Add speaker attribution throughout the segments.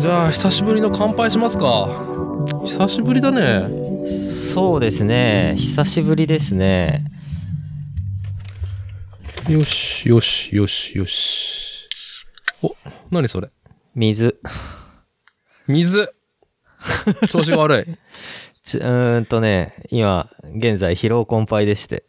Speaker 1: じゃあ久しぶりの乾杯しますか久しぶりだね
Speaker 2: そうですね久しぶりですね
Speaker 1: よしよしよしよしお何それ
Speaker 2: 水
Speaker 1: 水調子が悪 い
Speaker 2: ちうーんとね今現在疲労困憊でして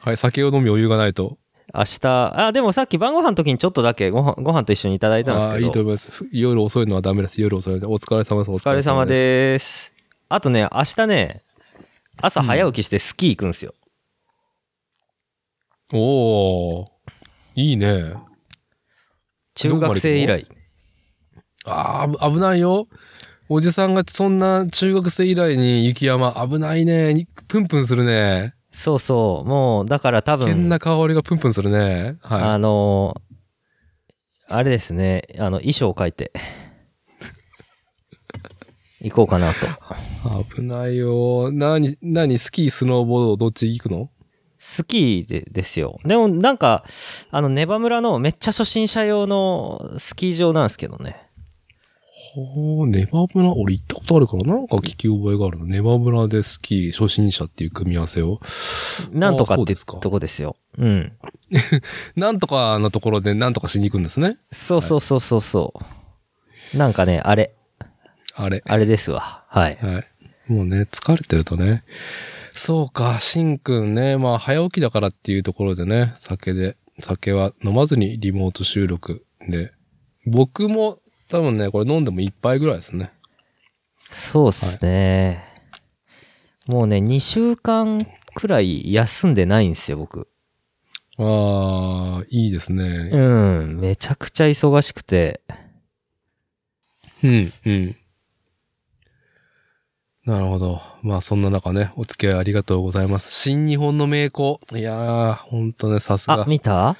Speaker 1: はい酒を飲み余裕がないと
Speaker 2: 明日あでもさっき晩ご飯の時にちょっとだけご飯ご飯と一緒にいただいたんです
Speaker 1: あ
Speaker 2: けど
Speaker 1: ーいいと思いますふ夜遅いのはダメです夜遅いのでお疲れ様ですお
Speaker 2: お疲れ様ですあとね明日ね朝早起きしてスキー行くんですよ、
Speaker 1: すおおいいね
Speaker 2: 中学生以来
Speaker 1: ああ、危ないよ。おじさんがそんな中学生以来に雪山、危ないね。にプンプンするね。
Speaker 2: そうそうもうだから多
Speaker 1: 危険
Speaker 2: 分
Speaker 1: な香りがプンプンするね。は
Speaker 2: あのーあれですねあの衣装を書い て行こうかなと
Speaker 1: い。危ないよ。なに、なに、スキー、スノーボード、どっち行くの
Speaker 2: スキーでですよでもなんかあのネバ村のめっちゃ初心者用のスキー場なんですけどね
Speaker 1: ほー、ネバブラ、俺行ったことあるから、なんか聞き覚えがあるの。ネバブラでスキー、初心者っていう組み合わせを。
Speaker 2: なんとか
Speaker 1: あーそ
Speaker 2: っ
Speaker 1: う
Speaker 2: て
Speaker 1: ですか
Speaker 2: とこですようん
Speaker 1: なんとかのところでなんとかしに行くんですね。
Speaker 2: そうそうそうそうそう、なんかねあれ
Speaker 1: あれ。
Speaker 2: あれですわはい
Speaker 1: はい。もうね、疲れてるとね。そうか、しんくんね、まあ早起きだからっていうところでね、酒で、酒は飲まずにリモート収録で、僕も多分ね、これ飲んでも一杯ぐらいですね。
Speaker 2: そうっすね、もうね2週間くらい休んでないんですよ僕
Speaker 1: ああ、いいですね。
Speaker 2: うんめちゃくちゃ忙しくて
Speaker 1: うん、うん。なるほど。まあそんな中ね、お付き合いありがとうございます。新日本の名工。いやー、ほんとね、さす
Speaker 2: あ
Speaker 1: が。
Speaker 2: 見た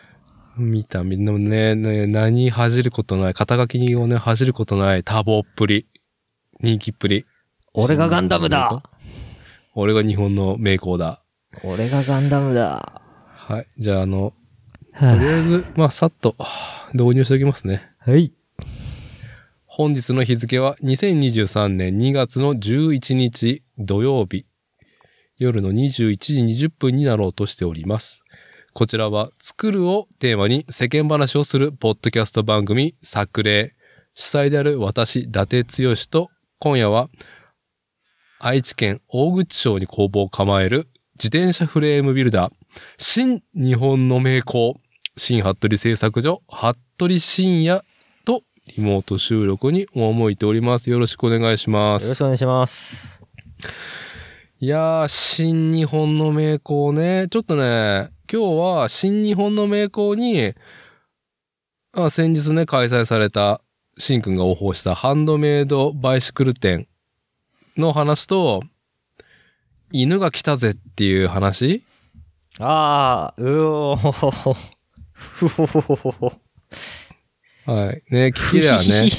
Speaker 1: 見た、みんなもね、ね、何恥じることない、肩書きをね、恥じることない、多忙っぷり、人気っぷり。
Speaker 2: 俺がガンダムだ
Speaker 1: 俺が日本の名工だ。
Speaker 2: 俺がガンダムだ
Speaker 1: はい。じゃあ、あの、とり
Speaker 2: は
Speaker 1: あえ ず、まあ、さっと、はあ導入しておきますね。
Speaker 2: あはい
Speaker 1: 本日の日付は2023年2月の11日土曜日夜の21時20分になろうとしております。こちらは作るをテーマに世間話をするポッドキャスト番組作例主催である私伊達剛と今夜は愛知県大口町に工房を構える自転車フレームビルダー新日本の名工新服部製作所服部深也とリモート収録に赴いております。よろしくお願いしま
Speaker 2: よろ
Speaker 1: す
Speaker 2: しく。お願いします
Speaker 1: いやー、新日本の名工ね。ちょっとね、今日は新日本の名工に、あ先日ね、開催された、しんくんが応募したハンドメイドバイシクル展の話と、犬が来たぜっていう話
Speaker 2: ああうおーふほほほほほ
Speaker 1: はい。ね、聞き りゃね、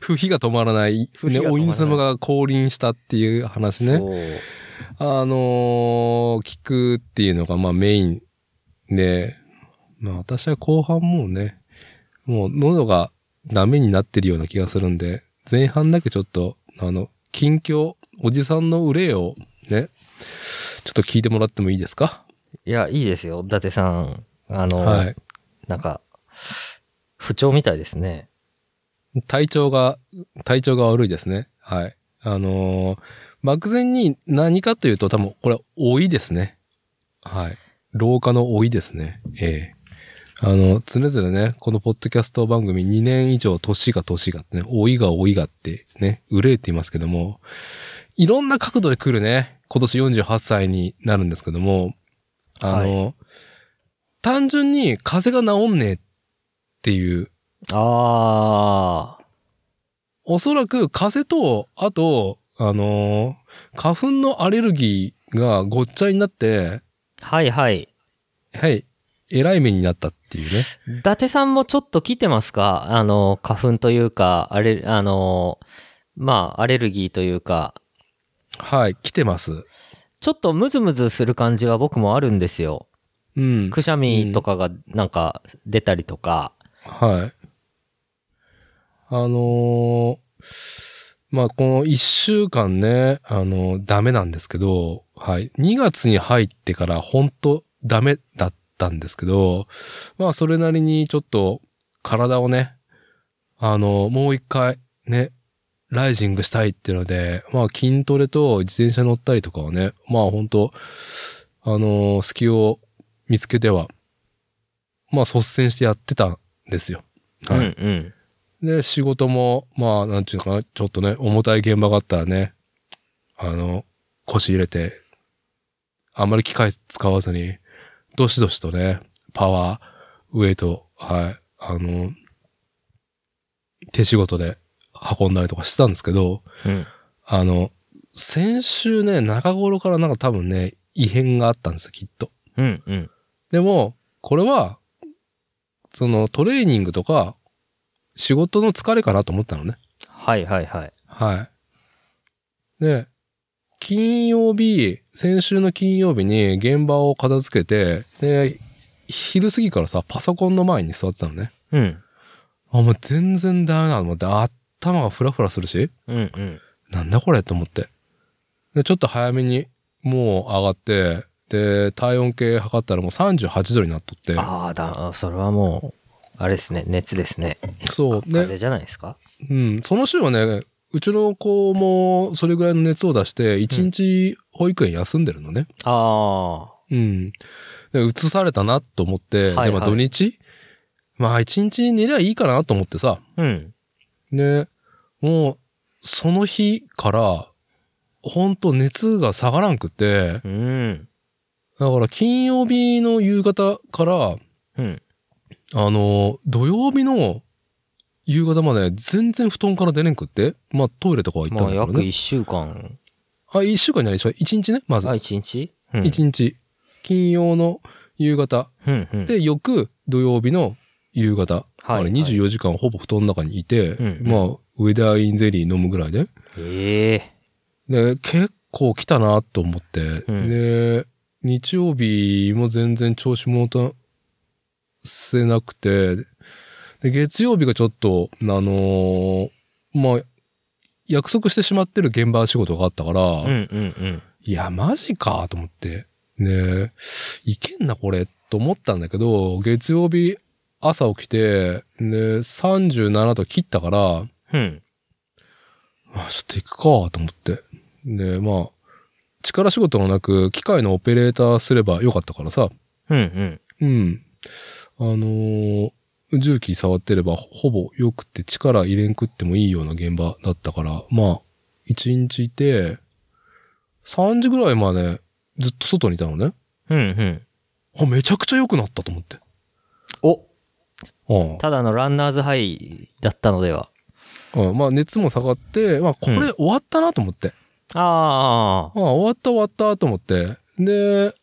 Speaker 1: 不費が止まらない、
Speaker 2: 不
Speaker 1: ね、
Speaker 2: 費が止
Speaker 1: お
Speaker 2: まらない
Speaker 1: 犬様が降臨したっていう話ね。
Speaker 2: ね
Speaker 1: あのー聞くっていうのがまあメインで、まあ私は後半もうね、もう喉がダメになってるような気がするんで、前半だけちょっと、あの、近況、おじさんの憂いをね、ちょっと聞いてもらってもいいですか
Speaker 2: いやいいですよ伊達さんあの、
Speaker 1: はい。
Speaker 2: なんか不調みたいですね
Speaker 1: 体調が、体調が悪いですね。はい。あのー漠然に何かというと多分これ老いですね。はい。老化の老いですね。ええあの、常々ね、このポッドキャスト番組2年以上年が年がってね、老いが老いがってね、憂えていますけども、いろんな角度で来るね、今年48歳になるんですけども、あの、単純に風邪が治んねえっていう
Speaker 2: ああ
Speaker 1: おそらく風邪と、あと、あのー花粉のアレルギーがごっちゃになって、
Speaker 2: はいはい
Speaker 1: はい、えらい目になったっていうね。
Speaker 2: 伊達さんもちょっと来てますかあの、花粉というか、あれ、あの、まあ、アレルギーというか、
Speaker 1: はい、来てます。
Speaker 2: ちょっとムズムズする感じは僕もあるんですよ。
Speaker 1: うん。
Speaker 2: くしゃみとかがなんか出たりとか、
Speaker 1: はい。あのーまあ、この1週間ね、あのダメなんですけど、はい。2月に入ってから本当ダメだったんですけど、まあ、それなりにちょっと体をね、あのもう一回ね、ライジングしたいっていうので、まあ、筋トレと自転車乗ったりとかはね、まあ、本当あのー隙を見つけては、まあ、率先してやってたんですよ。はい。
Speaker 2: うんうん。
Speaker 1: で、仕事も、まあ、なんていうのかな、ちょっとね、重たい現場があったらね、あの、腰入れて、あんまり機械使わずに、どしどしとね、パワー、ウェイト、はい、あの、手仕事で運んだりとかしてたんですけど、
Speaker 2: うん。
Speaker 1: あの、先週ね、中頃からなんか多分ね、異変があったんですよ、きっと。
Speaker 2: うんうん。
Speaker 1: でも、これは、そのトレーニングとか、仕事の疲れかなと思ったのね。
Speaker 2: はいはいはい。
Speaker 1: はい。で、金曜日、先週の金曜日に現場を片付けて、で、昼過ぎからさ、パソコンの前に座ってたのね。
Speaker 2: うん。
Speaker 1: あ、もう全然ダメだと思って、頭がフラフラするし、
Speaker 2: うんうん。
Speaker 1: なんだこれと思って。で、ちょっと早めに、もう上がって、で、体温計測ったらもう38度になっとって。
Speaker 2: ああ、だ、あそれはもう、あれですね、熱ですね。
Speaker 1: そう。
Speaker 2: 風
Speaker 1: ね
Speaker 2: 邪じゃないですか
Speaker 1: うん、その週はね、うちの子もそれぐらいの熱を出して、一日保育園休んでるのね。
Speaker 2: あ
Speaker 1: うん。で、移されたなと思って、
Speaker 2: はいはい
Speaker 1: でまあ土日まあ一日寝りゃいいかなと思ってさ。
Speaker 2: あ。うん。
Speaker 1: ね、もう、その日から、ほんと熱が下がらんくて、
Speaker 2: うん。
Speaker 1: だから金曜日の夕方から、
Speaker 2: うん。
Speaker 1: あの、土曜日の夕方まで全然布団から出れんくって、まあトイレとかは行ったん
Speaker 2: ま
Speaker 1: だ
Speaker 2: あ、
Speaker 1: けどね。
Speaker 2: 約1週間。
Speaker 1: あ、一週間じゃないでしょ。一日ね、まず
Speaker 2: あ、。1日うん。
Speaker 1: 一日。金曜の夕方。
Speaker 2: うんうん。
Speaker 1: で、翌土曜日の夕方。
Speaker 2: はい
Speaker 1: あれ
Speaker 2: はい
Speaker 1: 24時間ほぼ布団の中にいて、
Speaker 2: うん
Speaker 1: まあ、ウェダーインゼリー飲むぐらいで。
Speaker 2: ええ。
Speaker 1: で、結構来たなと思って。
Speaker 2: ん
Speaker 1: で、日曜日も全然調子もたせなくて、で、月曜日がちょっと、あのーまあ、約束してしまってる現場仕事があったから、
Speaker 2: うんうん
Speaker 1: いや、マジかと思って。ねいけんな、これ、と思ったんだけど、月曜日朝起きて、ね37度切ったから、
Speaker 2: うん。うん。
Speaker 1: あちょっと行くかと思って。で、まあ、力仕事がなく、機械のオペレーターすればよかったからさ、
Speaker 2: うんう
Speaker 1: う
Speaker 2: ん。
Speaker 1: ん。あのー重機触ってればほぼ良くて力入れんくってもいいような現場だったから、まあ、一日いて、3時ぐらいまでずっと外にいたのね。
Speaker 2: うんうん。
Speaker 1: あ、めちゃくちゃ良くなったと思って。
Speaker 2: お
Speaker 1: うん
Speaker 2: ただのランナーズハイだったのでは。
Speaker 1: うん。まあ、熱も下がって、まあ、こ
Speaker 2: う
Speaker 1: れ終わったなと思って。
Speaker 2: ああ。
Speaker 1: ああ、終わった終わったと思って。で、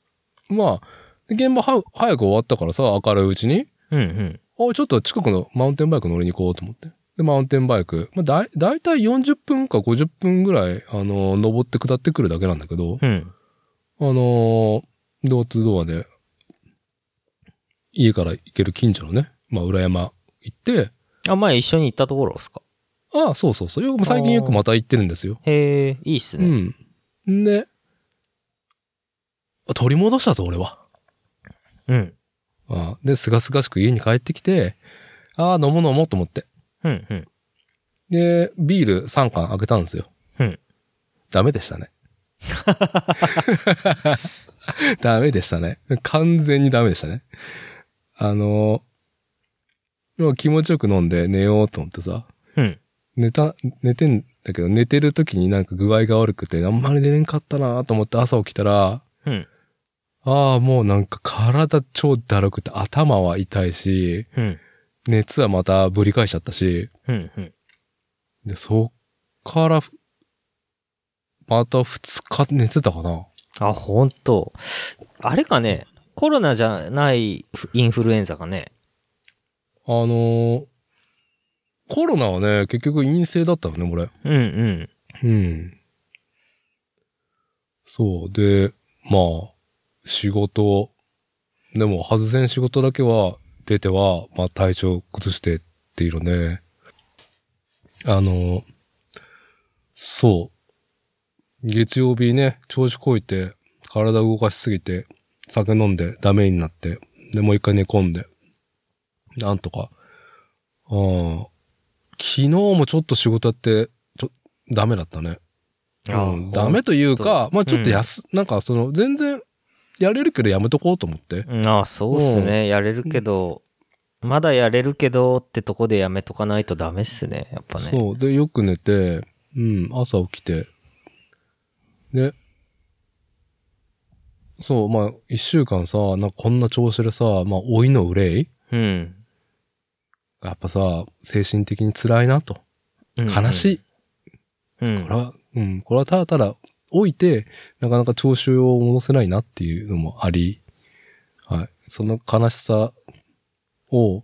Speaker 1: まあ、現場は早く終わったからさ、明るいうちに。
Speaker 2: うんうん。
Speaker 1: あちょっと近くのマウンテンバイク乗りに行こうと思って。で、マウンテンバイク。まあ、だい、だいたい40分か50分ぐらい、あの、登って下ってくるだけなんだけど、
Speaker 2: うん。
Speaker 1: あのードアツードアで、家から行ける近所のね、まあ、裏山行って、
Speaker 2: あ、前一緒に行ったところですか
Speaker 1: ああ、そうそうそう。よく最近よくまた行ってるんですよ。
Speaker 2: へえ、いいっすね。
Speaker 1: うん。で、あ取り戻したぞ、俺は。
Speaker 2: うん。
Speaker 1: あで、すがすがしく家に帰ってきて、ああ、飲もう飲もうと思って。
Speaker 2: うんうん。
Speaker 1: で、ビール3缶開けたんですよ。
Speaker 2: うん。
Speaker 1: ダメでしたね。 ダメでしたね。完全にダメでしたね。あの、もう気持ちよく飲んで寝ようと思ってさ、
Speaker 2: うん。
Speaker 1: 寝た、寝てんだけど、寝てる時になんか具合が悪くて、あんまり寝れんかったなと思って朝起きたら、
Speaker 2: うん。
Speaker 1: ああ、もうなんか体超だるくて頭は痛いし、
Speaker 2: うん。
Speaker 1: 熱はまたぶり返しちゃったし、
Speaker 2: うん。うん。
Speaker 1: で、そっから、また二日寝てたかな。
Speaker 2: あ、ほんと。あれかね、コロナじゃないインフルエンザかね。
Speaker 1: あのーコロナはね、結局陰性だったのね、これ。
Speaker 2: うんうん。
Speaker 1: うん。そう。で、まあ、仕事、でも、外せん仕事だけは出ては、まあ、体調崩してっていうのね。あの、そう。月曜日ね、調子こいて、体動かしすぎて、酒飲んでダメになって、で、もう一回寝込んで、なんとか。あー昨日もちょっと仕事やって、ちょ、ダメだったね。うん、ダメというか、まあちょっと安、なんかその、全然、やれるけどやめとこうと思って。
Speaker 2: うんああそうっすねやれるけどまだやれるけどってとこでやめとかないとダメっすねやっぱね
Speaker 1: そう。で、よく寝て、うん、朝起きて。で、そう、まあ、一週間さ、なんかこんな調子でさ、まあ、老いの憂い
Speaker 2: うん、
Speaker 1: やっぱさ、精神的に辛いなと。
Speaker 2: うん
Speaker 1: 悲しい。
Speaker 2: うん、
Speaker 1: これは、うん、これはただただ置いて、なかなか調子を戻せないなっていうのもあり、はい。その悲しさを、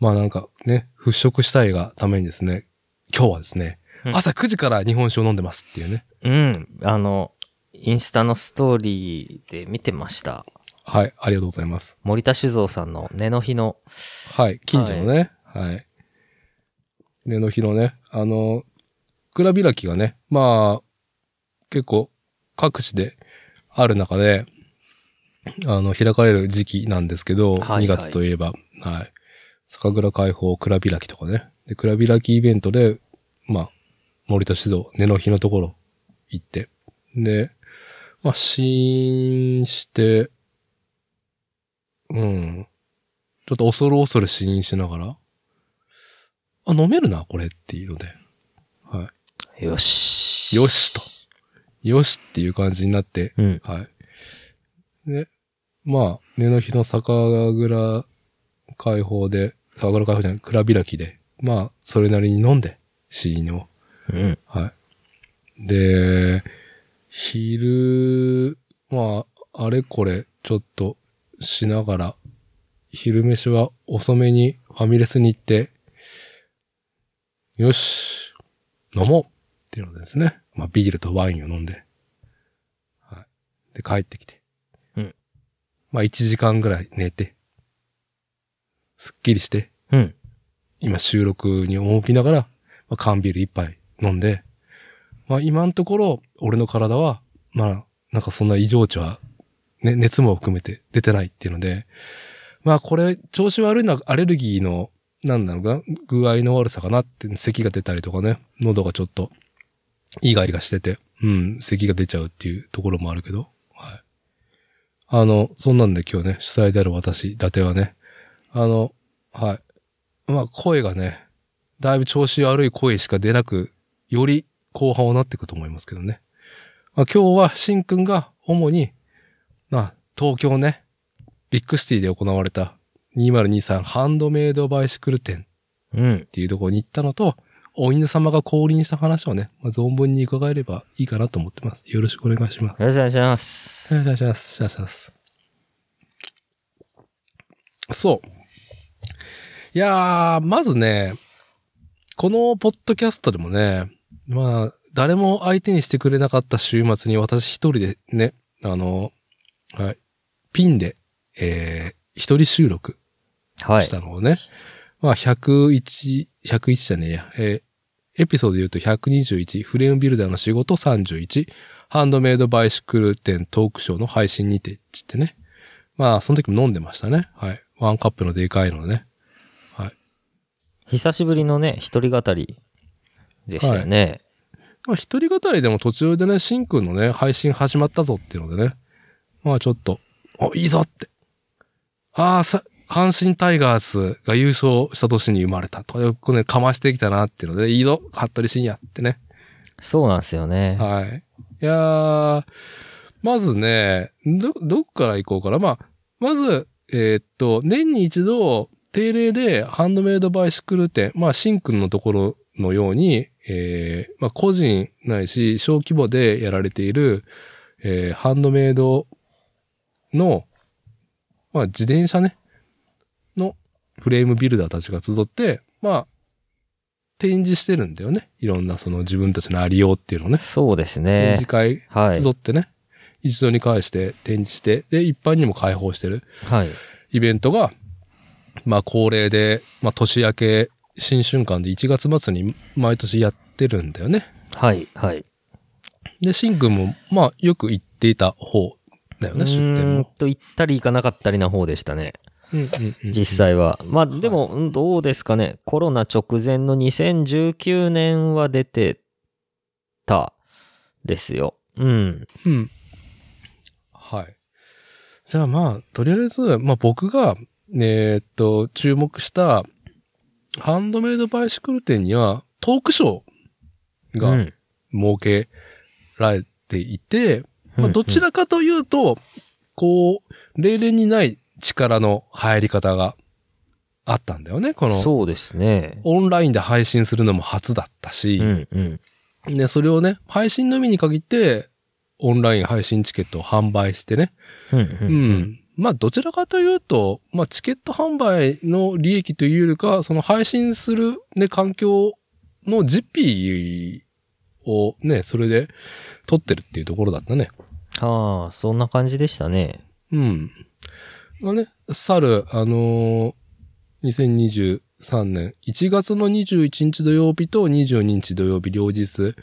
Speaker 1: まあなんかね、払拭したいがためにですね、今日はですね、
Speaker 2: うん
Speaker 1: 朝9時から日本酒を飲んでますっていうね。
Speaker 2: うん。あの、インスタのストーリーで見てました。
Speaker 1: はい、ありがとうございます。
Speaker 2: 森田酒造さんの根の日の。
Speaker 1: はい、近所のね、はい。根の日のね、あの、蔵開きがね、まあ、結構各地である中で、あの、開かれる時期なんですけど、
Speaker 2: はいはい
Speaker 1: 2月といえば、はい。酒蔵開放、蔵開きとかね。で、蔵開きイベントで、まあ、森田酒造、根の日のところ行って。で、まあ、試飲して、うん。ちょっと恐る恐る試飲しながら、あ、飲めるな、これっていうので。はい。
Speaker 2: よし。
Speaker 1: よしと。よしっていう感じになって、
Speaker 2: うん。
Speaker 1: はい。で、まあ、根の日の酒蔵開放で、酒蔵開放じゃない、蔵開きで、まあ、それなりに飲んで、死因を。
Speaker 2: うん。
Speaker 1: はい。で、昼、まあ、あれこれ、ちょっと、しながら、昼飯は遅めにファミレスに行って、よし、飲もうっていうのですね。まあ、ビールとワインを飲んで。はい。で、帰ってきて。
Speaker 2: うん。
Speaker 1: まあ、1時間ぐらい寝て、すっきりして、
Speaker 2: うん。
Speaker 1: 今収録に赴きながら、まあ、缶ビール一杯飲んで、まあ今のところ、俺の体は、まあ、なんかそんな異常値は、ね、熱も含めて出てないっていうので、まあこれ、調子悪いのはアレルギーの、なんだろうな、具合の悪さかなって、咳が出たりとかね、喉がちょっと、イガイガしてて、うん、咳が出ちゃうっていうところもあるけど、はい。あの、そんなんで今日ね、主催である私、伊達はね、あの、はい。まあ声がね、だいぶ調子悪い声しか出なく、より後半はなっていくと思いますけどね。まあ今日はしんくんが主に、まあ東京ね、ビッグシティで行われた2023ハンドメイドバイシクル展
Speaker 2: うん
Speaker 1: っ。ていうところに行ったのと、お犬様が降臨した話をね、まあ、存分に伺えればいいかなと思ってます。よろしくお願いします。
Speaker 2: よろしくお願いしま
Speaker 1: お
Speaker 2: す。
Speaker 1: 願いします。お願いします。そう。いやー、まずね、このポッドキャストでもね、まあ、誰も相手にしてくれなかった週末に私一人でね、あの、はい、ピンで、えー、一人収録
Speaker 2: は
Speaker 1: し
Speaker 2: い。
Speaker 1: たのをね、まあ101、101じゃねえや、えーエピソードで言うと121、フレームビルダーの仕事31、ハンドメイドバイシクル店トークショーの配信にて、つってね。まあ、その時も飲んでましたね。はい。ワンカップのでかいのね。
Speaker 2: 久しぶりのね、一人語りでしたよね。
Speaker 1: まあ、一人語りでも途中でね、シンくんのね、配信始まったぞっていうのでね。まあ、ちょっと、お、いいぞって。ああ、さ、阪神タイガースが優勝した年に生まれたとか、よくね、かましてきたなっていうので、いいぞ、服部慎也ってね。
Speaker 2: そうなんですよね。
Speaker 1: はい。いやー、まずね、ど、どっから行こうかな。まあ、まず、えーっと、年に一度、定例でハンドメイドバイシクル店、まあ、シンくんのところのように、えーまあ、個人ないし、小規模でやられている、えーハンドメイドの、まあ、自転車ね、のフレームビルダーたちが集って、まあ、展示してるんだよね。いろんなその自分たちのありようっていうのをね。
Speaker 2: そうです
Speaker 1: 展
Speaker 2: ね
Speaker 1: 示。会
Speaker 2: はい
Speaker 1: 集。ってね、一度に返して展示して、で、一般にも開放してる
Speaker 2: はい。
Speaker 1: イベントが、まあ恒例で、まあ年明け新春館で1月末に毎年やってるんだよね。
Speaker 2: はい、はい。
Speaker 1: で、シンくんも、まあ、よく行っていた方だよね、出
Speaker 2: う
Speaker 1: 店
Speaker 2: ーん
Speaker 1: も。
Speaker 2: と、行ったり行かなかったりな方でしたね。
Speaker 1: うんうんうん
Speaker 2: 実際は。まあでも、うんどうですかね。コロナ直前の2019年は出てたですよ。うん。
Speaker 1: うん。はい。じゃあまあ、とりあえず、まあ僕が、えーっと、注目した、ハンドメイドバイシクル店には、トークショー
Speaker 2: う
Speaker 1: が
Speaker 2: ん
Speaker 1: 設けられていて、まあどち
Speaker 2: ら
Speaker 1: らかというと、こう、例年にない力の入り方があったんだよね。この、
Speaker 2: そうですね。
Speaker 1: オンラインで配信するのも初だったし、
Speaker 2: うんうん。
Speaker 1: で、それをね、配信のみに限って、オンライン配信チケットを販売してね。
Speaker 2: うん
Speaker 1: う。
Speaker 2: うんん
Speaker 1: まあ、どちらかというと、まあ、チケット販売の利益というよりか、その配信するね、環境の GP をね、それで取ってるっていうところだったね。
Speaker 2: はあ、そんな感じでしたね。
Speaker 1: うん。まあね、去る、あのー2023年1月の21日土曜日と22日土曜日両日、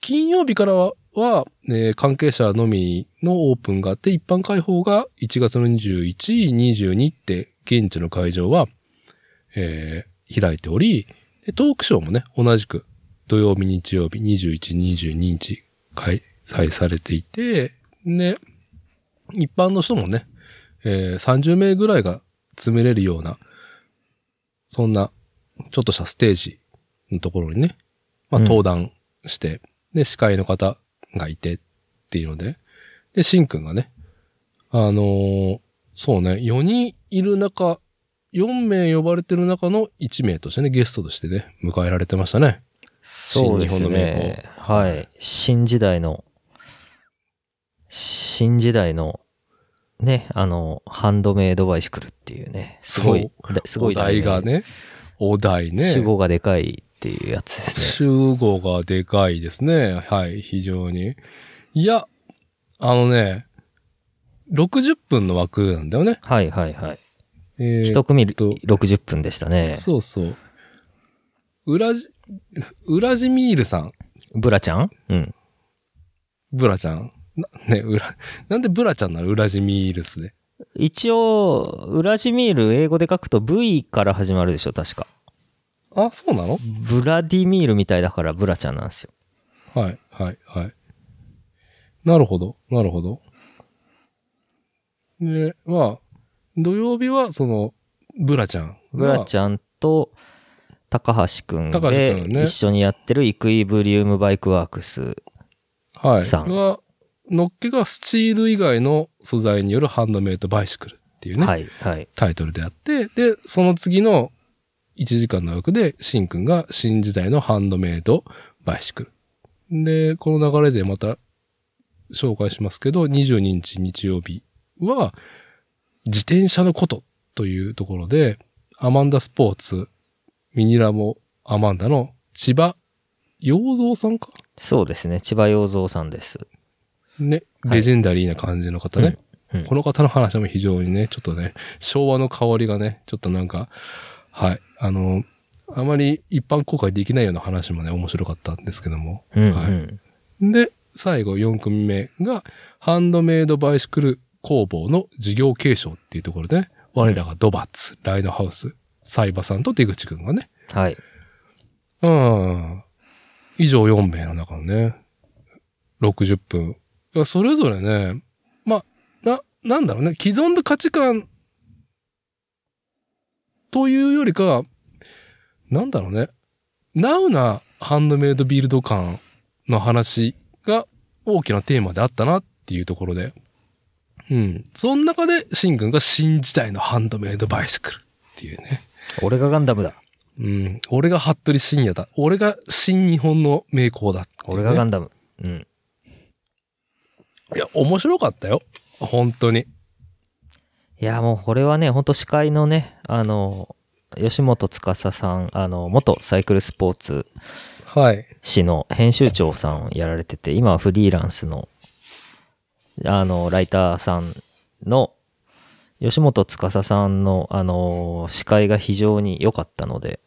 Speaker 1: 金曜日からは、はえー関係者のみのオープンがあって、一般開放が1月の21、22って、現地の会場は、えー開いており、でトークショーもね、同じく土曜日、日曜日、21、22日開催されていて、ね、一般の人もね、えー30名ぐらいが詰めれるような、そんな、ちょっとしたステージのところにね、まあ、
Speaker 2: うん
Speaker 1: 登壇して、で、司会の方がいてっていうので、で、シンくんがね、あのーそうね、4人いる中、4名呼ばれてる中の1名としてね、ゲストとしてね、迎えられてましたね。
Speaker 2: そうです
Speaker 1: 新日本の名
Speaker 2: ね。はい。新時代の、新時代の、ね、あの、ハンドメイドバイシクルっていうね、すごい、だすごい
Speaker 1: お題がね、お題ね。
Speaker 2: 主語がでかいっていうや つですね。
Speaker 1: 集合がでかいですね。はい、非常に。いや、あのね、60分の枠なんだよね。
Speaker 2: はいはいはい。
Speaker 1: えー
Speaker 2: 一組60分でしたね。
Speaker 1: そうそう。ウラジ、ウラジミールさん、
Speaker 2: ブラちゃんうん。
Speaker 1: ブラちゃん。なね、ウラ、なんでブラちゃんなのウラジミールスで。
Speaker 2: 一応、ウラジミール英語で書くと V から始まるでしょ、確か。
Speaker 1: あ、そうなの
Speaker 2: ブラディミールみたいだからブラちゃんなんですよ。
Speaker 1: はい、はい、はい。なるほど、なるほど。で、まあ、土曜日は、その、ブラちゃんが。
Speaker 2: ブラちゃんと高橋くん
Speaker 1: 高橋
Speaker 2: で
Speaker 1: くんね
Speaker 2: 一緒にやってるイクイブリウムバイクワークス。
Speaker 1: はい。
Speaker 2: さん
Speaker 1: が、のっけがスチール以外の素材によるハンドメイドバイシクルっていうね、
Speaker 2: はいはい。
Speaker 1: タイトルであって、で、その次の1時間の枠で、シンくんが新時代のハンドメイドバイシクル。で、この流れでまた紹介しますけど、22日日曜日は、自転車のことというところで、アマンダスポーツ、ミニラモアマンダの千葉洋蔵さんか
Speaker 2: そうですね。千葉洋蔵さんです。
Speaker 1: ね、
Speaker 2: はい
Speaker 1: レジェンダリーな感じの方ね。
Speaker 2: うんうん
Speaker 1: この方の話も非常にね、ちょっとね、昭和の香りがね、ちょっとなんか、はい、あの、あまり一般公開できないような話もね、面白かったんですけども。
Speaker 2: うん、うん
Speaker 1: はで、最後4組目が、ハンドメイドバイシクル工房の事業継承っていうところで、ね、我らがドバッツ、ライドハウス、サイバさんと出口くんがね、
Speaker 2: はい。
Speaker 1: うん。以上4名の中のね、60分。いやそれぞれね、まあ、な、なんだろうね、既存の価値観というよりか、なんだろうね、ナウなハンドメイドビルド感の話が大きなテーマであったなっていうところで。うん。その中で、シンくんが新時代のハンドメイドバイシクルっていうね。
Speaker 2: 俺がガンダムだ。
Speaker 1: うん。俺が服部深也だ。俺が新日本の名工だっていうね、
Speaker 2: 俺がガンダム。うん。
Speaker 1: いや、面白かったよ。本当に。
Speaker 2: いや、もうこれはね、ほんと司会のね、あの、吉本司さん、あの、元サイクルスポーツ
Speaker 1: はい。
Speaker 2: 誌の編集長さんをやられてて、今はフリーランスの、あの、ライターさんの吉本司さんの、あのー司会が非常に良かったので、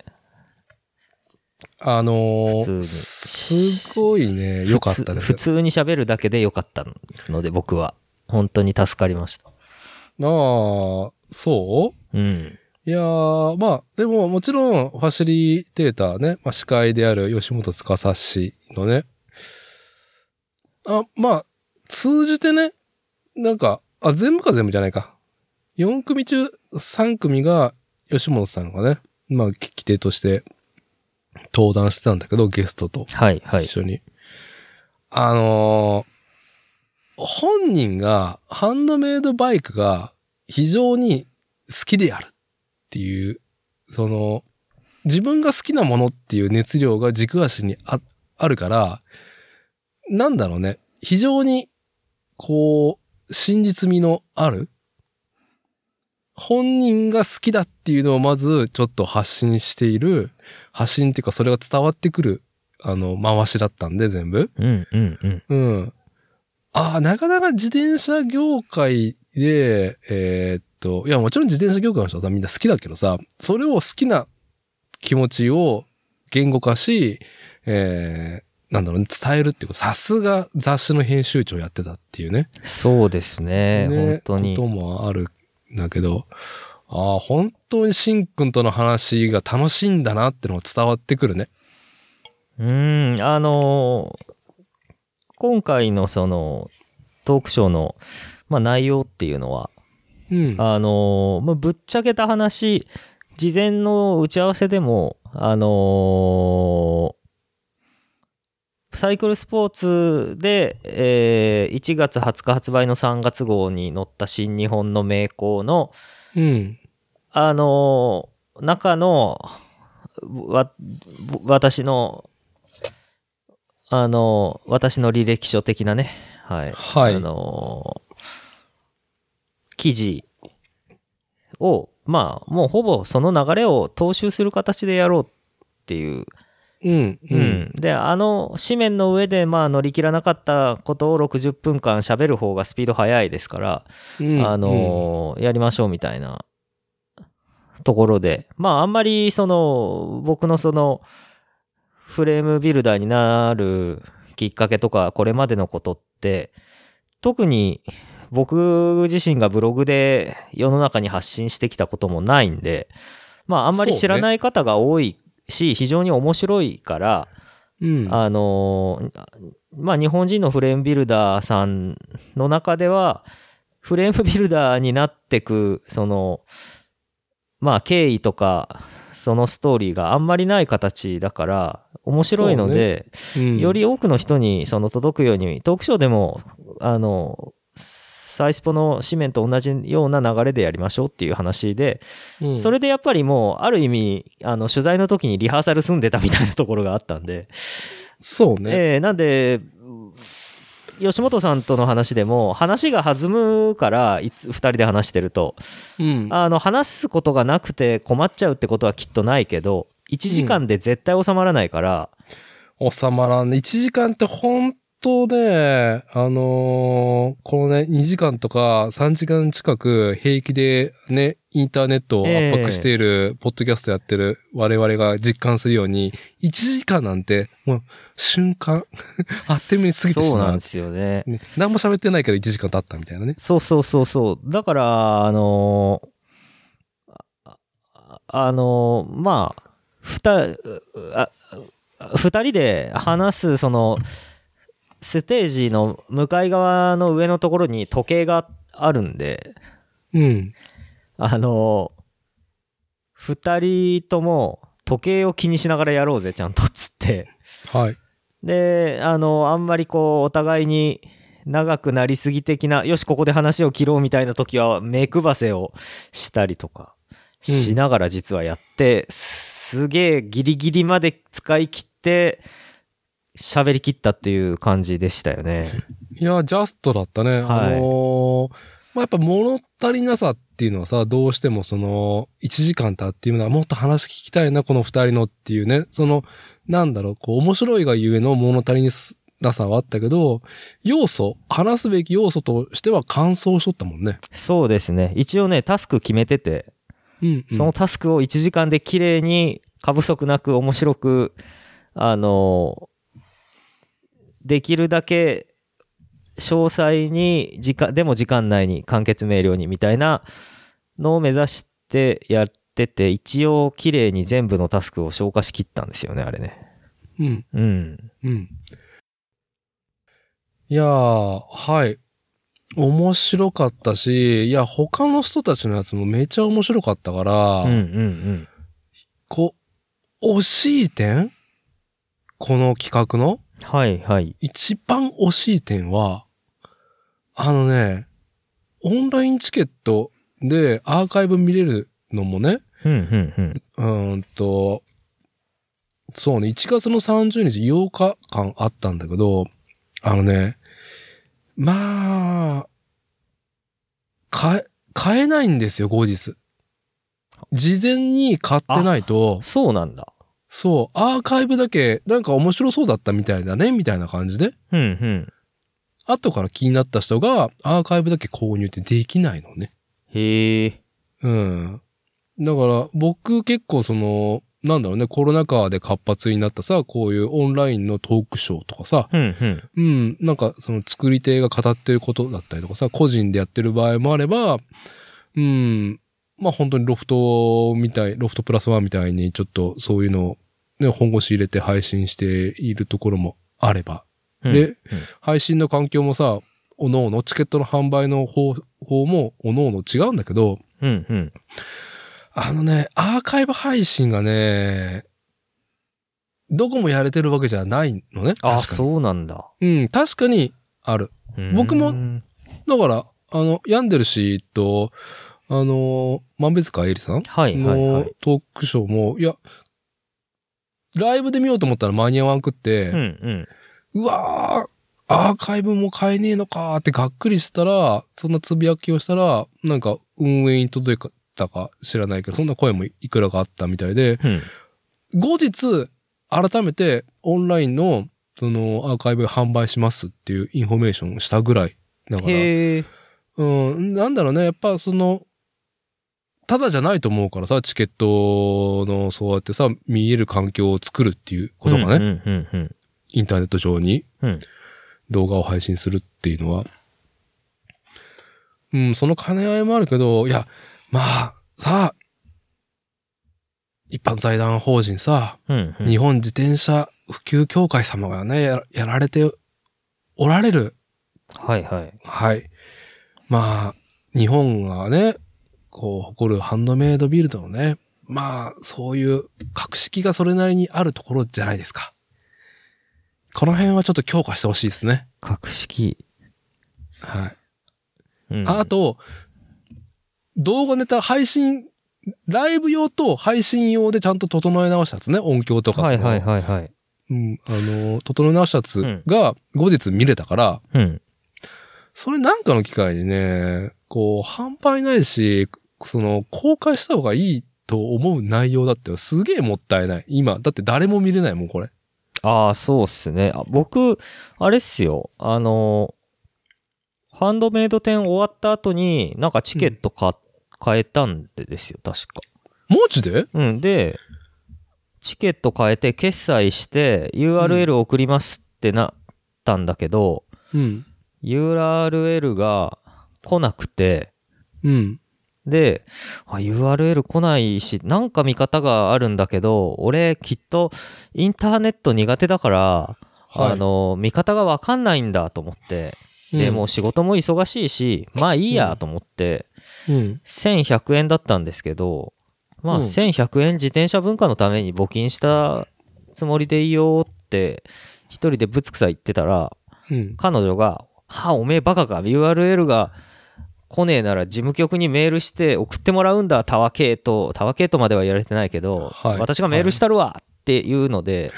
Speaker 1: あのー
Speaker 2: 普通に
Speaker 1: すごいね、良かったで
Speaker 2: 普
Speaker 1: す。
Speaker 2: 通普通に喋るだけで良かったので、僕は。本当に助かりました。
Speaker 1: なあ、そう
Speaker 2: うん。
Speaker 1: いやー、まあ、でももちろん、ファシリテーターね、まあ、司会である吉本司氏のね、あ、まあ、通じてね、なんか、あ、全部か全部じゃないか。4組中3組が吉本さんがね、まあ、聞き手として登壇してたんだけど、ゲストと
Speaker 2: はい、はい
Speaker 1: 一。緒に。あのー本人がハンドメイドバイクが非常に好きであるっていう、その、自分が好きなものっていう熱量が軸足にああるから、なんだろうね、非常に、こう、真実味のある、本人が好きだっていうのをまずちょっと発信している、発信っていうかそれが伝わってくるあの、回しだったんで、全部。
Speaker 2: うん、うん、うん。
Speaker 1: うん。ああ、なかなか自転車業界で、えーっと、いや、もちろん自転車業界の人はさ、みんな好きだけどさ、それを好きな気持ちを言語化し、えー、なんだろうね、伝えるっていうこと。さすが雑誌の編集長やってたっていうね。
Speaker 2: そうですね、本当
Speaker 1: こ
Speaker 2: に。
Speaker 1: ともあるんだけど、ああ、本当にしんくんとの話が楽しいんだなってのが伝わってくるね。
Speaker 2: うん、あのー今回のその、トークショーの、まあ、内容っていうのは、
Speaker 1: うん。
Speaker 2: あのーまあ、ぶっちゃけた話、事前の打ち合わせでも、あのーサイクルスポーツで、えー1月20日発売の3月号に載った新日本の名工の、
Speaker 1: うん。
Speaker 2: あのー中の、わ、私の、あのー私の履歴書的なね、はい。
Speaker 1: はい。
Speaker 2: あのー記事を、まあ、もうほぼその流れを踏襲する形でやろうっていう。
Speaker 1: うん。うん。
Speaker 2: で、あの紙面の上で、まあ、乗り切らなかったことを60分間喋る方がスピード速いですから、
Speaker 1: うん
Speaker 2: あのーやりましょうみたいなところで、まあ、あんまり、その、僕のその、フレームビルダーになるきっかけとか、これまでのことって、特に僕自身がブログで世の中に発信してきたこともないんで、まあ、あんまり知らない方が多いし、非常に面白いから、
Speaker 1: うん、
Speaker 2: あのーまあ日本人のフレームビルダーさんの中ではフレームビルダーになってくそのまあ経緯とかそのストーリーがあんまりない形だから面白いので、
Speaker 1: うん
Speaker 2: よ、り多くの人にその届くようにトークショーでもあのサイスポの紙面と同じような流れでやりましょうっていう話で、
Speaker 1: うん
Speaker 2: それでやっぱりもうある意味あの取材の時にリハーサル済んでたみたいなところがあったんで、
Speaker 1: そうね。
Speaker 2: ええなんで、う吉本さんとの話でも、話が弾むから、いつ2人で話してると、
Speaker 1: うん。
Speaker 2: あの話すことがなくて困っちゃうってことはきっとないけど、1時間で絶対収まらないから、
Speaker 1: 収まらんね。1時間って本当で、あのーこのね、2時間とか3時間近く平気でね、インターネットを圧迫している、ポッドキャストやってる我々が実感するように、1時間なんて、もう瞬間、 あっという間に過ぎてし
Speaker 2: そう
Speaker 1: ま
Speaker 2: なん
Speaker 1: う
Speaker 2: で。すよね。
Speaker 1: ね何も喋ってないけど1時間経ったみたいなね。
Speaker 2: そうそうそうそう。だから、あのーああのーまあ、ふた、うあ二人で話す、その、ステージの向かい側の上のところに時計があるんで、
Speaker 1: うん。
Speaker 2: あのー二人とも時計を気にしながらやろうぜ、ちゃんと、つって。
Speaker 1: はい。
Speaker 2: で、あの、あんまりこう、お互いに長くなりすぎ的な、よし、ここで話を切ろうみたいな時は、目配せをしたりとか、
Speaker 1: うん
Speaker 2: しながら実はやって、すすげえギリギリまで使い切って、喋り切ったっていう感じでしたよね。
Speaker 1: いや、ジャストだったね。
Speaker 2: はい
Speaker 1: あのーまあ、やっぱ物足りなさっていうのはさ、どうしてもその、1時間経っていうのはもっと話聞きたいな、この2人のっていうね、その、なんだろう、こう、面白いがゆえの物足りにすなさはあったけど、要素、話すべき要素としては完走しとったもんね。
Speaker 2: そうですね。一応ね、タスク決めてて、
Speaker 1: うん、うん
Speaker 2: そのタスクを1時間で綺麗に、過不足なく、面白く、あの、できるだけ、詳細に、時間、でも時間内に、簡潔明瞭に、みたいなのを目指してやってて、一応綺麗に全部のタスクを消化しきったんですよね、あれね。
Speaker 1: うん、
Speaker 2: うん。
Speaker 1: うん。いやー、はい。面白かったし、いや、他の人たちのやつもめちゃ面白かったから、
Speaker 2: うんうんうん。
Speaker 1: こう、惜しい点この企画の
Speaker 2: はいはい。
Speaker 1: 一番惜しい点は、あのね、オンラインチケットでアーカイブ見れるのもね、
Speaker 2: うんうんうん。
Speaker 1: うーんと、そうね、1月の30日8日間あったんだけど、あのね、まあ、買え、買えないんですよ、後日。事前に買ってないと、
Speaker 2: そうなんだ。
Speaker 1: そう、アーカイブだけ、なんか面白そうだったみたいだね、みたいな感じで、
Speaker 2: うんうん。
Speaker 1: 後から気になった人がアーカイブだけ購入ってできないのね。
Speaker 2: へえ。
Speaker 1: うん。だから、僕結構その、なんだろうね、コロナ禍で活発になったさ、こういうオンラインのトークショーとかさ、
Speaker 2: うんうん。
Speaker 1: うん、なんかその作り手が語ってることだったりとかさ、個人でやってる場合もあれば、うん、まあ本当にロフトみたい、ロフトプラスワンみたいにちょっとそういうのを、ね、本腰入れて配信しているところもあれば、
Speaker 2: うん
Speaker 1: で、配信の環境もさ、おのおの、チケットの販売の方法もおのおの違うんだけど、
Speaker 2: うんうん。
Speaker 1: あのね、アーカイブ配信がね、どこもやれてるわけじゃないのね。確か
Speaker 2: あ、
Speaker 1: に
Speaker 2: そうなんだ。
Speaker 1: うん、確かにある。僕も
Speaker 2: うん
Speaker 1: だから、あの、ヤンデル氏と、あの、万別かえりさん
Speaker 2: はいはいは
Speaker 1: の
Speaker 2: い。
Speaker 1: トークショーも、いや、ライブで見ようと思ったら間に合わんくって、
Speaker 2: うんうん。
Speaker 1: うわー、アーカイブも買えねえのかーってがっくりしたら、そんなつぶやきをしたら、なんか運営に届いたか知らないけど、そんな声もいくらかあったみたいで、
Speaker 2: うん
Speaker 1: 後日、改めてオンラインの、そのアーカイブ販売しますっていうインフォメーションをしたぐらい。だから、
Speaker 2: へえ。
Speaker 1: うん、なんだろうね、やっぱその、ただじゃないと思うからさ、チケットのそうやってさ、見える環境を作るっていうことがね、
Speaker 2: うんうんうん
Speaker 1: インターネット上に
Speaker 2: うん
Speaker 1: 動画を配信するっていうのは、うん、その兼ね合いもあるけど、いや、まあ、さあ、一般財団法人さ、
Speaker 2: うんうん。
Speaker 1: 日本自転車普及協会様がね、ややられておられる。
Speaker 2: はいはい。
Speaker 1: はい。まあ、日本がね、こう、誇るハンドメイドビルドのね、まあ、そういう格式がそれなりにあるところじゃないですか。この辺はちょっと強化してほしいですね。
Speaker 2: 格式。
Speaker 1: はい。
Speaker 2: うん
Speaker 1: ああ、と、動画ネタ配信、ライブ用と配信用でちゃんと整え直したやつね、音響とか。
Speaker 2: はいはい
Speaker 1: その
Speaker 2: はいはい。
Speaker 1: うん、あのー、整え直したやつが後日見れたから、
Speaker 2: うん。
Speaker 1: それなんかの機会にね、こう、販売ないし、その、公開した方がいいと思う内容だってすげえもったいない。今、だって誰も見れないもん、これ。
Speaker 2: ああ、そうっすね。あ僕、あれっすよ。あの、ハンドメイド展終わった後に、なんかチケット買、買えたんでですよ、確か。
Speaker 1: マジで
Speaker 2: うん、で、チケット変えて決済して URL 送りますってなったんだけど、
Speaker 1: うん。
Speaker 2: URL が来なくて、
Speaker 1: うん。
Speaker 2: で、あ URL 来ないし、なんか見方があるんだけど、俺きっとインターネット苦手だから、あの、見方がわかんないんだと思って、
Speaker 1: うん、
Speaker 2: で、もう仕事も忙しいし、まあいいやと思って、
Speaker 1: うん。
Speaker 2: 1100円だったんですけど、まあ、
Speaker 1: うん
Speaker 2: 1100円自転車文化のために募金したつもりでいいよって一人でぶつくさ言ってたら
Speaker 1: うん。
Speaker 2: 彼女が「はあおめえバカか URL が来ねえなら事務局にメールして送ってもらうんだタワケイトタワケイトまではやれてないけど、
Speaker 1: はい
Speaker 2: 私がメールしたるわ」っていうので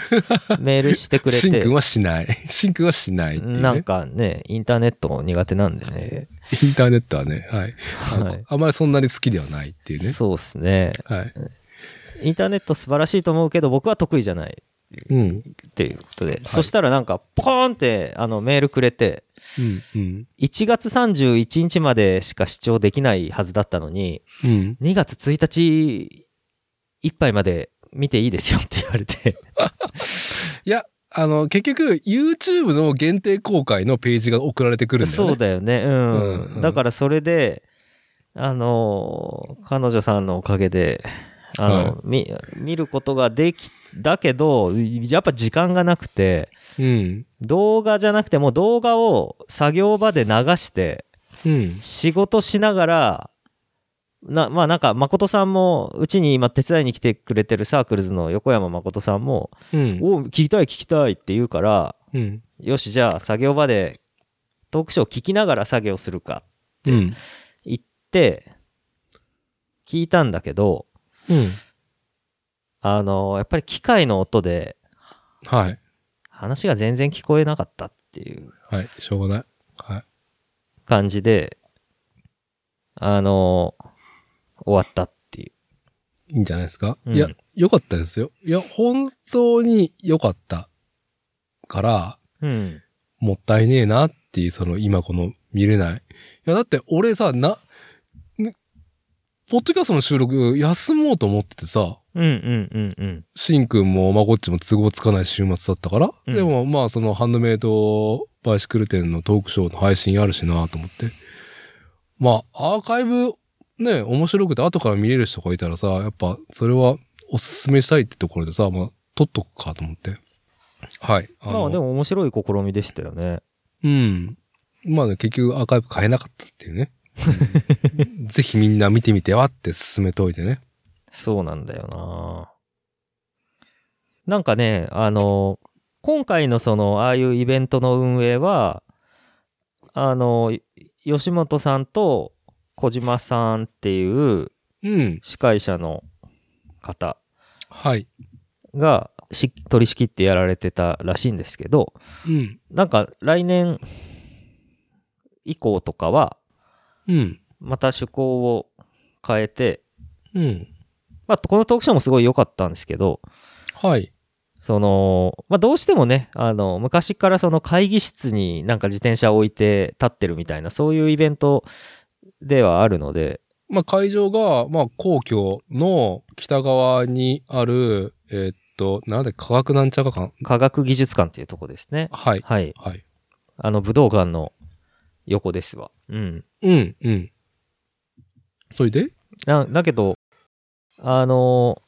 Speaker 2: メールしてくれ
Speaker 1: シンくん
Speaker 2: て
Speaker 1: はしない。 シンくんはしないっていう、ね。
Speaker 2: なんかねインターネット苦手なんでね、
Speaker 1: インターネットはね、はい。あ
Speaker 2: はい
Speaker 1: あまりそんなに好きではないっていうね。
Speaker 2: そうっすね
Speaker 1: はい。
Speaker 2: インターネット素晴らしいと思うけど僕は得意じゃない
Speaker 1: うん。
Speaker 2: っていうことで、そしたらなんかポコーンってあのメールくれて
Speaker 1: うん。うん。
Speaker 2: 1月31日までしか視聴できないはずだったのに
Speaker 1: うん。
Speaker 2: 2月1日いっぱいまで見ていいですよ って言われて
Speaker 1: いや、あの、結局、YouTube の限定公開のページが送られてくるんだよね。
Speaker 2: そうだよねうん、
Speaker 1: うんうん
Speaker 2: だからそれであのー彼女さんのおかげであの、
Speaker 1: はい
Speaker 2: み見ることができだけどやっぱ時間がなくて
Speaker 1: うん。
Speaker 2: 動画じゃなくてもう動画を作業場で流して
Speaker 1: うん。
Speaker 2: 仕事しながらなまあなんか誠さんもうちに今手伝いに来てくれてるサークルズの横山誠さんも
Speaker 1: うん
Speaker 2: 「お聞きたい聞きたい」って言うから
Speaker 1: うん。
Speaker 2: よしじゃあ作業場でトークショー聞きながら作業するか
Speaker 1: う
Speaker 2: で
Speaker 1: ん。
Speaker 2: 言って聞いたんだけど
Speaker 1: うん。
Speaker 2: あのやっぱり機械の音で
Speaker 1: はい。
Speaker 2: 話が全然聞こえなかったっていう
Speaker 1: はい。しょうがない。はい。
Speaker 2: 感じであの終わったっていう。
Speaker 1: いいんじゃないですか、
Speaker 2: うん
Speaker 1: いや、良かったですよ。いや、本当に良かったから、
Speaker 2: うん
Speaker 1: もったいねえなっていう、その今この見れない。いや、だって俺さ、な、ねポッドキャストの収録休もうと思っててさ、
Speaker 2: うんうんうんうん。
Speaker 1: しんくんもまこっちも都合つかない週末だったから、
Speaker 2: うん
Speaker 1: でもまあそのハンドメイドバイシクル店のトークショーの配信あるしなと思って。まあアーカイブね、面白くて後から見れる人がいたらさ、やっぱそれはおすすめしたいってところでさ、まあ撮っとくかと思って。はい。の
Speaker 2: まあでも面白い試みでしたよね。
Speaker 1: うん。まあね、結局アーカイブ変えなかったっていうね。 うんぜひみんな見てみてはって進めといてね。
Speaker 2: そうなんだよな。なんかね、あの、今回のその、ああいうイベントの運営は、あの、い吉本さんと小島さんっていう
Speaker 1: うん。
Speaker 2: 司会者の方
Speaker 1: はい。
Speaker 2: がし取り仕切ってやられてたらしいんですけど、
Speaker 1: うん。
Speaker 2: なんか来年以降とかは、
Speaker 1: うん。
Speaker 2: また趣向を変えて、
Speaker 1: うん。
Speaker 2: まあ、このトークショーもすごい良かったんですけど、
Speaker 1: はい。
Speaker 2: その、まあ、どうしてもね、あの、昔からその会議室になんか自転車置いて立ってるみたいな、そういうイベントではあるので、
Speaker 1: まあ、会場が、まあ、皇居の北側にある、えーっと、なんで、科学なんちゃか館
Speaker 2: 科学技術館っていうとこですね。
Speaker 1: はい。
Speaker 2: はい。
Speaker 1: はい。
Speaker 2: あの、武道館の横ですわ。うん。
Speaker 1: うん、うん。それで
Speaker 2: なだけど、あの、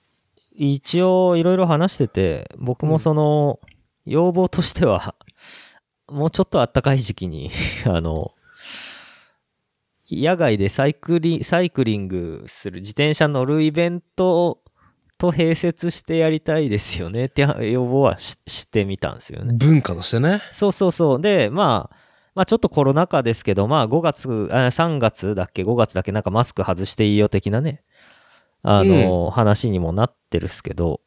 Speaker 2: 一応いろいろ話してて、僕もその、要望としては、 もうちょっと暖かい時期に、 あの、野外でサイクリサイクリングする、自転車乗るイベントと併設してやりたいですよねって 要望はししてみたんですよね。
Speaker 1: 文化としてね。
Speaker 2: そうそうそう。で、まあ、まあちょっとコロナ禍ですけど、まあ5月、あ3月だっけ、5月だっけ、なんかマスク外していいよ的なね、あのー話にもなってるっすけど、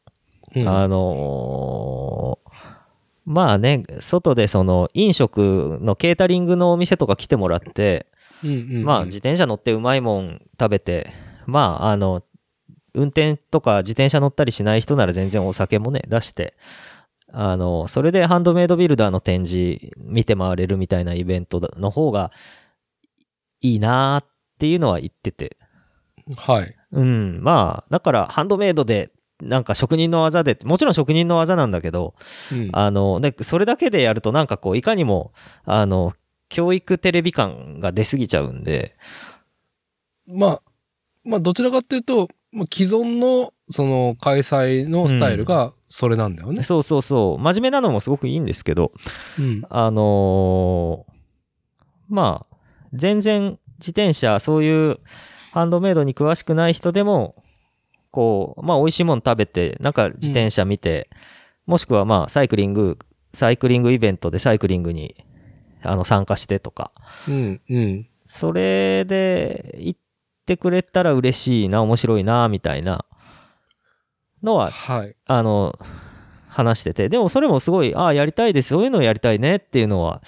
Speaker 1: うん。
Speaker 2: あのーまあね、外でその飲食のケータリングのお店とか来てもらって、
Speaker 1: うんうんうん
Speaker 2: まあ自転車乗ってうまいもん食べて、まああの、運転とか自転車乗ったりしない人なら全然お酒もね、出して、あの、それでハンドメイドビルダーの展示見て回れるみたいなイベントだの方がいいなーっていうのは言ってて。
Speaker 1: はい。
Speaker 2: うん、まあ、だからハンドメイドで、なんか職人の技で、もちろん職人の技なんだけど、
Speaker 1: うん。
Speaker 2: あの、で、それだけでやるとなんかこう、いかにも、あの、教育テレビ感が出すぎちゃうんで、
Speaker 1: まあ、まあ、どちらかっていうと、まあ、既存の、その、開催のスタイルが、それなんだよね。
Speaker 2: そうそうそう。真面目なのもすごくいいんですけど、
Speaker 1: うん。
Speaker 2: あのーまあ、全然自転車、そういうハンドメイドに詳しくない人でも、こう、まあ、美味しいもの食べて、なんか自転車見て、もしくはまあ、サイクリング、サイクリングイベントでサイクリングに、あの、参加してとか、
Speaker 1: うん、うん。
Speaker 2: それで行ってくれたら嬉しいな、面白いな、みたいなのは
Speaker 1: はい。
Speaker 2: あの、話してて。でもそれもすごい、ああ、やりたいです。そういうのをやりたいねっていうのは、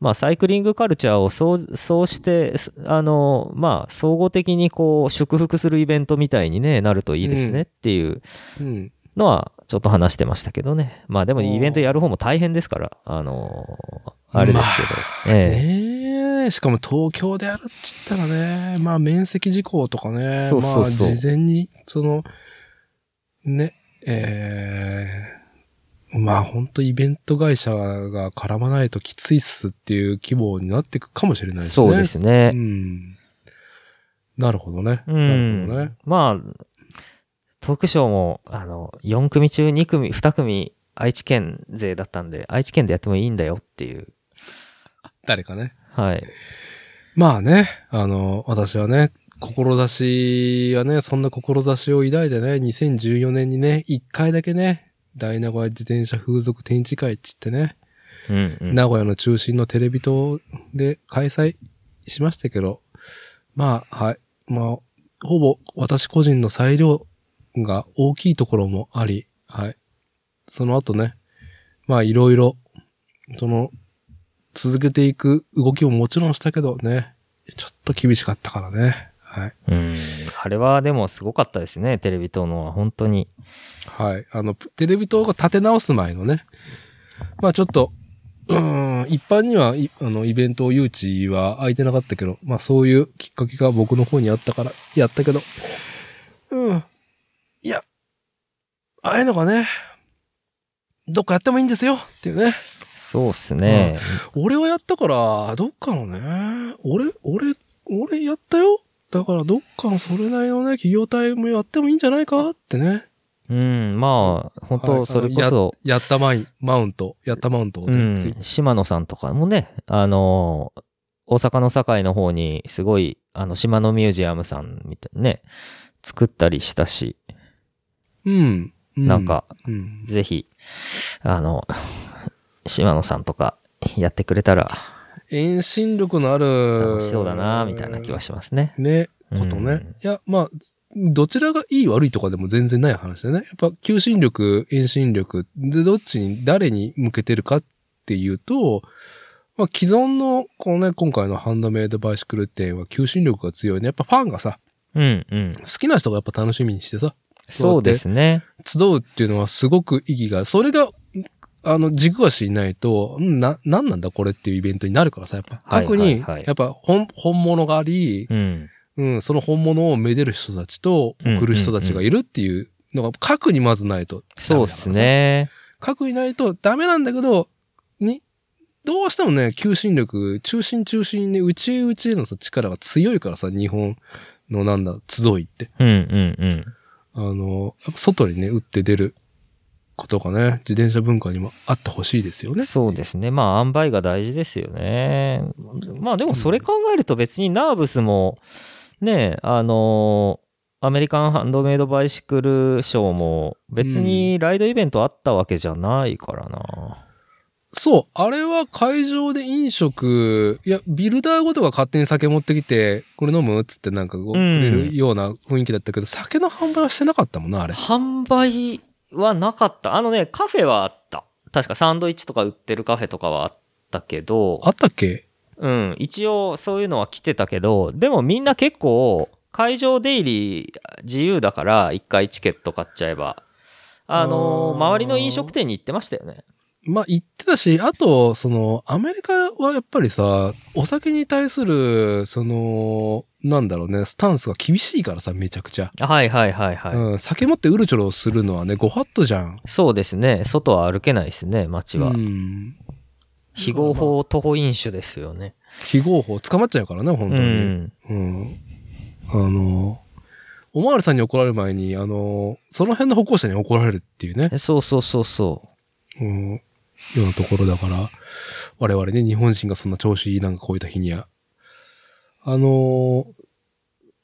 Speaker 2: まあ、サイクリングカルチャーをそう、そうして、すあの、まあ、総合的にこう、祝福するイベントみたいにね、なるといいです
Speaker 1: うん
Speaker 2: ねっていう
Speaker 1: うん。
Speaker 2: のはちょっと話してましたけどね。まあでも
Speaker 1: おー
Speaker 2: イベントやる方も大変ですから、あのーあれですけど。え
Speaker 1: ねえ、しかも東京でやるっちったらね、まあ面積事項とかね、
Speaker 2: そうそうそう
Speaker 1: まあ事前に、その、ね、えーまあ本当イベント会社が絡まないときついっすっていう規模になっていくかもしれない
Speaker 2: え
Speaker 1: ですね。
Speaker 2: そうですね
Speaker 1: う。ん。なるほどね。
Speaker 2: うん。
Speaker 1: なるほどね。
Speaker 2: まあ、トークショーも、あの、4組中2組、2組、愛知県勢だったんで、愛知県でやってもいいんだよっていう。
Speaker 1: 誰かね。
Speaker 2: はい。
Speaker 1: まあね、あの、私はね、志はね、そんな志を抱いてね、2014年にね、一回だけね、大名古屋自転車風俗展示会っつってね、
Speaker 2: うん、うん。
Speaker 1: 名古屋の中心のテレビ塔で開催しましたけど、まあ、はい。まあ、ほぼ私個人の裁量が大きいところもあり、はい。その後ね、まあいろいろ、その、続けていく動きももちろんしたけどね、ちょっと厳しかったからね。はい。
Speaker 2: うん。あれはでもすごかったですね、テレビ塔のは。本当に。
Speaker 1: はい。あの、テレビ塔が立て直す前のね。まあちょっと、うーん、一般には、いあの、イベントを誘致は空いてなかったけど、まあそういうきっかけが僕の方にあったから、やったけど、うん。いや、ああいうのがね、どっかやってもいいんですよっていうね。
Speaker 2: そうっすね。
Speaker 1: 俺はやったから、どっかのね、俺、俺、俺やったよ。だからどっかのそれなりのね、企業体もやってもいいんじゃないかってね。
Speaker 2: うん、まあ、本
Speaker 1: は
Speaker 2: 当
Speaker 1: い
Speaker 2: それこ
Speaker 1: あ
Speaker 2: そ
Speaker 1: の、ややったマインマウント、やったマウントで
Speaker 2: うん
Speaker 1: つい、
Speaker 2: 島野さんとかもね、あのー大阪の堺の方に、すごい、あの、島野ミュージアムさんみたいにね、作ったりしたし、
Speaker 1: うん。う
Speaker 2: なんか、
Speaker 1: うん、
Speaker 2: ぜひ、あの、島野さんとか、やってくれたら、
Speaker 1: 遠心力のある。
Speaker 2: 楽しそうだな、みたいな気はしますね。
Speaker 1: ね、ことね。
Speaker 2: うん
Speaker 1: いや、まあ、どちらがいい悪いとかでも全然ない話でね。やっぱ、求心力、遠心力、で、どっちに、誰に向けてるかっていうと、まあ、既存の、このね、今回のハンドメイドバイシクル店は求心力が強いね。やっぱファンがさ、
Speaker 2: うん、うん。
Speaker 1: 好きな人がやっぱ楽しみにしてさ、
Speaker 2: そうですね。
Speaker 1: 集うっていうのはすごく意義が、それが、あの、軸足にないと、んな、なんなんだこれっていうイベントになるからさ、やっぱ。
Speaker 2: はい
Speaker 1: 各
Speaker 2: はい
Speaker 1: に
Speaker 2: はい、
Speaker 1: やっぱ本、本物があり、
Speaker 2: うん。
Speaker 1: うん、その本物をめでる人たちと、
Speaker 2: うん
Speaker 1: 送る人たちがいるっていうのが、核にまずないと。
Speaker 2: そうです。ね。
Speaker 1: 核にないとダメなんだけど、に、どうしてもね、求心力、中心中心に、内へ内へのさ、力が強いからさ、日本のなんだ、集いって。
Speaker 2: うん、うん、うん。
Speaker 1: あの、やっぱ外にね、打って出ることがね、自転車文化にもあってほしいですよね。
Speaker 2: そうですね。まあ、塩梅が大事ですよね。まあ、でもそれ考えると別にナーブスも、ね、あの、アメリカンハンドメイドバイシクルショーも別にライドイベントあったわけじゃないからな。
Speaker 1: そう、あれは会場で飲食、いや、ビルダーごとが勝手に酒持ってきて、これ飲むっつってなんかこう、く
Speaker 2: うん
Speaker 1: れるような雰囲気だったけど、酒の販売はしてなかったもんな、あれ。
Speaker 2: 販売はなかった。あのね、カフェはあった。確かサンドイッチとか売ってるカフェとかはあったけど
Speaker 1: あ、ったっけ
Speaker 2: うん、一応そういうのは来てたけど、でもみんな結構、会場出入り自由だから、一回チケット買っちゃえば。あの
Speaker 1: あ
Speaker 2: ー
Speaker 1: ー
Speaker 2: 周りの飲食店に行ってましたよね。
Speaker 1: まあ、言ってたし、あと、その、アメリカはやっぱりさ、お酒に対する、その、なんだろうね、スタンスが厳しいからさ、めちゃくちゃ。
Speaker 2: はいはいはいはい。
Speaker 1: うん、酒持ってうるちょろするのはね、ご法度じゃん。
Speaker 2: そうですね。外は歩けないですね、街
Speaker 1: う
Speaker 2: は。
Speaker 1: ん。
Speaker 2: 非合法徒歩飲酒ですよね。
Speaker 1: 非合法捕まっちゃうからね、本当
Speaker 2: う
Speaker 1: に。
Speaker 2: ん。
Speaker 1: うん。あの、おまわりさんに怒られる前に、あの、その辺の歩行者に怒られるっていうね、
Speaker 2: そうそうそうそ
Speaker 1: うん、ようなところだから、我々ね、日本人がそんな調子なんかこういった日には。あの、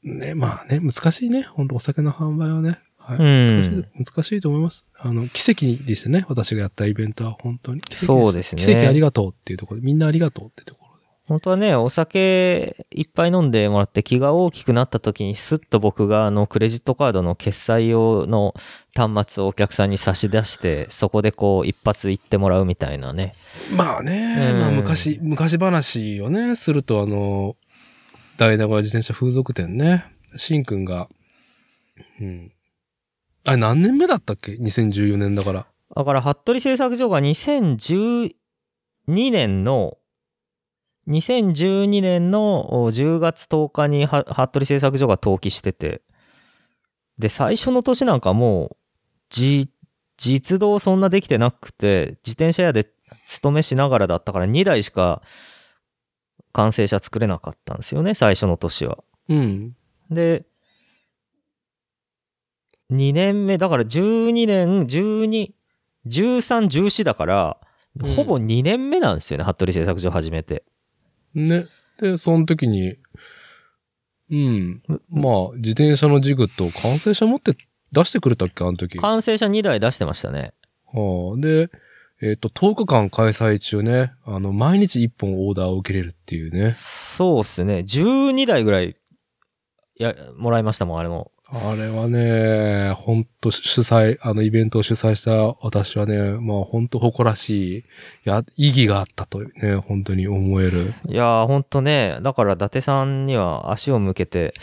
Speaker 1: ね、まあね、難しいね。本当お酒の販売はね。はい。
Speaker 2: う。う
Speaker 1: 難しい
Speaker 2: ん。
Speaker 1: 難しいと思います。あの、奇跡でしたね。私がやったイベントは本当に。奇跡
Speaker 2: そうですね
Speaker 1: 奇跡ありがとうっていうところで、みんなありがとうってところで。
Speaker 2: 本当はね、お酒いっぱい飲んでもらって気が大きくなった時にスッと僕があのクレジットカードの決済用の端末をお客さんに差し出して、そこでこう一発行ってもらうみたいなね。
Speaker 1: まあね、
Speaker 2: うん
Speaker 1: まあ昔、昔話をね、するとあの、大名古屋自転車風俗店ね、しんくんが、うん、あれ何年目だったっけ ?2014 年だから。
Speaker 2: だから、服部製作所が2012年の、2012年のお10月10日には服部製作所が登記してて、で、最初の年なんかもう、じ、実動そんなできてなくて、自転車屋で勤めしながらだったから2台しか完成車作れなかったんですよね、最初の年は。
Speaker 1: うん。
Speaker 2: で、2年目、だから12年、12、13、14だから、
Speaker 1: うん
Speaker 2: ほぼ2年目なんですよね、服部製作所始めて。
Speaker 1: ね。で、その時に、うん。まあ、自転車のジグと完成車持って出してくれたっけあの時。
Speaker 2: 完成車2台出してましたね。
Speaker 1: はあ、で、えっ、と、10日間開催中ね、あの、毎日1本オーダーを受けれるっていうね。
Speaker 2: そうっすね、12台ぐらい、や、もらいましたもん、あれも。
Speaker 1: あれはね、ほんと主催、あのイベントを主催した私はね、まあほんと誇らしい、いや、意義があったとね、本当に思える。
Speaker 2: いやー、ほんとね、だから伊達さんには足を向けて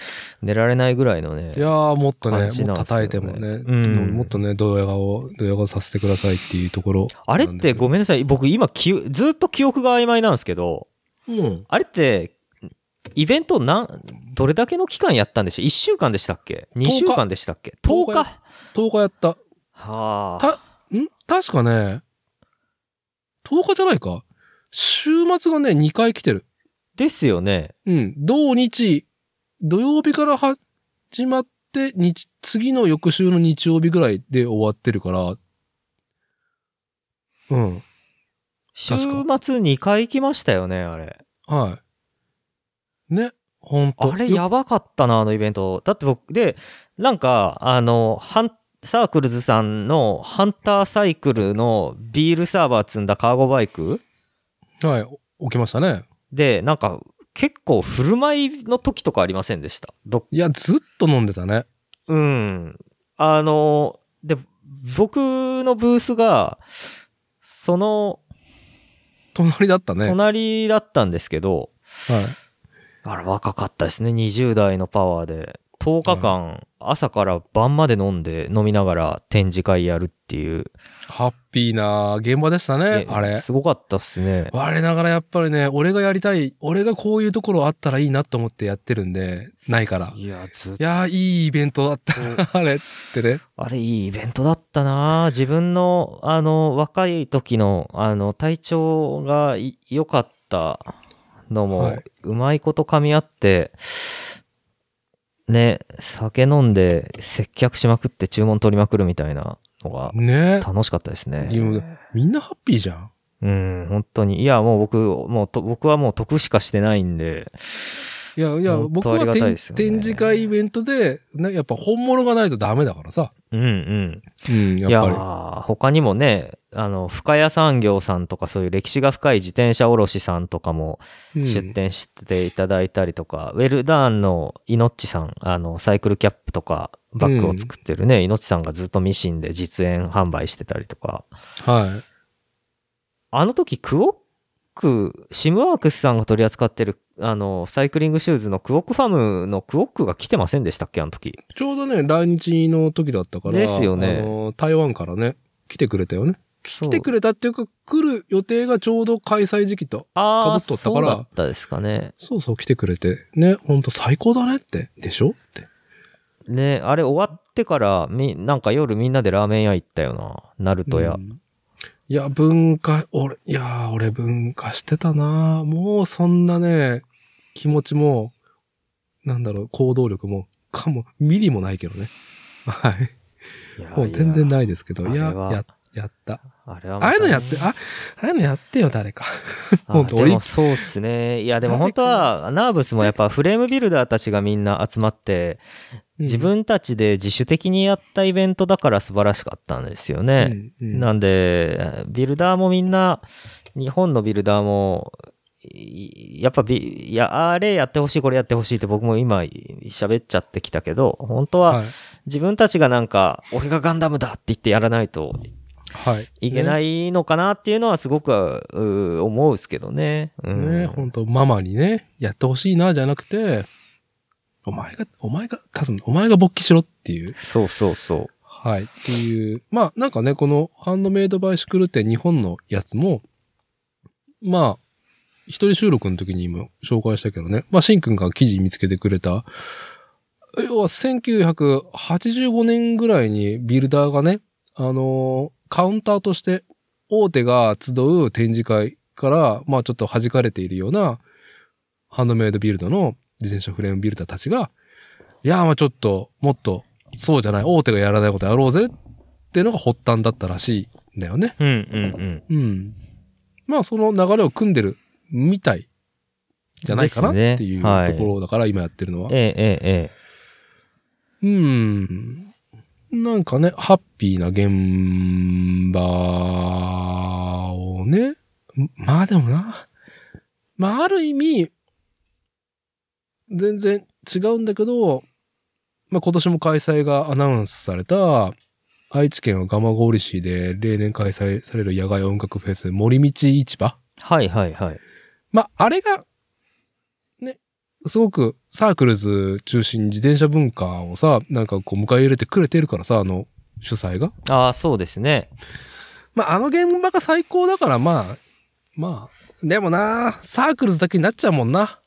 Speaker 2: 寝られないぐらいのね。
Speaker 1: いやー、もっとね、
Speaker 2: 感じ
Speaker 1: も
Speaker 2: な
Speaker 1: っ
Speaker 2: ん
Speaker 1: と
Speaker 2: です
Speaker 1: 叩
Speaker 2: よ
Speaker 1: い
Speaker 2: ね
Speaker 1: てもね、
Speaker 2: うん
Speaker 1: もっとね、動画を、動画させてくださいっていうところ。
Speaker 2: あれってごめんなさい、僕今きゅ、ずっと記憶が曖昧なんですけど、
Speaker 1: うん。
Speaker 2: あれって、イベントなん、どれだけの期間やったんでした ?1 週間でしたっけ ?2 週間でしたっけ ?10
Speaker 1: 10
Speaker 2: 日
Speaker 1: 日10日やった。ん
Speaker 2: は
Speaker 1: た確かね、10日じゃないか。週末がね、2回来てる。
Speaker 2: ですよね。
Speaker 1: うん。土日、土曜日から始まって、日、次の翌週の日曜日ぐらいで終わってるから、うん。
Speaker 2: 週
Speaker 1: か
Speaker 2: 末2回行きましたよね、あれ。
Speaker 1: はい。ね、ほんと。
Speaker 2: あれ
Speaker 1: よ
Speaker 2: やばかったな、あのイベント。だって僕、で、なんか、あの、ハン、サークルズさんのハンターサイクルのビールサーバー積んだカーゴバイク
Speaker 1: はい、起きましたね。
Speaker 2: で、なんか、結構振る舞いの時とかありませんでした。どっ
Speaker 1: いや、ずっと飲んでたね。
Speaker 2: うん。あの、で、僕のブースが、その
Speaker 1: 隣だったね。はい。
Speaker 2: 隣だったんですけど、あら、若かったですね、20代のパワーで。10日間、朝から晩まで飲んで、飲みながら展示会やるっていう。
Speaker 1: ハッピーな現場でしたね
Speaker 2: ね、
Speaker 1: あれ。
Speaker 2: すごかったっすね。
Speaker 1: 我ながらやっぱりね、俺がやりたい、俺がこういうところあったらいいなと思ってやってるんで、ないから。い
Speaker 2: いや、ずっと。
Speaker 1: やー、いいイベントだった、 あれってね。
Speaker 2: あれ、いいイベントだったな自分の、あの、若い時の、あの、体調がい良かったのも、
Speaker 1: はいう
Speaker 2: まいこと噛み合って、ね、酒飲んで接客しまくって注文取りまくるみたいなのが
Speaker 1: ね
Speaker 2: 楽しかったです
Speaker 1: いやもう
Speaker 2: ね。
Speaker 1: みんなハッピーじゃん。
Speaker 2: うん、本当に。いや、もう僕、もうと、僕はもう得しかしてないんで、
Speaker 1: いやいや、
Speaker 2: 本当
Speaker 1: 僕
Speaker 2: あり
Speaker 1: は
Speaker 2: が
Speaker 1: て
Speaker 2: たい
Speaker 1: ん
Speaker 2: ですよね
Speaker 1: 展示会イベントで、ね、やっぱ本物がないとダメだからさ。
Speaker 2: うんうん。
Speaker 1: うん、や
Speaker 2: いや
Speaker 1: っぱり。
Speaker 2: ー他にもね、あの、深谷産業さんとかそういう歴史が深い自転車卸さんとかも
Speaker 1: うん
Speaker 2: 出店していただいたりとか、ウェルダーンのイノッチさん、あの、サイクルキャップとかバッグを作ってるね、イノッチさんがずっとミシンで実演販売してたりとか、
Speaker 1: はい。
Speaker 2: あの時クオック、シムワークスさんが取り扱ってる、あの、サイクリングシューズのクオックファムのクオックが来てませんでしたっけ、あの時。
Speaker 1: ちょうどね、来日の時だったから。
Speaker 2: ですよね
Speaker 1: あのー台湾からね、来てくれたよね。
Speaker 2: 来
Speaker 1: 来てくれたっていうか、来る予定がちょうど開催時期と。
Speaker 2: あ
Speaker 1: 被
Speaker 2: あ、
Speaker 1: っとった
Speaker 2: そ
Speaker 1: か
Speaker 2: う
Speaker 1: ら
Speaker 2: だったですかね。
Speaker 1: そうそう、来てくれて。ね、ほんと最高だねって。でしょって。
Speaker 2: ねあれ終わってからみなんか夜みんなでラーメン屋行ったよなナルトや、
Speaker 1: うんいや、文化、俺、いやー、俺文化してたなーもうそんなね、気持ちも、なんだろう、行動力も、かも、ミリもないけどね。はい。
Speaker 2: いや
Speaker 1: もう全然
Speaker 2: い
Speaker 1: ないですけど、いや、
Speaker 2: あれは
Speaker 1: や、やった。
Speaker 2: やあれはま
Speaker 1: あ
Speaker 2: た
Speaker 1: あ
Speaker 2: ね
Speaker 1: いうのやって、あ、ああいうのやってよ、誰か。
Speaker 2: あ
Speaker 1: 本当
Speaker 2: で
Speaker 1: 俺
Speaker 2: もそうっすねいやでも本当はナーブスもやっぱフレームビルダーたちがみんな集まって自分たちで自主的にやったイベントだから素晴らしかったんですよ
Speaker 1: うん、
Speaker 2: ね、
Speaker 1: うんうん
Speaker 2: なんでビルダーもみんな日本のビルダーもいやっぱビいやあれやってほしいこれやってほしいって僕も今喋っちゃってきたけど本当は
Speaker 1: はい。
Speaker 2: 自分たちがなんか、俺がガンダムだって言ってやらないと
Speaker 1: はい。。
Speaker 2: いけないいのかなっていうのはすごくうー思うっすけどね。う
Speaker 1: ね、
Speaker 2: ん
Speaker 1: ね本当ママにね、やってほしいな、じゃなくて、お前が、お前が、立つんだお前が勃起しろっていう。
Speaker 2: そうそうそう。
Speaker 1: はい。っていう。まあ、なんかね、このハンドメイドバイシクルって日本のやつも、まあ、一人収録の時にも紹介したけどね、まあ、シンくんが記事見つけてくれた、要は1985年ぐらいにビルダーがね、あのーカウンターとして大手が集う展示会から、まあちょっと弾かれているようなハンドメイドビルドの自転車フレームビルダーたちが、いやーまあちょっともっとそうじゃない、大手がやらないことやろうぜっていうのが発端だったらしいんだよね。
Speaker 2: うんうん
Speaker 1: うん。まあその流れを組んでるみたいじゃないかなっ
Speaker 2: ですね
Speaker 1: ていう
Speaker 2: はい
Speaker 1: ところだから、今やってるのは
Speaker 2: うん。。ええええ
Speaker 1: う
Speaker 2: え
Speaker 1: ん。なんかね、ハッピーな現場をね。んまあでもな。まあある意味、全然違うんだけど、まあ今年も開催がアナウンスされた、愛知県は蒲郡市で例年開催される野外音楽フェス、森道市場
Speaker 2: え。はいはいはい。
Speaker 1: まあ、あれが、ね、すごくサークルズ中心に自転車文化をさ、なんかこう迎え入れてくれてるからさ、あの、主催が。
Speaker 2: ああ、そうですね。
Speaker 1: まあ、あの現場が最高だから、まあ、まあ、でもな、サークルズだけになっちゃうもんな。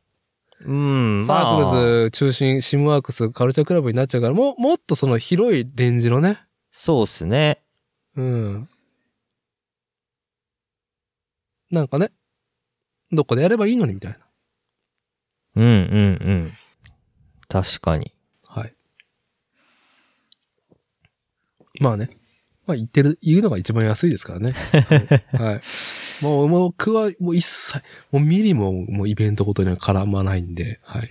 Speaker 2: うん。
Speaker 1: サ
Speaker 2: まあ
Speaker 1: ークルズ中心、シムワークス、カルチャークラブになっちゃうから、もう、もっとその広いレンジのね、
Speaker 2: そうっすね。
Speaker 1: うん。なんかね、どっかでやればいいのにみたいな。
Speaker 2: うんうんうん。確かに。
Speaker 1: はい。まあね。まあ言ってる、言うのが一番安いですからね。はい。はいもう、もう、僕は、もう一切、もうミリも、もうイベントごとには絡まないんで、はい。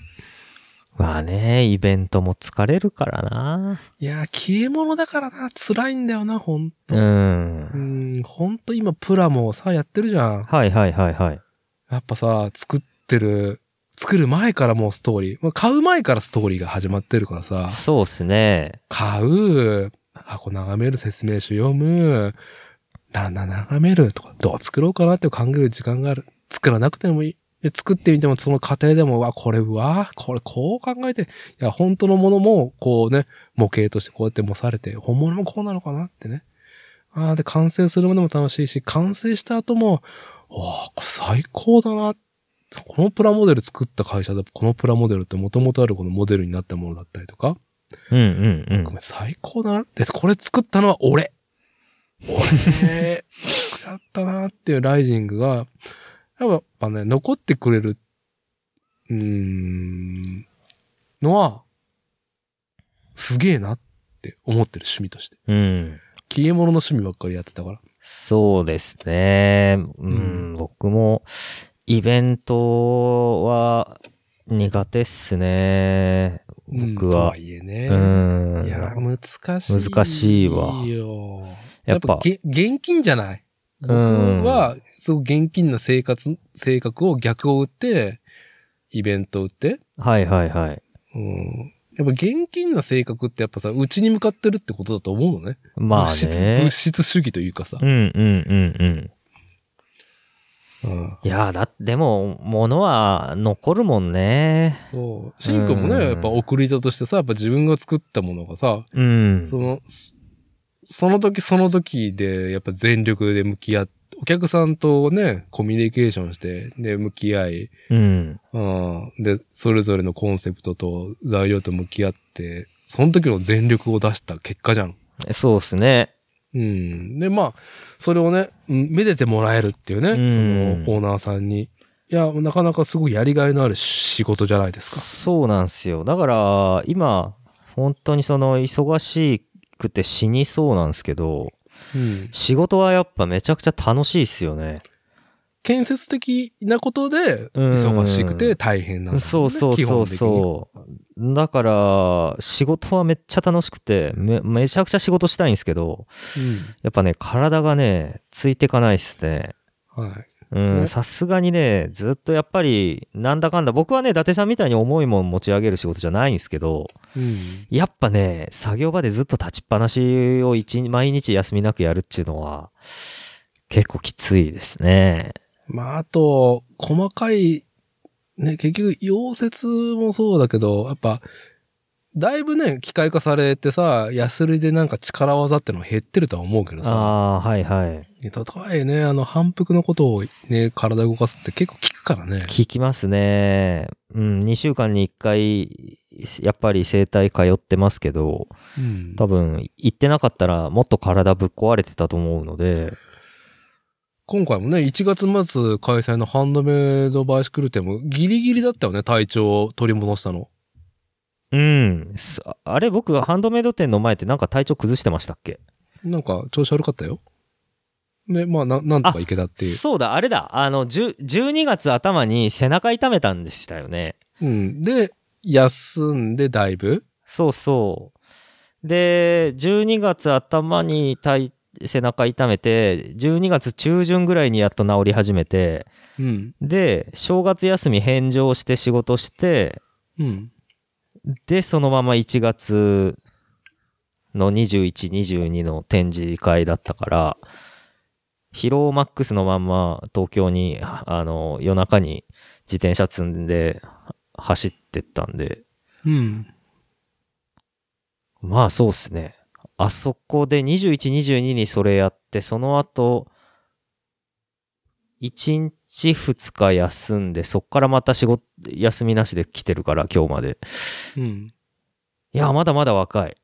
Speaker 2: まあね、イベントも疲れるからな。
Speaker 1: いやー、消え物だからな、辛いんだよな、ほん、
Speaker 2: う。
Speaker 1: うんん、ほんと今、プラもさ、やってるじゃん。
Speaker 2: はいはいはいはい。
Speaker 1: やっぱさ、作ってる、作る前からもうストーリー、まあ、買う前からストーリーが始まってるからさ。
Speaker 2: そうっすね。
Speaker 1: 買う、箱眺める、説明書読む、ランナー眺めるとか、どう作ろうかなって考える時間がある。作らなくてもいい。で作ってみても、その過程でも、うわ、これ、うわ、これ、こう考えて、いや、本当のものも、こうね、模型としてこうやって模されて、本物もこうなのかなってね。ああ、で、完成するまでも楽しいし、完成した後も、わあ、これ最高だな。このプラモデル作った会社だ。このプラモデルって元々あるこのモデルになったものだったりとか。
Speaker 2: うんうんうん
Speaker 1: ごめ。ん最高だなって、これ作ったのは俺。俺、やったなっていうライジングが、やっぱね、残ってくれる、うーん、のは、すげえなって思ってる趣味として。
Speaker 2: うん。
Speaker 1: 消え物の趣味ばっかりやってたから。
Speaker 2: そうですね。うん、
Speaker 1: うん
Speaker 2: 僕も、イベントは苦手っすね。僕
Speaker 1: うんと
Speaker 2: は
Speaker 1: は。いえ
Speaker 2: う
Speaker 1: ね。
Speaker 2: ん。
Speaker 1: いや、難しい。
Speaker 2: 難しいわ
Speaker 1: いいよ。
Speaker 2: や
Speaker 1: や
Speaker 2: っ
Speaker 1: っ
Speaker 2: ぱ
Speaker 1: ぱ、げ現金じゃない。僕は、すごく現金な生活、性格を逆を打って、イベントを打って、
Speaker 2: はいはいはい。
Speaker 1: うん。やっぱ現金な性格ってやっぱさ、うちに向かってるってことだと思うのね。
Speaker 2: まあ
Speaker 1: 物質、
Speaker 2: ね
Speaker 1: 物。質主義というかさ
Speaker 2: う。んうんうんうん。
Speaker 1: うん。
Speaker 2: いや、だでも、物は残るもんね。
Speaker 1: そう。シンクもね、
Speaker 2: うん
Speaker 1: やっぱ送り手としてさ、やっぱ自分が作ったものがさ、
Speaker 2: うん。
Speaker 1: その、そその時その時で、やっぱ全力で向き合って、お客さんとね、コミュニケーションして、で、向き合い、
Speaker 2: うん。
Speaker 1: うん。で、それぞれのコンセプトと材料と向き合って、その時の全力を出した結果じゃん。
Speaker 2: そうっすね。
Speaker 1: うん。で、まあ、それをね、うんめでてもらえるっていうね、
Speaker 2: うん
Speaker 1: そのオーナーさんに。いや、なかなかすごいやりがいのある仕事じゃないです
Speaker 2: そうなんですよ。だから、今、本当にその、忙しくて死にそうなんですけど、
Speaker 1: か。うん。
Speaker 2: 仕事はやっぱめちゃくちゃ楽しいっすよね。
Speaker 1: 建設的なことで、
Speaker 2: うん
Speaker 1: 忙しくて大変なんだもんね
Speaker 2: そうそうそうそう。だから、仕事はめっちゃ楽しくてめ、めちゃくちゃ仕事したいんですけど、
Speaker 1: 基本的に
Speaker 2: やっぱね、体がね、ついてかないっすね。
Speaker 1: うん。はい。
Speaker 2: うん、
Speaker 1: ね
Speaker 2: さすがにね、ずっとやっぱり、なんだかんだ、僕はね、伊達さんみたいに重いもん持ち上げる仕事じゃないんですけど、
Speaker 1: うん。
Speaker 2: やっぱね、作業場でずっと立ちっぱなしを一日毎日休みなくやるっていうのは、結構きついですね。
Speaker 1: まあ、あと、細かい、ね、結局、溶接もそうだけど、やっぱ、だいぶね、機械化されてさ、ヤスリでなんか力技ってのは減ってるとは思うけどさ、
Speaker 2: ああー、はいはい。
Speaker 1: ねたとえね、あの、反復のことをね、体動かすって結構効くからね。
Speaker 2: 聞きますね。うん、2週間に1回、やっぱり整体通ってますけど、
Speaker 1: うん。
Speaker 2: 多分、行ってなかったらもっと体ぶっ壊れてたと思うので、
Speaker 1: 今回もね、1月末開催のハンドメイドバイシクル展もギリギリだったよね、体調を取り戻したの。
Speaker 2: うん、すあれ僕、ハンドメイド店の前ってなんか体調崩してましたっけ
Speaker 1: なんか調子悪かったよ。ね、まあ、ななんとかいけたっていう。
Speaker 2: そうだ、あれだ、あの、10 12月頭に背中痛めたんでしたよね。
Speaker 1: うん。で、休んでだいぶ。
Speaker 2: そうそう。で、12月頭に体背中痛めて、12月中旬ぐらいにやっと治り始めて、
Speaker 1: うん。
Speaker 2: で、正月休み返上して仕事して、
Speaker 1: うん。
Speaker 2: で、そのまま1月の21、22の展示会だったから、疲労マックスのまんま東京に、あの、夜中に自転車積んで走ってったんで、
Speaker 1: うん。
Speaker 2: まあそうっすね。あそこで21、22にそれやって、その後、1日2日休んで、そっからまた仕事、休みなしで来てるから、今日まで。
Speaker 1: うん。
Speaker 2: いや、まだまだ若い。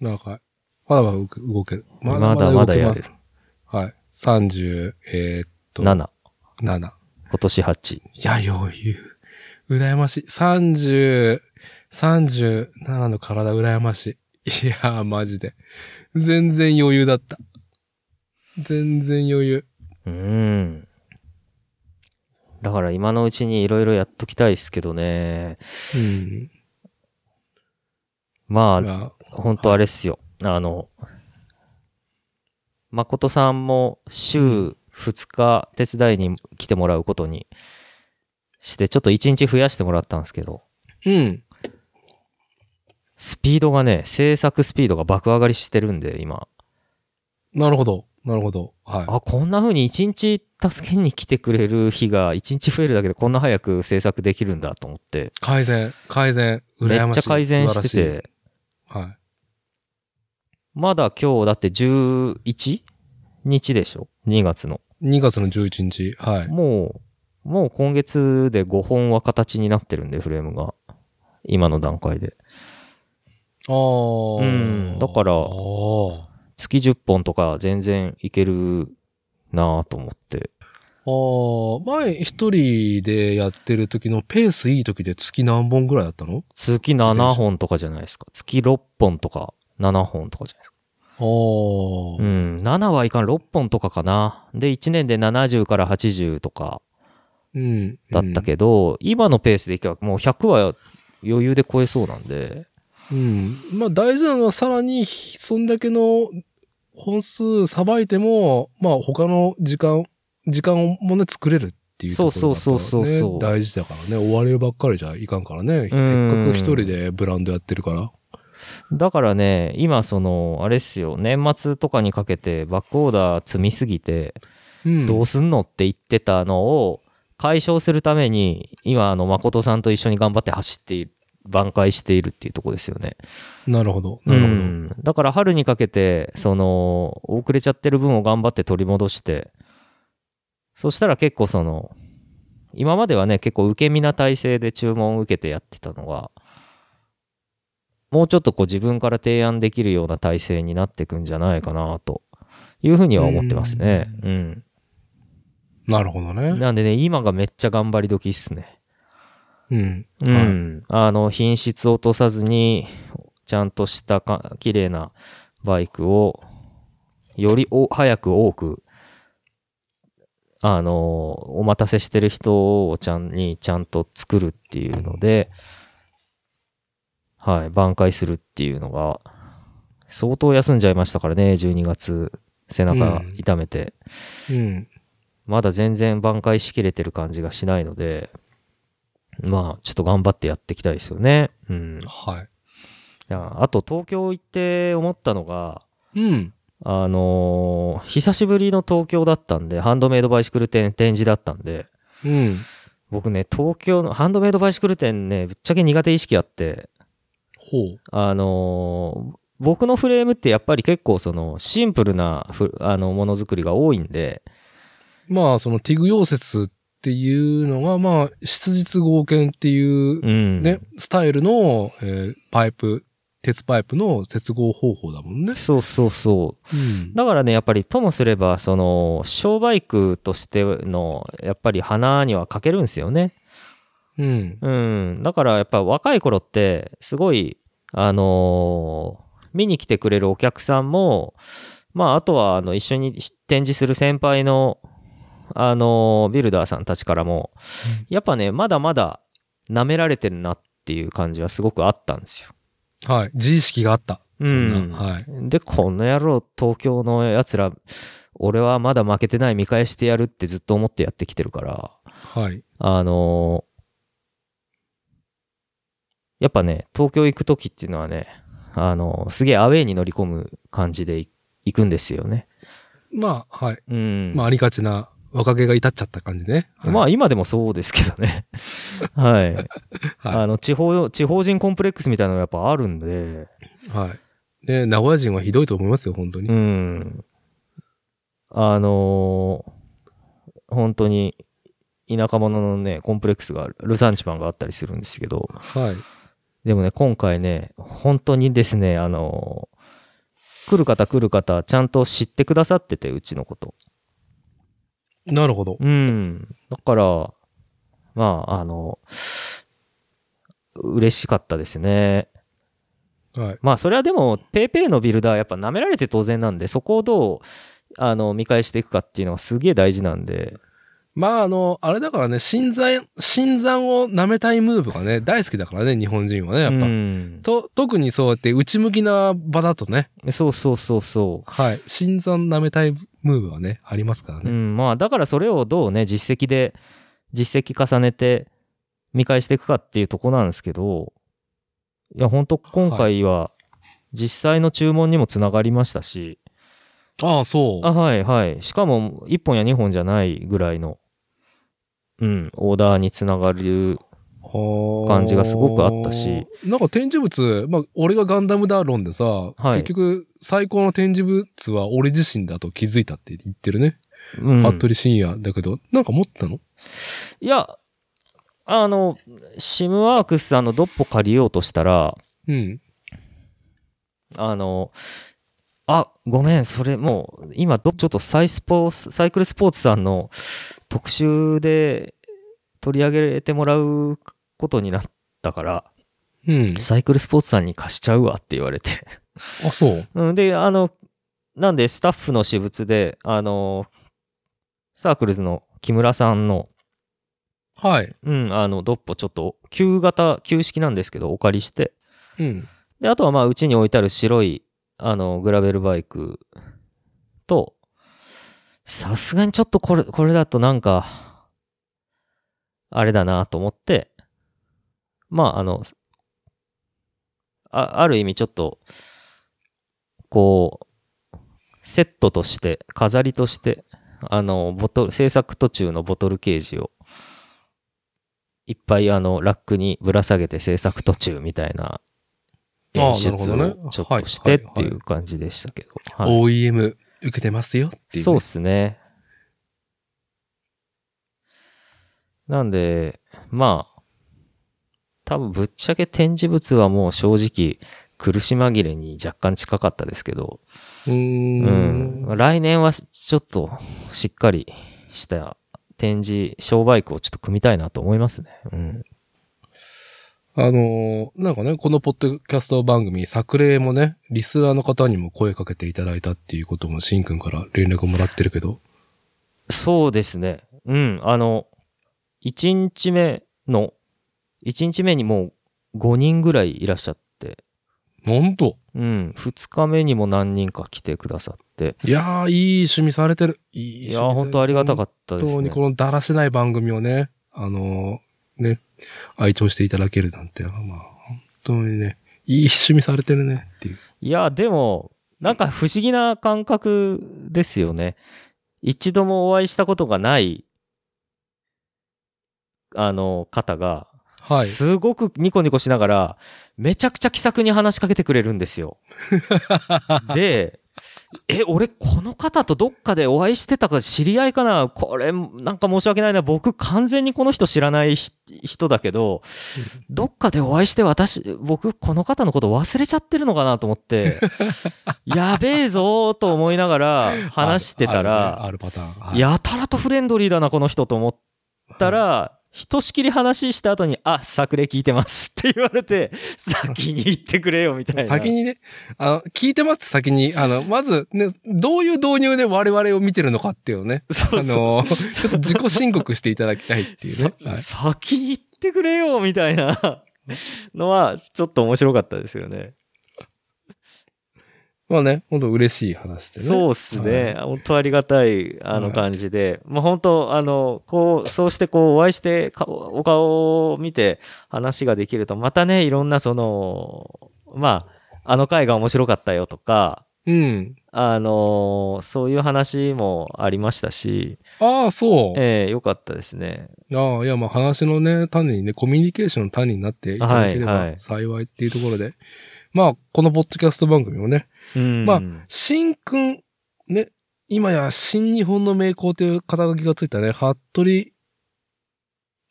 Speaker 1: なんか、まだまだ動く動ける。
Speaker 2: まだまだ
Speaker 1: 動け
Speaker 2: や
Speaker 1: ます
Speaker 2: れる。
Speaker 1: はい。30、えー、っと、
Speaker 2: 7、
Speaker 1: 7。
Speaker 2: 今年8。
Speaker 1: いや、余裕。羨ましい。30、37の体羨ましい。いやー、マジで。全然余裕だった。全然余裕。
Speaker 2: うーん。だから今のうちにいろいろやっときたいですけどね。
Speaker 1: うん。
Speaker 2: まあ、
Speaker 1: あ
Speaker 2: 本当あれっすよ。あの、誠さんも週2日手伝いに来てもらうことにして、ちょっと1日増やしてもらったんですけど、
Speaker 1: うん。
Speaker 2: スピードがね、制作スピードが爆上がりしてるんで、今。
Speaker 1: なるほど。なるほど。はい。
Speaker 2: あ、こんな風に1日助けに来てくれる日が1日増えるだけでこんな早く制作できるんだと思って、
Speaker 1: 改善、改善、
Speaker 2: め
Speaker 1: 羨
Speaker 2: っ
Speaker 1: ましい。
Speaker 2: ちゃ改善して
Speaker 1: 素晴らい。
Speaker 2: て、
Speaker 1: は
Speaker 2: まだ今日だって 11? 日でしょ ?2 月の。
Speaker 1: い。2月の11日。はい。
Speaker 2: もう、もう今月で5本は形になってるんで、フレームが。今の段階で。
Speaker 1: あー。
Speaker 2: うんだから
Speaker 1: あー。
Speaker 2: 月10本とか全然いけるなぁと思って。
Speaker 1: あー前一人でやってる時のペースいい時で月何本ぐらいだったの
Speaker 2: 月7本とかじゃないですか。月6本とか、7本とかじゃないですか。
Speaker 1: あー。
Speaker 2: うん。7はいかん、6本とかかな。で、1年で70から80とか
Speaker 1: うん。
Speaker 2: だったけど、今のペースでいけばもう100は余裕で超えそうなんで。
Speaker 1: うん。まあ大事なのはさらに、そんだけの本数さばいても、まあ他の時間、時間もね、作れるっていうところだから、ね。
Speaker 2: そうそうそうそうそう
Speaker 1: 大事だからね。終われるばっかりじゃいかんからね。せっ
Speaker 2: うん
Speaker 1: かく一人でブランドやってるから。
Speaker 2: だからね、今その、あれっすよ、年末とかにかけてバックオーダー積みすぎて、
Speaker 1: うん。
Speaker 2: どうすんのって言ってたのを解消するために、今、あの、誠さんと一緒に頑張って走っている、挽回しているっていうとこですよね。
Speaker 1: なるほど。なるほど。
Speaker 2: うんだから春にかけて、その、遅れちゃってる分を頑張って取り戻して、そしたら結構その、今まではね、結構受け身な体制で注文を受けてやってたのが、もうちょっとこう自分から提案できるような体制になっていくんじゃないかなというふうには思ってますね。うん。
Speaker 1: なるほどね。
Speaker 2: なんでね、今がめっちゃ頑張り時っすね。
Speaker 1: うん。
Speaker 2: う
Speaker 1: はい
Speaker 2: ん、あの品質を落とさずにちゃんとしたか綺麗なバイクをよりお早く多くあのお待たせしてる人をちゃんにちゃんと作るっていうので、はい、挽回するっていうのが相当休んじゃいましたからね12月背中痛めて、
Speaker 1: うん。
Speaker 2: まだ全然挽回しきれてる感じがしないので、まあ、ちょっと頑張ってやっていきたいですよね。うん。い
Speaker 1: は
Speaker 2: やあと、東京行って思ったのが、
Speaker 1: い。うん。
Speaker 2: あのー久しぶりの東京だったんで、ハンドメイドバイシクル展展示だったんで、
Speaker 1: うん。
Speaker 2: 僕ね、東京のハンドメイドバイシクル展ね、ぶっちゃけ苦手意識あって、
Speaker 1: ほう。
Speaker 2: あのー僕のフレームってやっぱり結構そのシンプルなふあのものづくりが多いんで、
Speaker 1: まあ、そのティグ溶接っていうのが、まあ、質実合建っていう
Speaker 2: うん。
Speaker 1: ね、スタイルの、えーパイプ、鉄パイプの接合方法だもんね。
Speaker 2: そうそうそう。
Speaker 1: うん。
Speaker 2: だからね、やっぱりともすれば、その、商売区としての、やっぱり花には欠けるんですよね。
Speaker 1: うん。
Speaker 2: うん。だからやっぱ若い頃って、すごい、あのー見に来てくれるお客さんも、まあ、あとは、あの、一緒に展示する先輩の、あのービルダーさんたちからも、やっぱね、まだまだ舐められてるなっていう感じはすごくあったんですよ。
Speaker 1: はい。自意識があった。そんな。
Speaker 2: うん
Speaker 1: はい。
Speaker 2: で、この野郎、東京のやつら、俺はまだ負けてない、見返してやるってずっと思ってやってきてるから、
Speaker 1: はい。
Speaker 2: あのーやっぱね、東京行くときっていうのはね、あのーすげえアウェイに乗り込む感じでい行くんですよね。
Speaker 1: まあ、はい。
Speaker 2: うん。
Speaker 1: まあ、ありがちな若気が至っちゃった感じね。はい
Speaker 2: まあ今でもそうですけどね。 はい。あの、地方、地方人コンプレックスみたいなのがやっぱあるんで、
Speaker 1: はい。ね、名古屋人はひどいと思いますよ、本当に。
Speaker 2: うん。あのー本当に、田舎者のね、コンプレックスがある、ルサンチマンがあったりするんですけど、
Speaker 1: はい。
Speaker 2: でもね、今回ね、本当にですね、あのー来る方来る方、ちゃんと知ってくださってて、うちのこと。
Speaker 1: なるほど。
Speaker 2: うん。だから、まあ、あの嬉しかったですね。
Speaker 1: はい。
Speaker 2: まあそれはでも PayPay のビルダーやっぱ舐められて当然なんでそこをどうあの見返していくかっていうのがすげえ大事なんで
Speaker 1: まあ、あの、あれだからね、新山、新山を舐めたいムーブがね、大好きだからね、日本人はね、やっぱ。
Speaker 2: うん
Speaker 1: と、特にそうやって内向きな場だとね、
Speaker 2: そうそうそうそ
Speaker 1: はい。新山舐めたいムーブはね、ありますから
Speaker 2: う、う
Speaker 1: ね。
Speaker 2: ん、まあだからそれをどうね実績で実績重ねて見返していくかっていうとこなんですけどいや本当今回は実際の注文にもつながりましたし、
Speaker 1: ああ、そう。
Speaker 2: あはいはいしかも1本や2本じゃないぐらいのうんオーダーにつながる感じがすごくあったし。
Speaker 1: なんか展示物、まあ、俺がガンダムだ論でさ、
Speaker 2: い
Speaker 1: 結局、最高の展示物は俺自身だと気づいたって言ってるね。
Speaker 2: うん、
Speaker 1: 服部深夜だけど、なんか持ったの
Speaker 2: いや、あの、シムワークスさんのドッポ借りようとしたら、
Speaker 1: うん。
Speaker 2: あの、あ、ごめん、それもう、今ど、ちょっとサイスポサイクルスポーツさんの特集で取り上げてもらうことになったから、
Speaker 1: うん。
Speaker 2: サイクルスポーツさんに貸しちゃうわって言われて。
Speaker 1: あ、そう。
Speaker 2: うん、で、あの、なんで、スタッフの私物で、あの、サークルズの木村さんの、
Speaker 1: はい。
Speaker 2: うん、あの、ドッポちょっと、旧型、旧式なんですけど、お借りして。
Speaker 1: うん。
Speaker 2: で、あとはまあ、うちに置いてある白い、あの、グラベルバイクと、さすがにちょっとこれ、これだとなんか、あれだなと思って、まあ、あの、あある意味ちょっと、こう、セットとして、飾りとして、あの、ボトル、制作途中のボトルケージを、いっぱいあの、ラックにぶら下げて制作途中みたいな
Speaker 1: ああ
Speaker 2: 演出
Speaker 1: なるほど
Speaker 2: を
Speaker 1: ね
Speaker 2: ちょっとしてって
Speaker 1: はい
Speaker 2: い
Speaker 1: はいは
Speaker 2: う感じでしたけど。はい
Speaker 1: OEM 受けてますよっていうね。
Speaker 2: そうっすね。なんで、まあ、多分ぶっちゃけ展示物はもう正直苦し紛れに若干近かったですけど、
Speaker 1: うー
Speaker 2: うんん。来年はちょっとしっかりした展示、商売区をちょっと組みたいなと思いますね。うん。
Speaker 1: あのーなんかね、このポッドキャスト番組、作例もね、リスナーの方にも声かけていただいたっていうことも、しんくんから連絡もらってるけど。
Speaker 2: そうですね。うん。あの、1日目の、1日目にもう5人ぐらいいらっしゃって、
Speaker 1: 本当
Speaker 2: うん、2日目にも何人か来てくださって、
Speaker 1: いやー、いい趣味されてる。いい趣
Speaker 2: い
Speaker 1: 味
Speaker 2: やー、本当ありがたか
Speaker 1: っ
Speaker 2: ったで
Speaker 1: 本
Speaker 2: す
Speaker 1: 当
Speaker 2: ね
Speaker 1: に。このだらしない番組をね、あのーね、愛聴していただけるなんて、まあ、本当にね、いい趣味されてるねっていう。
Speaker 2: いやー、でも、なんか不思議な感覚ですよね。一度もお会いしたことがない、あの、方が、
Speaker 1: はい。
Speaker 2: すごくニコニコしながら、めちゃくちゃ気さくに話しかけてくれるんで すよ。で、え、俺、この方とどっかでお会いしてたか知り合いかなこれ、なんか申し訳ないな。僕、完全にこの人知らないひ人だけど、どっかでお会いして私、僕、この方のこと忘れちゃってるのかなと思って、 やべえぞーと思いながら話してた
Speaker 1: ある
Speaker 2: ら、
Speaker 1: あるねあるパターン。はい
Speaker 2: やたらとフレンドリーだな、この人と思ったら、ひとしきり話した後に、あ、作例聞いてますって言われて、先に行ってくれよみたいな。
Speaker 1: 先にね、あの、聞いてますって先に、あの、まず、ね、どういう導入で我々を見てるのかっていうのをね、あ
Speaker 2: そうそう
Speaker 1: の、ちょっと自己申告していただきたいっていうね。はい
Speaker 2: さ先に行ってくれよみたいなのは、ちょっと面白かったですよね。
Speaker 1: まあね、本当嬉しい話でね。
Speaker 2: そうっすね。本当ありがたい、あ
Speaker 1: は
Speaker 2: の
Speaker 1: い
Speaker 2: 感じで。まあ本当、あの、こう、そうしてこう、お会いして、かお顔を見て話ができると、またね、いろんなその、まあ、あの回が面白かったよとか、
Speaker 1: うん。
Speaker 2: あのーそういう話もありましたし、
Speaker 1: ああ、そう。
Speaker 2: ええよかったですね。
Speaker 1: ああ、いや、まあ話のね、種にね、コミュニケーションの種になっていただけれ
Speaker 2: はいは
Speaker 1: ば
Speaker 2: い
Speaker 1: 幸いっていうところで。まあ、このポッドキャスト番組もね、
Speaker 2: うん。
Speaker 1: まあ新くん、ね、今や新日本の名工という肩書きがついたね、服部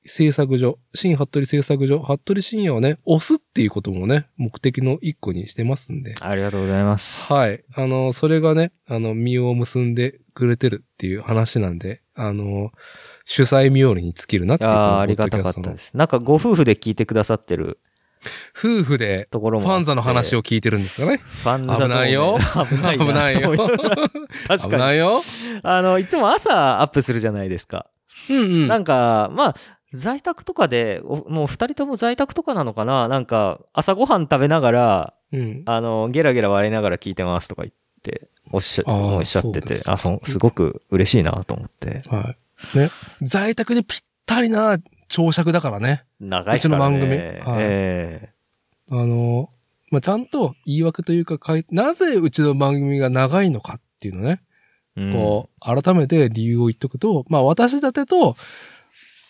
Speaker 1: 製作所、新服部製作所、服部深夜をね、押すっていうこともね、目的の一個にしてますんで。
Speaker 2: ありがとうございます。
Speaker 1: はい。あの、それがね、あの、身を結んでくれてるっていう話なんで、あの、主催冥利に尽きるなって
Speaker 2: い
Speaker 1: いう。
Speaker 2: や
Speaker 1: こ
Speaker 2: ー
Speaker 1: の
Speaker 2: ありがたかっ
Speaker 1: ポッ
Speaker 2: た
Speaker 1: ドキャ
Speaker 2: で
Speaker 1: ス
Speaker 2: す。なんかご夫婦で聞いてくださってる
Speaker 1: トの夫婦で、
Speaker 2: ところ
Speaker 1: フ
Speaker 2: も。
Speaker 1: ァンザの話
Speaker 2: を。
Speaker 1: を聞いてるんですかね。
Speaker 2: ファンザ
Speaker 1: 危ないよ
Speaker 2: ともね危ない
Speaker 1: 危ないよ
Speaker 2: と思いながら
Speaker 1: 危
Speaker 2: 確か
Speaker 1: な
Speaker 2: に。
Speaker 1: いよ。
Speaker 2: あの、いつも朝アップするじゃないですか。
Speaker 1: うんうん。
Speaker 2: なんか、まあ、在宅とかで、おもう二人とも在宅とかなのかななんか、朝ごはん食べながら、
Speaker 1: うん。
Speaker 2: あの、ゲラゲラ笑いながら聞いてますとか言って、おっしゃ
Speaker 1: あー
Speaker 2: おっしゃって
Speaker 1: そうで
Speaker 2: て、
Speaker 1: す
Speaker 2: あそうすごく嬉しいなと思って。
Speaker 1: はい。ね。在宅にぴったりな朝食だからね。
Speaker 2: 長いっすからね
Speaker 1: うちの番組はい
Speaker 2: え
Speaker 1: あの、まあ、ちゃんと言い訳というかかい、なぜうちの番組が長いのかっていうのね、
Speaker 2: えうん
Speaker 1: こう、改めて理由を言っとくと、まあ、私立てと、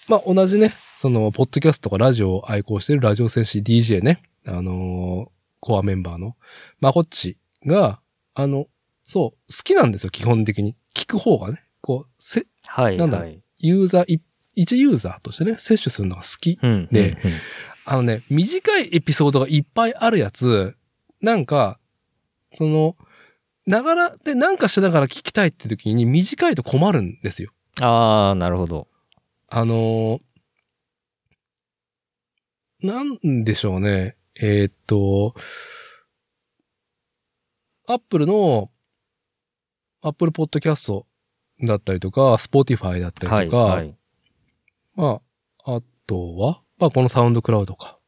Speaker 1: まあ、同じね、その、ポッドキャストとかラジオを愛好してるラジオ戦士 DJ ね、あのーコアメンバーの、まあ、こっちが、あの、そう、好きなんですよ、基本的に。聞く方がね、こう、せ、
Speaker 2: はい、
Speaker 1: なんだ
Speaker 2: はい。
Speaker 1: ユーザーい、一ユーザーとしてね、摂取するのが好き
Speaker 2: うん
Speaker 1: で、あのね、短いエピソードがいっぱいあるやつ、なんか、その、ながらでなんかしながら聞きたいって時に短いと困るんですよ。
Speaker 2: ああ、なるほど。
Speaker 1: あのーなんでしょうね。えーっと、アップルの、アップルポッドキャストだったりとか、スポーティファイだった
Speaker 2: は
Speaker 1: り
Speaker 2: い、
Speaker 1: とか、
Speaker 2: はい。
Speaker 1: まあ、あとは、まあこのサウンドクラウドか。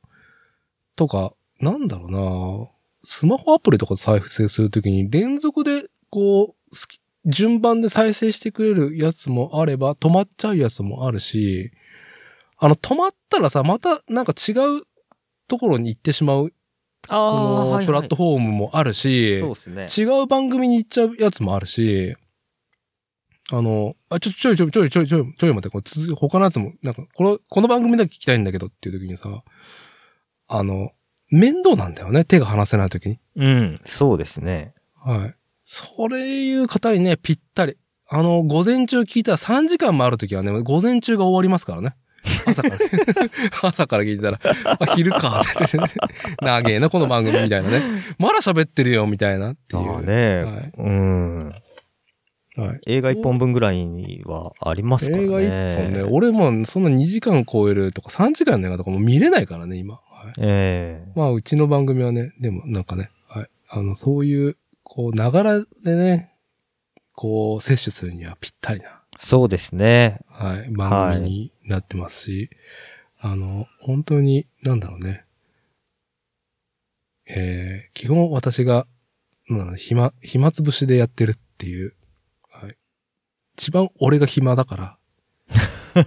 Speaker 1: とか、なんだろうなスマホアプリとか再生するときに連続で、こう、好き、順番で再生してくれるやつもあれば、止まっちゃうやつもあるし、あの、止まったらさ、またなんか違うところに行ってしまう、
Speaker 2: あ
Speaker 1: こ
Speaker 2: あ、
Speaker 1: のプラット
Speaker 2: フ
Speaker 1: フォームもあるし、
Speaker 2: そうですね。
Speaker 1: 違う番組に行っちゃうやつもあるし、あの、あ、ちょ、ちょいちょいちょいちょいちょいちょい待って、これ続き他のやつも、なんか、この、この番組だけ聞きたいんだけどっていう時にさ、あの、面倒なんだよね、手が離せない時に。
Speaker 2: うん、そうですね。
Speaker 1: はい。それいう方にね、ぴったり。あの、午前中聞いたら3時間もある時はね、午前中が終わりますからね。朝 から、ね、朝から聞いてたら、あ昼か、 ってね長えな、この番組みたいなね。まだ喋ってるよ、みたいなって
Speaker 2: あ
Speaker 1: い
Speaker 2: あ
Speaker 1: う。
Speaker 2: ね、
Speaker 1: はい
Speaker 2: うん。
Speaker 1: はい。
Speaker 2: 映画一本分ぐらいにはありますから
Speaker 1: 映
Speaker 2: ね。
Speaker 1: 画一本ね。俺もそんな2時間超えるとか3時間の映画とかも見れないからね、今。はい、
Speaker 2: ええ
Speaker 1: まあ、うちの番組はね、でもなんかね、はい。あの、そういう、こう、ながらでね、こう、摂取するにはぴったりな、
Speaker 2: そうですね。
Speaker 1: はい、番組になってますし、あの、本当に、なんだろうね。えー、基本私が、なんだろうね、暇、暇つぶしでやってるっていう、はい。一番俺が暇だから、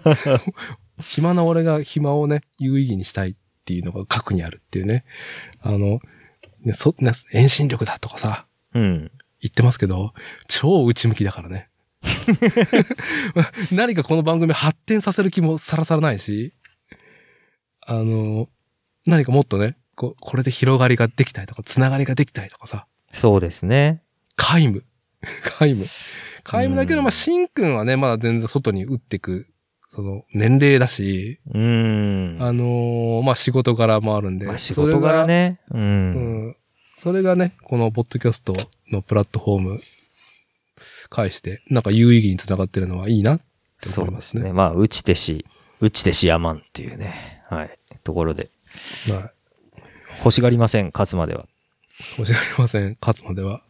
Speaker 1: 暇な俺が暇をね、有意義にしたいっていうのが核にあるっていうね。あの、ね、そ、ね、遠心力だとかさ、
Speaker 2: うん。
Speaker 1: 言ってますけど、超内向きだから ね。何かこの番組発展させる気もさらさらないし、あの、何かもっとね、こうこれで広がりができたりとか、つながりができたりとかさ、
Speaker 2: そうですね。
Speaker 1: 皆無。 皆無。皆無だけど、まあ、シンくんはね、まだ全然外に打ってく、その、年齢だし、
Speaker 2: うーん。
Speaker 1: あのーまあ、仕事柄もあるんで。
Speaker 2: まあ、仕事柄ね。う。
Speaker 1: それが。うんん。それがね、このポッドキャストのプラットフォーム、返して、なんか有意義につながってるのはいいなって
Speaker 2: そ
Speaker 1: 思いう
Speaker 2: で
Speaker 1: ます
Speaker 2: す
Speaker 1: ね。
Speaker 2: ね。まあ、打ち手し、打ち手しやまんっていうね。はい。ところで。
Speaker 1: はい。
Speaker 2: 欲しがりません、勝つまでは。
Speaker 1: 申し訳ありません。勝つまでは。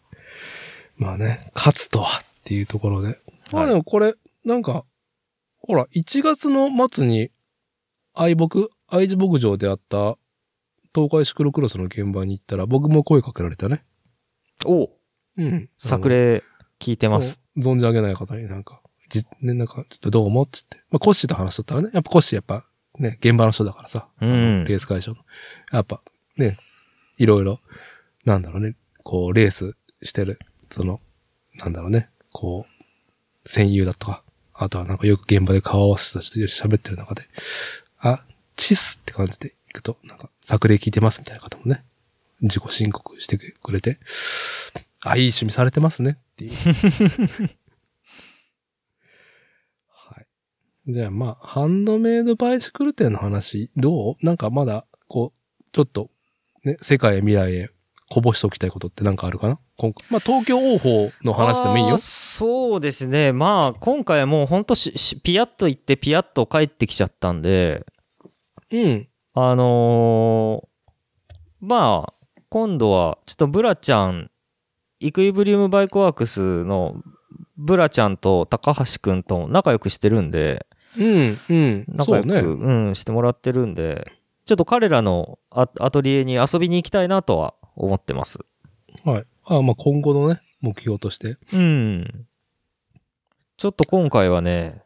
Speaker 1: まあね、勝つとはっていうところで。まあでもこれ、なんか、ほら、1月の末に、愛牧、愛知牧場であった、東海シクロクロスの現場に行ったら、僕も声かけられたね。
Speaker 2: お
Speaker 1: うん。
Speaker 2: 作例聞いてます。
Speaker 1: そう。存じ上げない方になんか、じね、なんか、ちょっとどうもっつって。まあ、コッシーと話しとったらね、やっぱコッシーやっぱ、ね、現場の人だからさ、
Speaker 2: うん
Speaker 1: あのレース会場の。やっぱ、ね、いろいろ、なんだろうね、こう、レースしてる、その、なんだろうね、こう、戦友だとか、あとはなんかよく現場で顔を合わせた人と喋ってる中で、あ、チスって感じで行くと、なんか、作例聞いてますみたいな方もね、自己申告してくれて、あ、いい趣味されてますね っていう。はい。じゃあまあ、ハンドメイドバイシクル店の話、どうなんかまだ、こう、ちょっと、ね、世界へ未来へこぼしておきたいことってなんかあるかな今回。まあ、東京王鵬の話でもいい
Speaker 2: あ
Speaker 1: よ
Speaker 2: ー。そうですね。まあ、今回はもうほんとししピヤッと行って、ピヤッと帰ってきちゃったんで、
Speaker 1: うん。
Speaker 2: あのーまあ、今度は、ちょっとブラちゃん、イクイブリウムバイクワークスのブラちゃんと高橋くんと仲良くしてるんで、
Speaker 1: うん、うん。
Speaker 2: 仲
Speaker 1: そ
Speaker 2: 良
Speaker 1: う
Speaker 2: く、
Speaker 1: ね。
Speaker 2: うん、してもらってるんで、ちょっと彼らのアアトリエに遊びに行きたいなとは思ってます。
Speaker 1: はい。あまあ、今後のね、目標として。
Speaker 2: うん。ちょっと今回はね、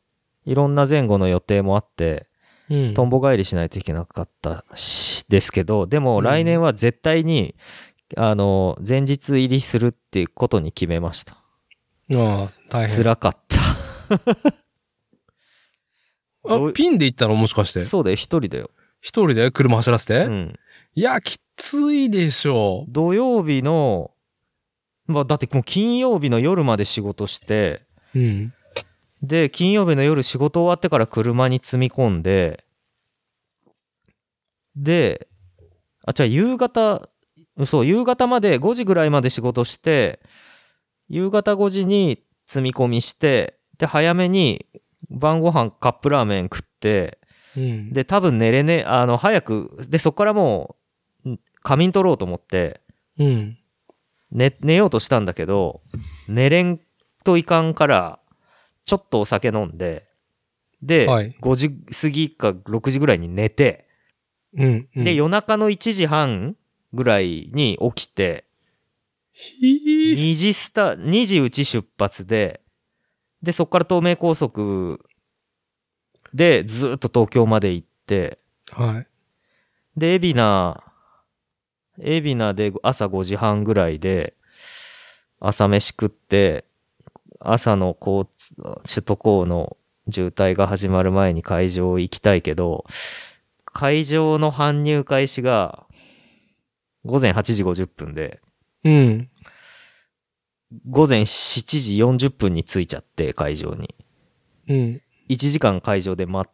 Speaker 2: いろんな前後の予定もあって、
Speaker 1: うん
Speaker 2: とんぼ返りしないといけなかったし、ですけど、でも来年は絶対に、あの、前日入りするっていうことに決めました。
Speaker 1: ああ、大変。
Speaker 2: 辛かった。 どう
Speaker 1: あ、ピンで行ったのもしかして。
Speaker 2: そうだよ、一人だよ。
Speaker 1: 一人で車走らせて、
Speaker 2: うん。
Speaker 1: いや、きついでしょ
Speaker 2: 土曜日の、まあ、だってもう金曜日の夜まで仕事して、
Speaker 1: う。うん。
Speaker 2: で、金曜日の夜仕事終わってから車に積み込んで、で、あ、じゃあ夕方、そう、夕方まで5時ぐらいまで仕事して、夕方5時に積み込みして、で、早めに晩ご飯カップラーメン食って、
Speaker 1: うん。
Speaker 2: で、多分寝れね、あの、早く、で、そこからもう、ん仮眠取ろうと思って、
Speaker 1: うん。
Speaker 2: 寝寝ようとしたんだけど寝れんといかんからちょっとお酒飲んでで、
Speaker 1: はい
Speaker 2: 5時過ぎか6時ぐらいに寝て
Speaker 1: うん。うん
Speaker 2: で、夜中の1時半ぐらいに起きて
Speaker 1: ひー
Speaker 2: 2時スタ2時うち出発ででそこから東名高速でずっと東京まで行って
Speaker 1: はい。
Speaker 2: で、海老名、海老名で朝5時半ぐらいで、朝飯食って、朝の交通、首都高の渋滞が始まる前に会場行きたいけど、会場の搬入開始が午前8時50分で、
Speaker 1: うん。
Speaker 2: 午前7時40分に着いちゃって、会場に。
Speaker 1: うん。
Speaker 2: 1時間会場で待っ、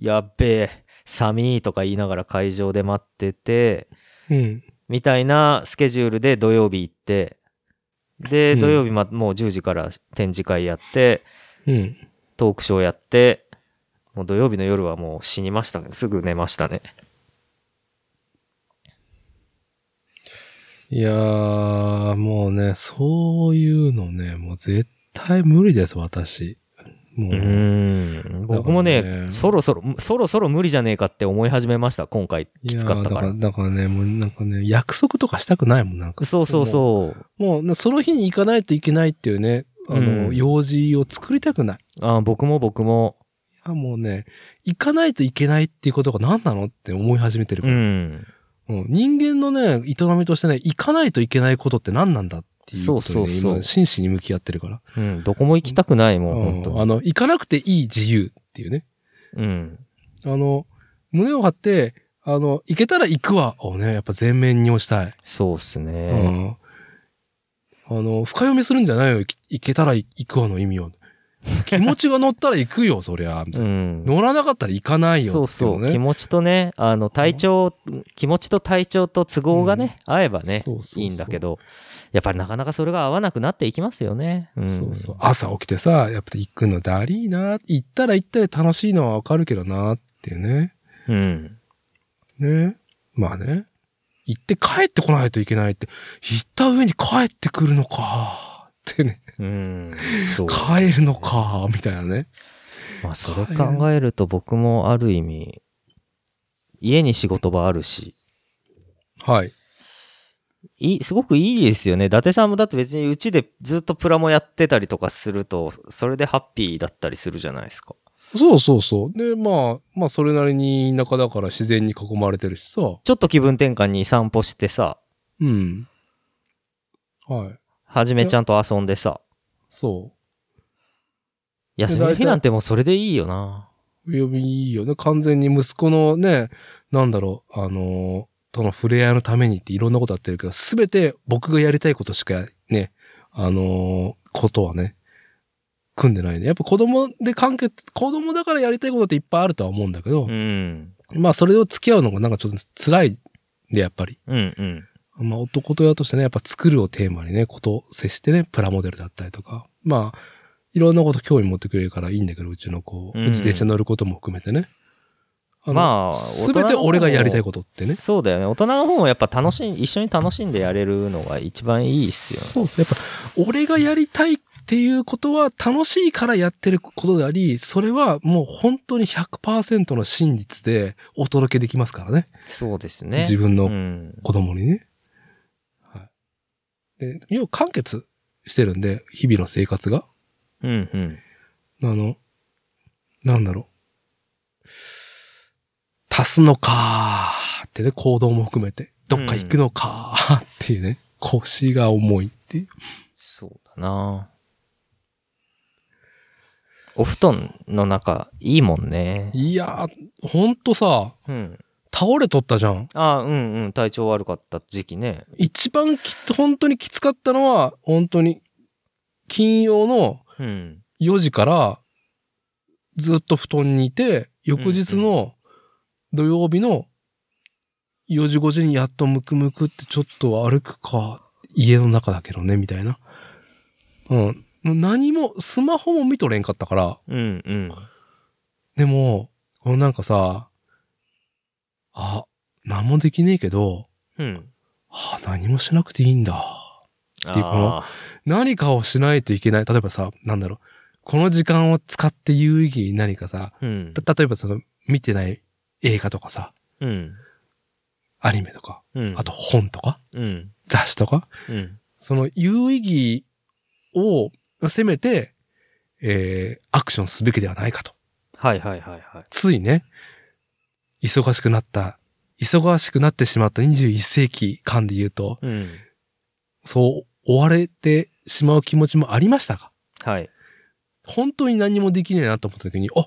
Speaker 2: やっべえ、寒いとか言いながら会場で待ってて、
Speaker 1: うん。
Speaker 2: みたいなスケジュールで土曜日行って、で、
Speaker 1: うん
Speaker 2: 土曜日、ま、もう10時から展示会やって、
Speaker 1: うん。
Speaker 2: トークショーやって、もう土曜日の夜はもう死にましたね。すぐ寝ましたね。
Speaker 1: いやー、もうね、そういうのね、もう絶対無理です、私。もう。
Speaker 2: うん。僕もね
Speaker 1: だからね
Speaker 2: そろそろ、そろそろ無理じゃねえかって思い始めました。今回、
Speaker 1: い
Speaker 2: き
Speaker 1: や
Speaker 2: つ
Speaker 1: ー
Speaker 2: かったから。
Speaker 1: だからね、もうなんかね、約束とかしたくないもん、なんか。
Speaker 2: そうそうそう。
Speaker 1: もう、なその日に行かないといけないっていうね、あの、
Speaker 2: うん
Speaker 1: 用事を作りたくない。
Speaker 2: あー僕も僕も。
Speaker 1: いや、もうね、行かないといけないっていうことが何なのって思い始めてるか
Speaker 2: う
Speaker 1: ら。
Speaker 2: ん。
Speaker 1: うん人間のね、営みとしてね、行かないといけないことって何なんだっていうことに、ね、
Speaker 2: そうそうそう
Speaker 1: 今真摯に向き合ってるから。
Speaker 2: うん。どこも行きたくないもん、本
Speaker 1: うんあ
Speaker 2: 当
Speaker 1: の、行かなくていい自由っていうね。
Speaker 2: うん。
Speaker 1: あの、胸を張って、あの、行けたら行くわをね、やっぱ全面に押したい。
Speaker 2: そうっすね。
Speaker 1: うん。あの、深読みするんじゃないよ。行き行けたら行くわの意味 を。気持ちが乗ったら行くよ、そりゃ。みたいな
Speaker 2: うん
Speaker 1: 乗らなかったら行かないよ。
Speaker 2: そうそう、気
Speaker 1: 持
Speaker 2: 持ちとねあの体調、気持ちと体調と都合がね、合えばね
Speaker 1: そうそうそう
Speaker 2: いいんだけどやっぱりなかなかそれが合わなくなっていきますよね、うん、
Speaker 1: そうそう。朝起きてさ、やっぱ行くのだりーな。行ったら行ったで楽しいのはわかるけどなっていうね。
Speaker 2: う、ん、
Speaker 1: ね。まあね。行って帰ってこないといけないって。行った上に帰ってくるのかってね。
Speaker 2: うん、そう
Speaker 1: 帰るのかみたいなね。
Speaker 2: まあそれ考えると僕もある意味家に仕事場あるし
Speaker 1: はい。
Speaker 2: いいすごくいいですよね伊達さんもだって別にうちでずっとプラモやってたりとかするとそれでハッピーだったりするじゃないですか
Speaker 1: そうそうそう。で、まあ、まあ、それなりに田舎だから自然に囲まれてるしさ。
Speaker 2: ちょっと気分転換に散歩してさ
Speaker 1: うん。はい。
Speaker 2: はじめちゃんと遊んでさ
Speaker 1: そ
Speaker 2: 休みの日なんてもうそれでいいよな。
Speaker 1: う。読みいいよね。完全に息子のね、なんだろう、あのーとの触れ合いのためにっていろんなことやってるけど、すべて僕がやりたいことしかね、あのーことはね、組んでないね。やっぱ子供で完結、子供だからやりたいことっていっぱいあるとは思うんだけど、
Speaker 2: ん。
Speaker 1: まあそれを付き合うのがなんかちょっと辛いんで、やっぱり。
Speaker 2: うんうん。
Speaker 1: まあ、男と親としてね、やっぱ作るをテーマにね、こと接してね、プラモデルだったりとか、まあ、いろんなこと興味持ってくれるからいいんだけど、うちの子、
Speaker 2: うん
Speaker 1: 自転車乗ることも含めてね。の
Speaker 2: まあ
Speaker 1: すべて俺がやりたいことってね。
Speaker 2: そうだよね。大人の方もやっぱ楽しん、一緒に楽しんでやれるのが一番いいっすよ
Speaker 1: そうそう。やっぱ、俺がやりたいっていうことは楽しいからやってることであり、それはもう本当に100%の真実でお届けできますからね。
Speaker 2: ね。そうですね。
Speaker 1: 自分の
Speaker 2: うん。
Speaker 1: 子供にね。はい。で、要は完結してるんで、日々の生活が。
Speaker 2: うんうん。
Speaker 1: あの、なんだろう。足すのかーってね、行動も含めて。どっか行くのかーっていうね、腰が重いっていう。
Speaker 2: そうだな。お布団の中、いいもんね。
Speaker 1: いやー、ほんとさ、
Speaker 2: うん。
Speaker 1: 倒れとったじゃん。
Speaker 2: あうんうん。体調悪かった時期ね。
Speaker 1: 一番きつ、本当にきつかったのは、本当に、金曜の
Speaker 2: うん。
Speaker 1: 4時から、ずっと布団にいて、翌日の土曜日の4時5時にやっとムクムクってちょっと歩くか、家の中だけどね、みたいな。うん。もう何も、スマホも見とれんかったから、
Speaker 2: うんうん。
Speaker 1: でも、このなんかさ、あ、何もできねえけど、
Speaker 2: うん。
Speaker 1: あ、何もしなくていいんだ。っていうかな
Speaker 2: あ
Speaker 1: 何かをしないといけない。例えばさ、なんだろう。この時間を使って有意義に何かさ、
Speaker 2: ーうん。
Speaker 1: た例えばその、見てない映画とかさ、
Speaker 2: うん。
Speaker 1: アニメとか、
Speaker 2: うん。
Speaker 1: あと本とか、
Speaker 2: うん。
Speaker 1: 雑誌とか、
Speaker 2: うん。
Speaker 1: その有意義を、せめて、えー、アクションすべきではないかと。
Speaker 2: はいはいはいはい。
Speaker 1: ついね、忙しくなった、忙しくなってしまった21世紀間で言うと、
Speaker 2: うん。
Speaker 1: そう、追われてしまう気持ちもありましたが、
Speaker 2: はい。
Speaker 1: 本当に何もできねえなと思った時に、あ、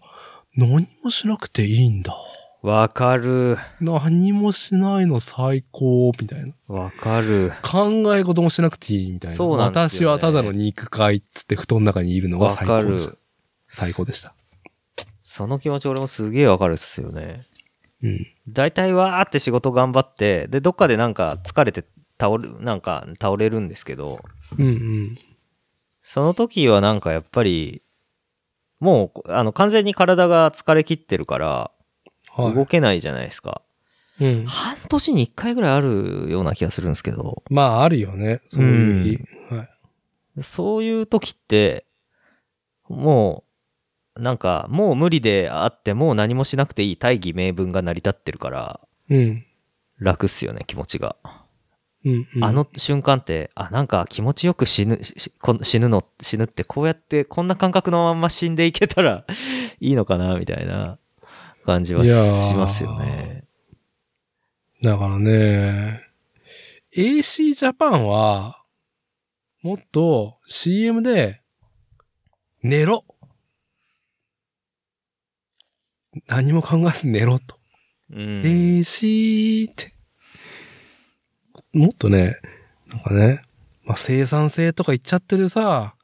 Speaker 1: 何もしなくていいんだ。
Speaker 2: わかる。
Speaker 1: 何もしないの最高、みたいな。
Speaker 2: わかる。
Speaker 1: 考え事もしなくていいみたいな。
Speaker 2: そうなんですよ
Speaker 1: 私
Speaker 2: ね
Speaker 1: はただの肉塊っつって布団の中にいるのが
Speaker 2: わ
Speaker 1: 最
Speaker 2: か
Speaker 1: 高でした。
Speaker 2: る。
Speaker 1: 最高でした。
Speaker 2: その気持ち俺もすげえわかるっすよね。
Speaker 1: うん。
Speaker 2: 大体わーって仕事頑張って、で、どっかでなんか疲れて倒れ、なんか倒れるんですけど、
Speaker 1: うんうん。
Speaker 2: その時はなんかやっぱり、もう、あの、完全に体が疲れ切ってるから、動
Speaker 1: は
Speaker 2: けないじゃないですか。
Speaker 1: い。うん。
Speaker 2: 半年に一回ぐらいあるような気がするんですけど、
Speaker 1: まあ、あるよね。そういう日。はい。
Speaker 2: そういう時って、もう、なんか、もう無理であって、もう何もしなくていい大義名分が成り立ってるから、
Speaker 1: うん。
Speaker 2: 楽っすよね、気持ちが。
Speaker 1: うん、うん。
Speaker 2: あの瞬間って、あ、なんか気持ちよく死ぬ、しこ死ぬの、死ぬって、こうやって、こんな感覚のまんま死んでいけたら いいのかな、みたいな感じはいし
Speaker 1: やー
Speaker 2: ますよね。
Speaker 1: だからね、AC ジャパンは、もっと CM で、寝ろ何も考えず寝ろと。
Speaker 2: うん。
Speaker 1: えーしーって。もっとね、なんかね、まあ、生産性とか言っちゃってるさ、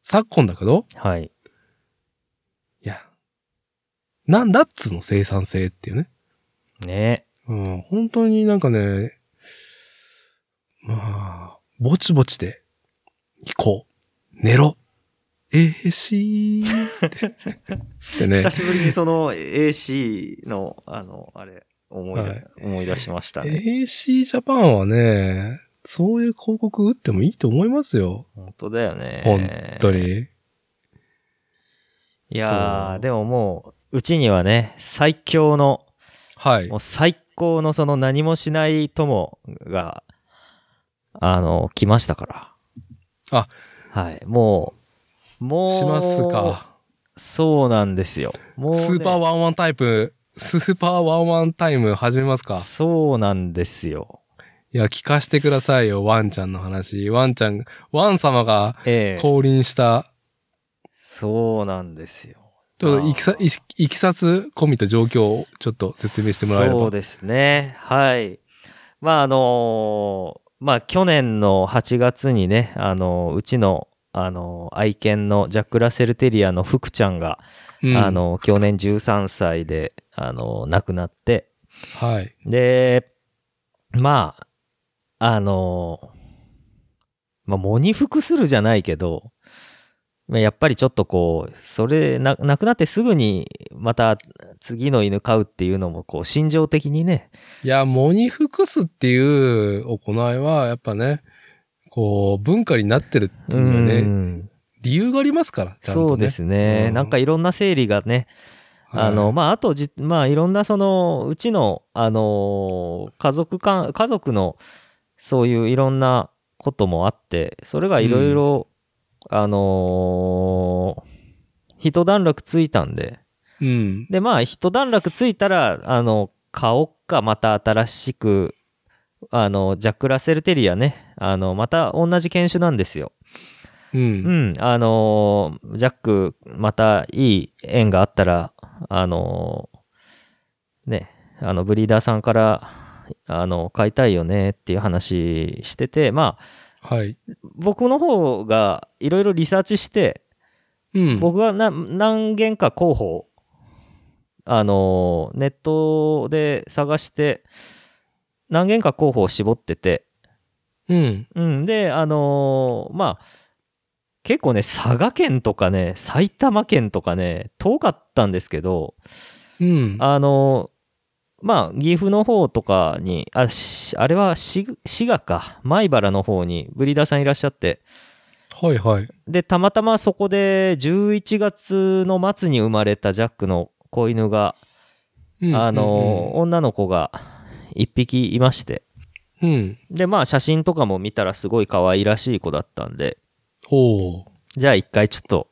Speaker 1: 昨今だけど、
Speaker 2: はい。
Speaker 1: いや、なんだっつうの生産性っていうね。
Speaker 2: ね。
Speaker 1: うん、本当になんかね、まあ、ぼちぼちで、行こう。寝ろ。えーしーって。ってね
Speaker 2: 久。しぶりにその AC の、あの、あれ、思い,、
Speaker 1: はい
Speaker 2: 思い出しましたね。
Speaker 1: AC ジャパンはね、そういう広告打ってもいいと思いますよ。
Speaker 2: 本当だよね。
Speaker 1: 本当に。
Speaker 2: いや
Speaker 1: そ
Speaker 2: ー、
Speaker 1: う
Speaker 2: でももう、うちにはね、最強の、
Speaker 1: はい
Speaker 2: も。う最高のその何もしない友が、あの、来ましたから。
Speaker 1: あ。
Speaker 2: はい。もう、もう、
Speaker 1: します。か。
Speaker 2: そうなんですよ。もうね、
Speaker 1: スーパーワンワンタイプ、スーパーワンワンタイム始めますか。
Speaker 2: そうなんですよ。
Speaker 1: いや、聞かせてくださいよ、ワンちゃんの話。ワンちゃん、ワン様が
Speaker 2: ええ。
Speaker 1: 降臨した、
Speaker 2: そうなんですよ。
Speaker 1: ちょっといきさ、いきいきさつ込みた状況をちょっと説明してもらえれ
Speaker 2: そ
Speaker 1: ば
Speaker 2: う。ですね。はい。まああのーまあ去年の8月にね、あのーうちの、あのー愛犬のジャック・ラッセル・テリアの福ちゃんが、
Speaker 1: うん
Speaker 2: あ、のー去年13歳で、あのー亡くなって、
Speaker 1: はい。
Speaker 2: で、まあ、あのーまあ、喪に服するじゃないけど、まあやっぱりちょっとこう、それ、な、亡くなってすぐに、また次の犬飼うっていうのも、こう、心情的にね、
Speaker 1: いや、喪に服すっていう行いは、やっぱね、こう、文化になってるっていうのはね、
Speaker 2: ん
Speaker 1: 理由がありますから、ちゃんとね。
Speaker 2: そうですね、
Speaker 1: うん
Speaker 2: なんかいろんな整理がね、
Speaker 1: はい
Speaker 2: あのまああとじまあいろんなそのうちのあのー家族間家族のそういういろんなこともあってそれがいろいろあのー一段落ついたんで
Speaker 1: うん。
Speaker 2: でまあ一段落ついたらあの買おっかまた新しくあのジャック・ラッセル・テリアねあのまた同じ犬種なんですよ
Speaker 1: う。
Speaker 2: うんん、あのージャック、またいい縁があったら、あのーね、あの、ブリーダーさんから、あの、買いたいよねっていう話してて、まあ、
Speaker 1: はい。
Speaker 2: 僕の方がいろいろリサーチして、
Speaker 1: うん。
Speaker 2: 僕がな何件か候補を、あのーネットで探して、何件か候補を絞ってて、
Speaker 1: うん。
Speaker 2: うん、で、あのーまあ、結構ね、佐賀県とかね、埼玉県とかね、遠かったんですけど、
Speaker 1: うん。
Speaker 2: あのーまあ、岐阜の方とかに、あ、しあれはし滋賀か、米原の方にブリーダーさんいらっしゃって、
Speaker 1: はいはい。
Speaker 2: で、たまたまそこで11月の末に生まれたジャックの子犬が、
Speaker 1: うん
Speaker 2: あのー女の子が1匹いまして、
Speaker 1: うん。うん。
Speaker 2: で、まあ、写真とかも見たらすごい可愛らしい子だったんで、
Speaker 1: ほ
Speaker 2: じゃあ一回ちょっと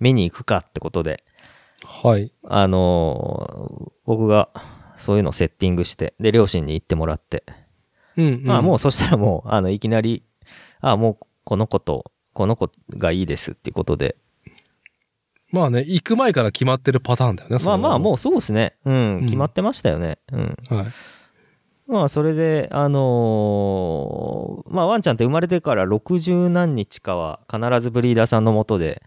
Speaker 2: 見に行くかってことで、
Speaker 1: う。はい。
Speaker 2: あのー僕がそういうのをセッティングして、で、両親に行ってもらって、
Speaker 1: うん、うん。
Speaker 2: まあもうそしたらもう、あの、いきなり、あもうこの子と、この子がいいですっていうことで、
Speaker 1: まあね、行く前から決まってるパターンだよね。
Speaker 2: まあまあも
Speaker 1: う。
Speaker 2: うそうですね、う、
Speaker 1: うんん
Speaker 2: 決まってましたよね、うん。
Speaker 1: はい。
Speaker 2: まあそれで、あのーまあワンちゃんって生まれてから60何日かは必ずブリーダーさんのもとで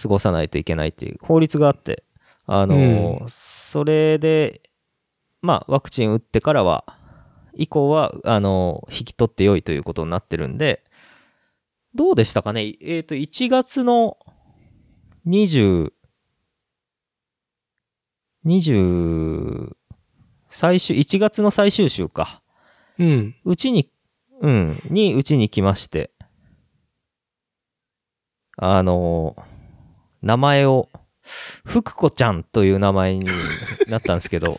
Speaker 2: 過ごさないといけないっていう法律があって、あのーそれで、まあワクチン打ってからは、以降は、あのー引き取ってよいということになってるんで、どうでしたかねえっ、と、1月の20、20、最終、1月の最終週か。
Speaker 1: うん。
Speaker 2: うちに、うん、に、うちに来まして。あの、名前を、福子ちゃんという名前になったんですけど。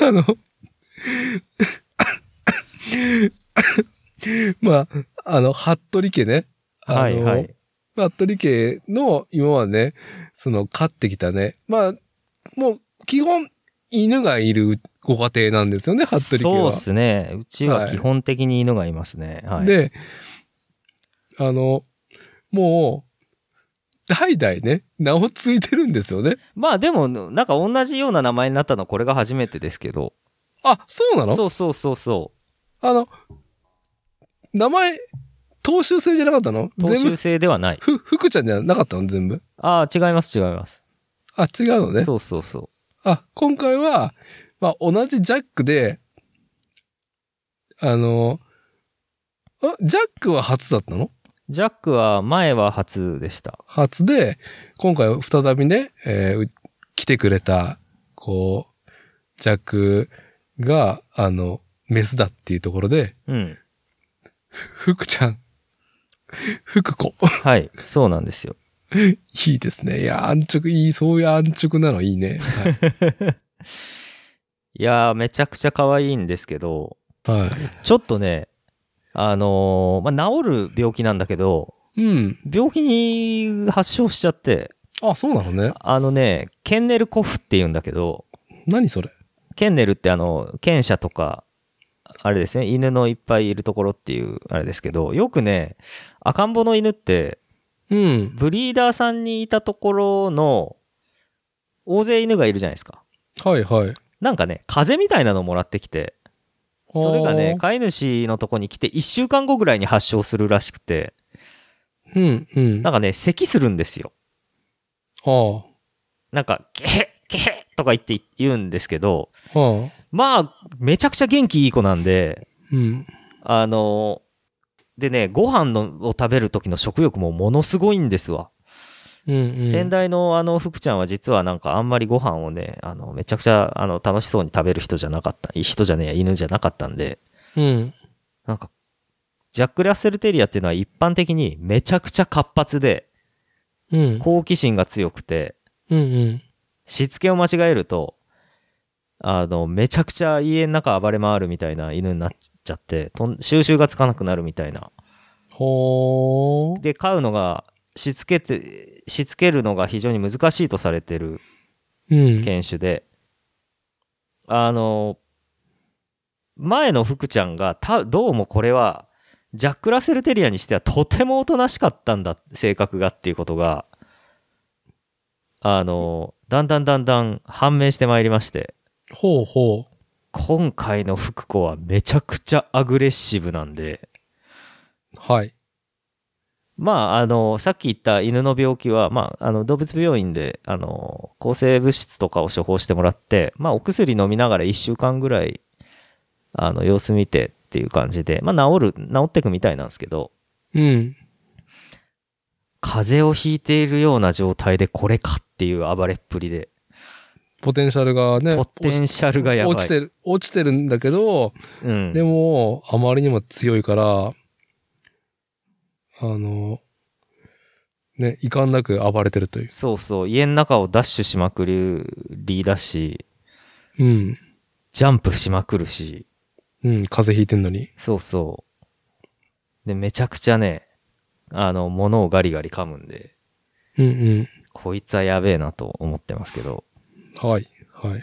Speaker 1: あの、 まあ、あの、服部家ね。 あの
Speaker 2: はいはい。
Speaker 1: 服部家の今はね、その飼ってきたね。まあ、もう基本犬がいるご家庭なんですよね、服部家
Speaker 2: そう
Speaker 1: は。
Speaker 2: ですね。うちは基本的に犬がいますね。はい。
Speaker 1: で、あの、もう、代々ね、名をついてるんですよね。
Speaker 2: まあでも、なんか同じような名前になったのこれが初めてですけど。
Speaker 1: あ、そうなの
Speaker 2: そうそうそうそ
Speaker 1: あの、名前、踏襲制じゃなかったの
Speaker 2: う。踏
Speaker 1: 全部
Speaker 2: 襲、制ではない。
Speaker 1: ふ、福ちゃんじゃなかったの全部。
Speaker 2: ああ、違います違います。
Speaker 1: あ、違うのね。
Speaker 2: そうそうそ
Speaker 1: あ、今回は、まあ、同じジャックで、あの、あ、ジャックは初だったの
Speaker 2: う。ジャックは前は初でした。
Speaker 1: 初で、今回は再びね、えーう来てくれた、こう、ジャックが、あの、メスだっていうところで、
Speaker 2: うん。
Speaker 1: 福ちゃん、福子。
Speaker 2: はい。そうなんですよ。
Speaker 1: いいですね。いや、安直、いい、そういう安直なのいいね。
Speaker 2: いやー、めちゃくちゃ可愛いんですけど、
Speaker 1: はい。は
Speaker 2: ちょっとね、あのーまあ、治る病気なんだけど、
Speaker 1: い、うん。
Speaker 2: 病気に発症しちゃって、
Speaker 1: あ、そうなのね。
Speaker 2: あのね、ケンネルコフって言うんだけど、
Speaker 1: 何それ。
Speaker 2: ケンネルってあの、犬舎とか、あれですね、犬のいっぱいいるところっていう、あれですけど、よくね、赤ん坊の犬って、
Speaker 1: うん。
Speaker 2: ブリーダーさんにいたところの、大勢犬がいるじゃないですか。
Speaker 1: はいはい。
Speaker 2: なんかね、風邪みたいなのをもらってきて、それがね、
Speaker 1: あ
Speaker 2: 飼い主のとこに来て1週間後ぐらいに発症するらしくて、
Speaker 1: ーうん、うん。
Speaker 2: な
Speaker 1: あ
Speaker 2: んかね、咳するんですよ。
Speaker 1: あ、は
Speaker 2: なんか、けへけへとか言って言うんですけど、
Speaker 1: あ、
Speaker 2: まあ、めちゃくちゃ元気いい子なんで、
Speaker 1: うん。
Speaker 2: あの、でね、ご飯のを食べる時の食欲もものすごいんですわ。
Speaker 1: うん、うん。
Speaker 2: 先代のあの福ちゃんは実はなんかあんまりご飯をね、あのめちゃくちゃあの楽しそうに食べる人じゃなかった、いい人じゃねえや、犬じゃなかったんで、
Speaker 1: うん。
Speaker 2: なんか、ジャック・ラッセル・テリアっていうのは一般的にめちゃくちゃ活発で、
Speaker 1: うん。
Speaker 2: 好奇心が強くて、
Speaker 1: うん、うん。
Speaker 2: しつけを間違えると、あの、めちゃくちゃ家の中暴れ回るみたいな犬になっちゃって、とん収集がつかなくなるみたいな。
Speaker 1: ほー。
Speaker 2: で、飼うのが、しつけて、しつけるのが非常に難しいとされてる
Speaker 1: うん。
Speaker 2: 犬種で、あの、前の福ちゃんが、た、どうもこれは、ジャック・ラッセル・テリアにしてはとてもおとなしかったんだ、性格がっていうことが、あの、だんだんだんだん判明してまいりまして、
Speaker 1: ほうほ
Speaker 2: 今回の福子はめちゃくちゃアグレッシブなんで、
Speaker 1: う。はい。
Speaker 2: まあ、あの、さっき言った犬の病気は、まあ、あの、動物病院で、あの、抗生物質とかを処方してもらって、まあ、お薬飲みながら1週間ぐらい、あの、様子見てっていう感じで、まあ、治る、治ってくみたいなんですけど、
Speaker 1: うん。
Speaker 2: 風邪をひいているような状態でこれかっていう暴れっぷりで、
Speaker 1: ポテンシャルがね、
Speaker 2: ポテンシャルがやばい。
Speaker 1: 落ちてる、落ちてるんだけど、
Speaker 2: うん。
Speaker 1: でも、あまりにも強いから、あの、ね、遺憾なく暴れてるという。
Speaker 2: そうそう、家の中をダッシュしまくりだし、
Speaker 1: うん。
Speaker 2: ジャンプしまくるし、
Speaker 1: うん、風邪ひいてんのに。
Speaker 2: そうそう。で、めちゃくちゃね、あの、物をガリガリ噛むんで、
Speaker 1: うん
Speaker 2: こいつはやべえなと思ってますけ
Speaker 1: うん。
Speaker 2: ど。
Speaker 1: はい。はい。
Speaker 2: い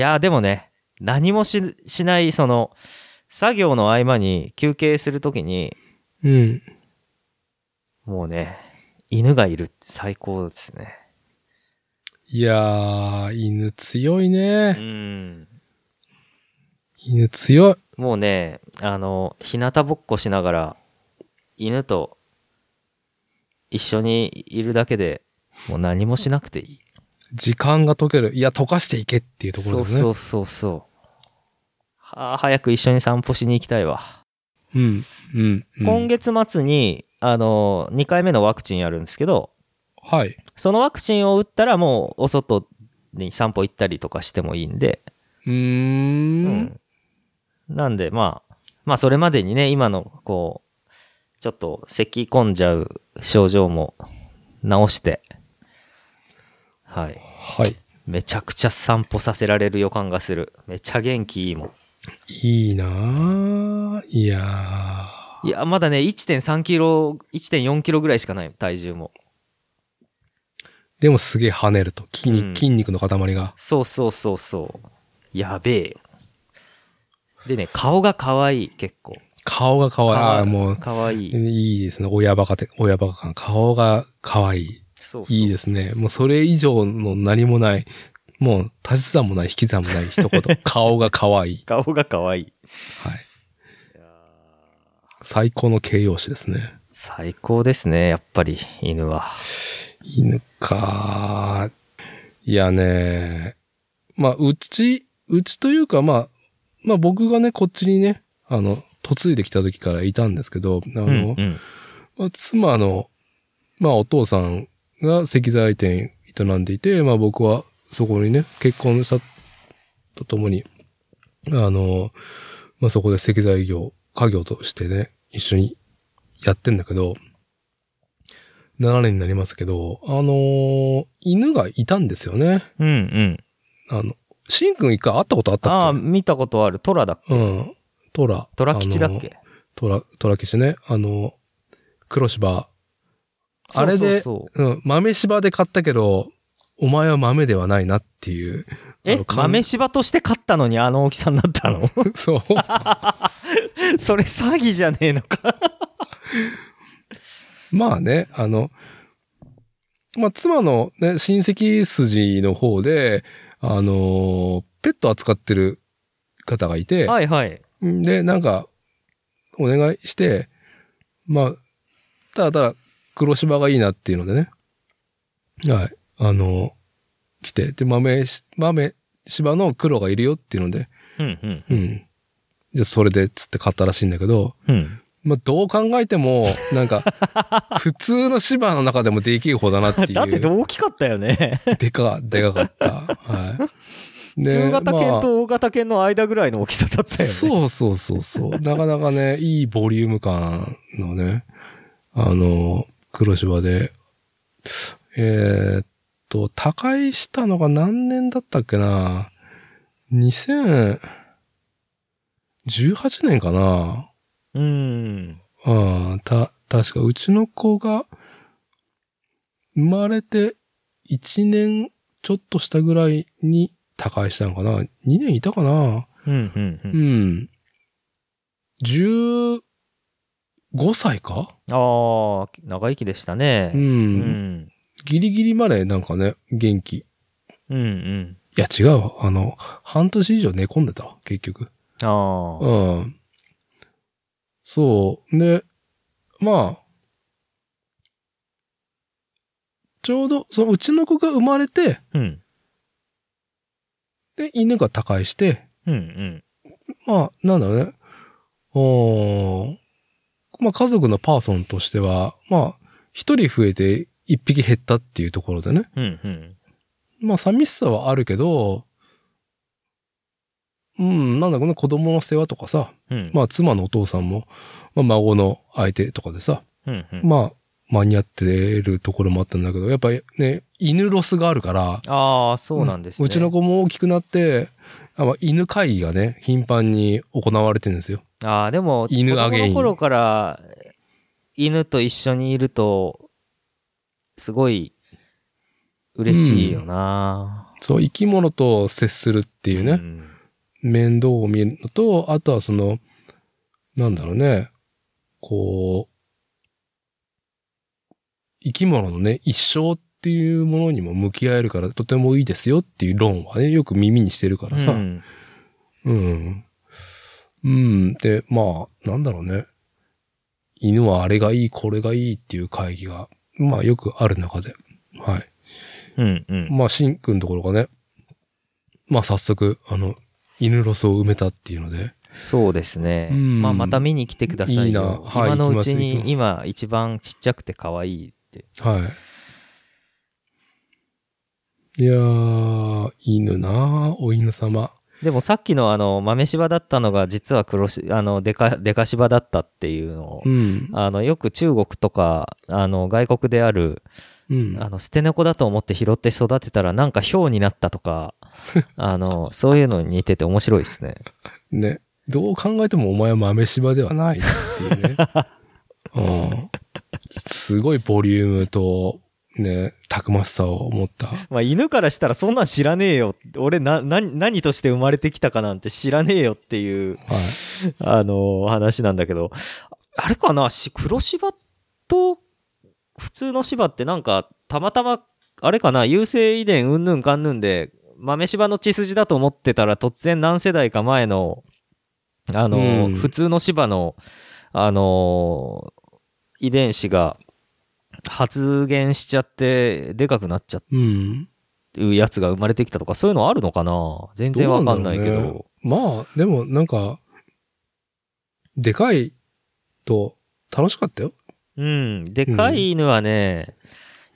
Speaker 2: やーでもね、何もししない、その、作業の合間に休憩するときに、
Speaker 1: うん。
Speaker 2: もうね、犬がいるって最高ですね。
Speaker 1: いやー、犬強いうね。
Speaker 2: ん。
Speaker 1: 犬強い。
Speaker 2: もうね、あの、日向ぼっこしながら、犬と一緒にいるだけで、もう何もしなくていい。
Speaker 1: 時間が解ける。いや、溶かしていけっていうところですね。
Speaker 2: そうそうそうそう。はあ、早く一緒に散歩しに行きたいわ。
Speaker 1: うん。うん。うん
Speaker 2: 今月末に、あの、2回目のワクチンやるんですけど、
Speaker 1: はい。
Speaker 2: そのワクチンを打ったらもうお外に散歩行ったりとかしてもいいんで、
Speaker 1: うー。
Speaker 2: うんなんで、まあ、まあそれまでにね、今の、こう、ちょっと咳き込んじゃう症状も治して、はい。
Speaker 1: はい。
Speaker 2: めちゃくちゃ散歩させられる予感がする。めちゃ元気いいもん。
Speaker 1: いいなぁ。いやぁ。
Speaker 2: いや、まだね、1.3キロ、1.4キロぐらいしかない、体重も。
Speaker 1: でもすげえ跳ねると。筋肉,、
Speaker 2: うん
Speaker 1: 筋肉の塊が。
Speaker 2: そうそうそうそう。やべえよ。でね、顔が可愛い、結構。
Speaker 1: 顔が可愛い。ああ、もう、
Speaker 2: かわいい。
Speaker 1: いいですね。親バカて、親バカ感。顔が可愛い。
Speaker 2: そうそう
Speaker 1: いいですね。もうそれ以上の何もない、もう足し算もない、引き算もない一言。 顔が可愛い。
Speaker 2: 顔がかわいい。
Speaker 1: はい。最高の形容詞ですね。
Speaker 2: 最高ですね、やっぱり、犬は。
Speaker 1: 犬か。いやね。まあ、うち、うちというか、まあ、まあ僕がね、こっちにね、あの、嫁いできた時からいたんですけど、あの、
Speaker 2: うんうん
Speaker 1: まあ、妻の、まあお父さんが石材店営んでいて、まあ僕はそこにね、結婚したとともに、あの、まあそこで石材業、家業としてね、一緒にやってんだけど、7年になりますけど、あの、犬がいたんですよね。
Speaker 2: うんうん。
Speaker 1: あの、シンくん一回会ったことあったっけ
Speaker 2: ああ、見たことある。トラだっけ
Speaker 1: うん。トラ。
Speaker 2: トラ吉だ
Speaker 1: あ
Speaker 2: っ
Speaker 1: の
Speaker 2: け
Speaker 1: トラ、トラ騎士ね。あの、黒芝。あれで、
Speaker 2: そうそうそう
Speaker 1: うん、豆芝で買ったけど、お前は豆ではないなっていう。あ
Speaker 2: え
Speaker 1: の、缶
Speaker 2: 豆柴として勝ったのにあの大きさになっ たの
Speaker 1: そう。
Speaker 2: それ詐欺じゃねえのか。
Speaker 1: まあね、あの、まあ妻のね、親戚筋の方で、あの、ペット扱ってる方がいて、
Speaker 2: はいはい。
Speaker 1: で、なんか、お願いして、まあ、ただただ黒芝がいいなっていうのでね。はい。あの、来て。で、豆し、豆芝の黒がいるよっていうので、
Speaker 2: うんうん。
Speaker 1: うん。じゃあそれで、つって買ったらしいんだけど、
Speaker 2: うん。
Speaker 1: まあどう考えても、なん か、普通の芝の中でもできる方だなっていう。
Speaker 2: だって大きかったよね。
Speaker 1: でか、でかかった。はい。で
Speaker 2: 中型
Speaker 1: ま
Speaker 2: 犬
Speaker 1: あ
Speaker 2: と大型犬の間ぐらいの大きさだったよね。
Speaker 1: そうそうそうそう。なかなかね、いいボリューム感のね、あの、黒芝で、えーっと、他界したのが何年だったっけな ?2018 年かな
Speaker 2: うん。
Speaker 1: うん、た、確かうちの子が生まれて1年ちょっとしたぐらいに他界したのかな ?2 年いたかな
Speaker 2: うんうんう。
Speaker 1: うんん。15歳か
Speaker 2: ああ、長生きでしたね。
Speaker 1: うん。
Speaker 2: うん。
Speaker 1: ギリギリまでなんかね、元気。い
Speaker 2: うんうん。
Speaker 1: や、違うわ。あの、半年以上寝込んでたわ、結局。
Speaker 2: ああ。
Speaker 1: うん。そう。で、まあ、ちょうど、そのうちの子が生まれて、
Speaker 2: うん。
Speaker 1: で、犬が他界して、
Speaker 2: うんうん。
Speaker 1: まあ、なんだろうね。おーまあ、家族のパーソンとしては、まあ、一人増えて一匹減ったっていうところでね。
Speaker 2: うんうん。
Speaker 1: まあ、寂しさはあるけど、うん、なんだこの子供の世話とかさ、
Speaker 2: うん。
Speaker 1: まあ、妻のお父さんも、まあ、孫の相手とかでさ、
Speaker 2: うんうん。
Speaker 1: まあ、間に合ってるところもあったんだけど、やっぱりね、犬ロスがあるから、
Speaker 2: ああ、そうなんですね。
Speaker 1: うちの子も大きくなって、あまあ犬会議がね、頻繁に行われてるんですよ。
Speaker 2: ああ、でも、
Speaker 1: 犬アゲイン
Speaker 2: 子供の頃から、犬と一緒にいると、すごい、嬉しいよな、
Speaker 1: そう、生き物と接するっていう
Speaker 2: う
Speaker 1: ね、
Speaker 2: ん
Speaker 1: 面倒を見るのと、あとはその、なんだろうね、こう、生き物のね、一生っていうものにも向き合えるから、とてもいいですよっていう論はね、よく耳にしてるからさ、
Speaker 2: うん
Speaker 1: うん。うん。で、まあ、なんだろうね。犬はあれがいい、これがいいっていう会議が、まあよくある中で。はい。
Speaker 2: うんうん。
Speaker 1: まあ、しんくんところがね、まあ早速、あの、犬ロスを埋めたっていうので、
Speaker 2: そうですね。
Speaker 1: うん
Speaker 2: まあ、また見に来てくださいよ。
Speaker 1: いいなはい
Speaker 2: 今のう
Speaker 1: 行きます行きます
Speaker 2: ちに、今、一番ちっちゃくて可愛いって。
Speaker 1: はい。いやー、犬なあお犬様。
Speaker 2: でもさっきのあの、豆柴だったのが、実は黒し、あの、デカ、デカ柴だったっていうのを、
Speaker 1: うん。
Speaker 2: あの、よく中国とか、あの、外国である、
Speaker 1: うん。
Speaker 2: あの捨て猫だと思って拾って育てたらなんか豹になったと かあのそういうのに似てて面白いですね
Speaker 1: ね。どう考えてもお前は豆柴ではない っていうね。うん。すごいボリュームと、ね、たくましさを持った。
Speaker 2: まあ、犬からしたらそんなん知らねえよ。俺な、な、何として生まれてきたかなんて知らねえよっていう、
Speaker 1: はい。
Speaker 2: あの、話なんだけど。あれかなし黒芝と普通の芝ってなんか、たまたま、あれかな優性遺伝うんぬんかんぬんで、豆芝の血筋だと思ってたら突然何世代か前の、あの、
Speaker 1: うん
Speaker 2: 普通の芝の、あの、遺伝子が発現しちゃって、でかくなっちゃって
Speaker 1: うん。
Speaker 2: いうやつが生まれてきたとかそういうのあるのかな全然わかんないけど
Speaker 1: どうなんだろまあ、でもなんか、でかいと楽しかったよ。
Speaker 2: うんでかい犬はね、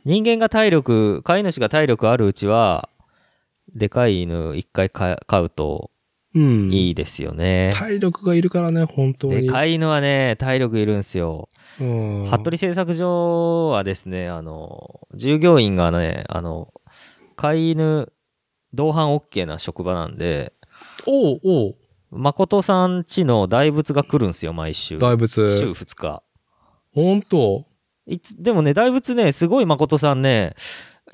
Speaker 2: 人間が体力飼い主が体力あるうちはでかい犬一回か飼うと
Speaker 1: うん。
Speaker 2: いいですよね、
Speaker 1: 体力がいるからね、本当に。
Speaker 2: でかい犬はね体力いるんすよ
Speaker 1: うん。
Speaker 2: 服部製作所はですねあの従業員がねあの飼い犬同伴 OK な職場なんで
Speaker 1: おうおう
Speaker 2: 誠さん家の大仏が来るんすよ毎週
Speaker 1: 大
Speaker 2: 週
Speaker 1: 仏。
Speaker 2: 2日
Speaker 1: 本当
Speaker 2: いつでもね大仏ねすごい誠さんね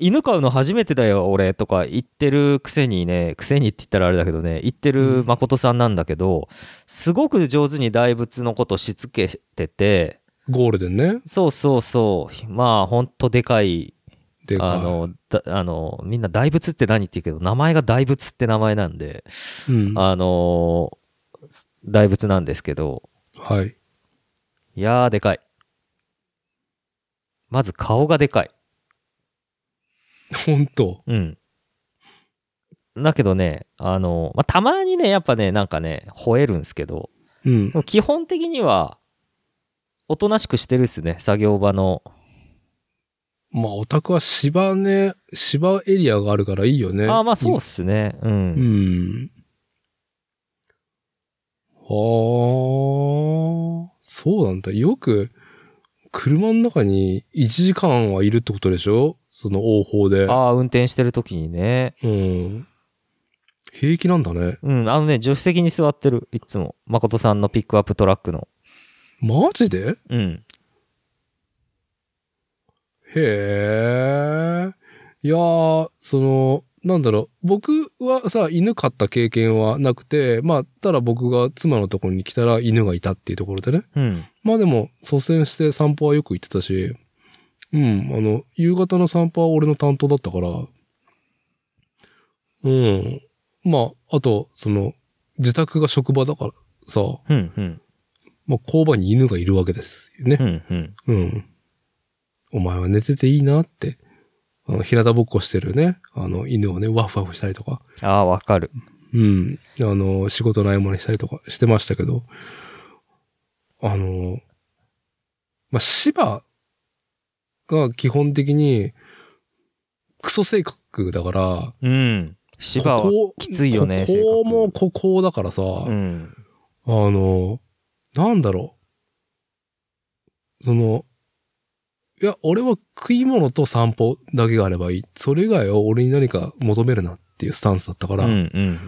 Speaker 2: 犬飼うの初めてだよ俺とか言ってるくせにねくせにって言ったらあれだけどね言って
Speaker 1: う
Speaker 2: る
Speaker 1: ん
Speaker 2: 誠さんなんだけどすごく上手に大仏のことしつけてて
Speaker 1: ゴールデンね。
Speaker 2: そうそうそうまあほんとでかい
Speaker 1: でかい。
Speaker 2: あのだあのみんな大仏って何って言うけど名前が大仏って名前なんで
Speaker 1: うん。
Speaker 2: あの大仏なんですけど
Speaker 1: はい。
Speaker 2: いやーでかいまず顔がでかい
Speaker 1: 本当
Speaker 2: うん。だけどね、あの、まあ、たまにね、やっぱね、なんかね、吠えるんですけど、
Speaker 1: うん
Speaker 2: で。も基本的には、おとなしくしてるっすね、作業場の。
Speaker 1: まあ、お宅は芝ね、芝エリアがあるからいいよね。
Speaker 2: ああ、まあそうっすね。う。
Speaker 1: うんん。はあ、そうなんだ。よく、車の中に1時間はいるってことでしょその応報で。
Speaker 2: ああ、運転してる時にね。
Speaker 1: うん。平気なんだね。
Speaker 2: うん、あのね、助手席に座ってる、いつも。誠さんのピックアップトラックの。
Speaker 1: マジで
Speaker 2: うん。
Speaker 1: へえ。いやー、その、なんだろう。僕はさ、犬飼った経験はなくて、まあ、ただ僕が妻のところに来たら犬がいたっていうところでね。
Speaker 2: うん。
Speaker 1: まあでも、率先して散歩はよく行ってたし、うん、あの、夕方の散歩は俺の担当だったから、うん。まあ、あと、その、自宅が職場だからさ、
Speaker 2: うん、うん。
Speaker 1: まあ、工場に犬がいるわけですよね
Speaker 2: う。ん、うん。
Speaker 1: うん。お前は寝てていいなって。あの、平田ぼっこしてるね、あの、犬をね、ワフワフしたりとか、
Speaker 2: ああ、わかる。
Speaker 1: うん。あの、仕事の合間にしたりとかしてましたけど、あの、まあ、芝が基本的に、クソ性格だから、
Speaker 2: うん。芝は。
Speaker 1: ここ
Speaker 2: きついよね
Speaker 1: ここもここだからさ、
Speaker 2: うん。
Speaker 1: あの、なんだろう。その、いや、俺は食い物と散歩だけがあればいい。それ以外を俺に何か求めるなっていうスタンスだったか
Speaker 2: う
Speaker 1: ら、
Speaker 2: ん、うん。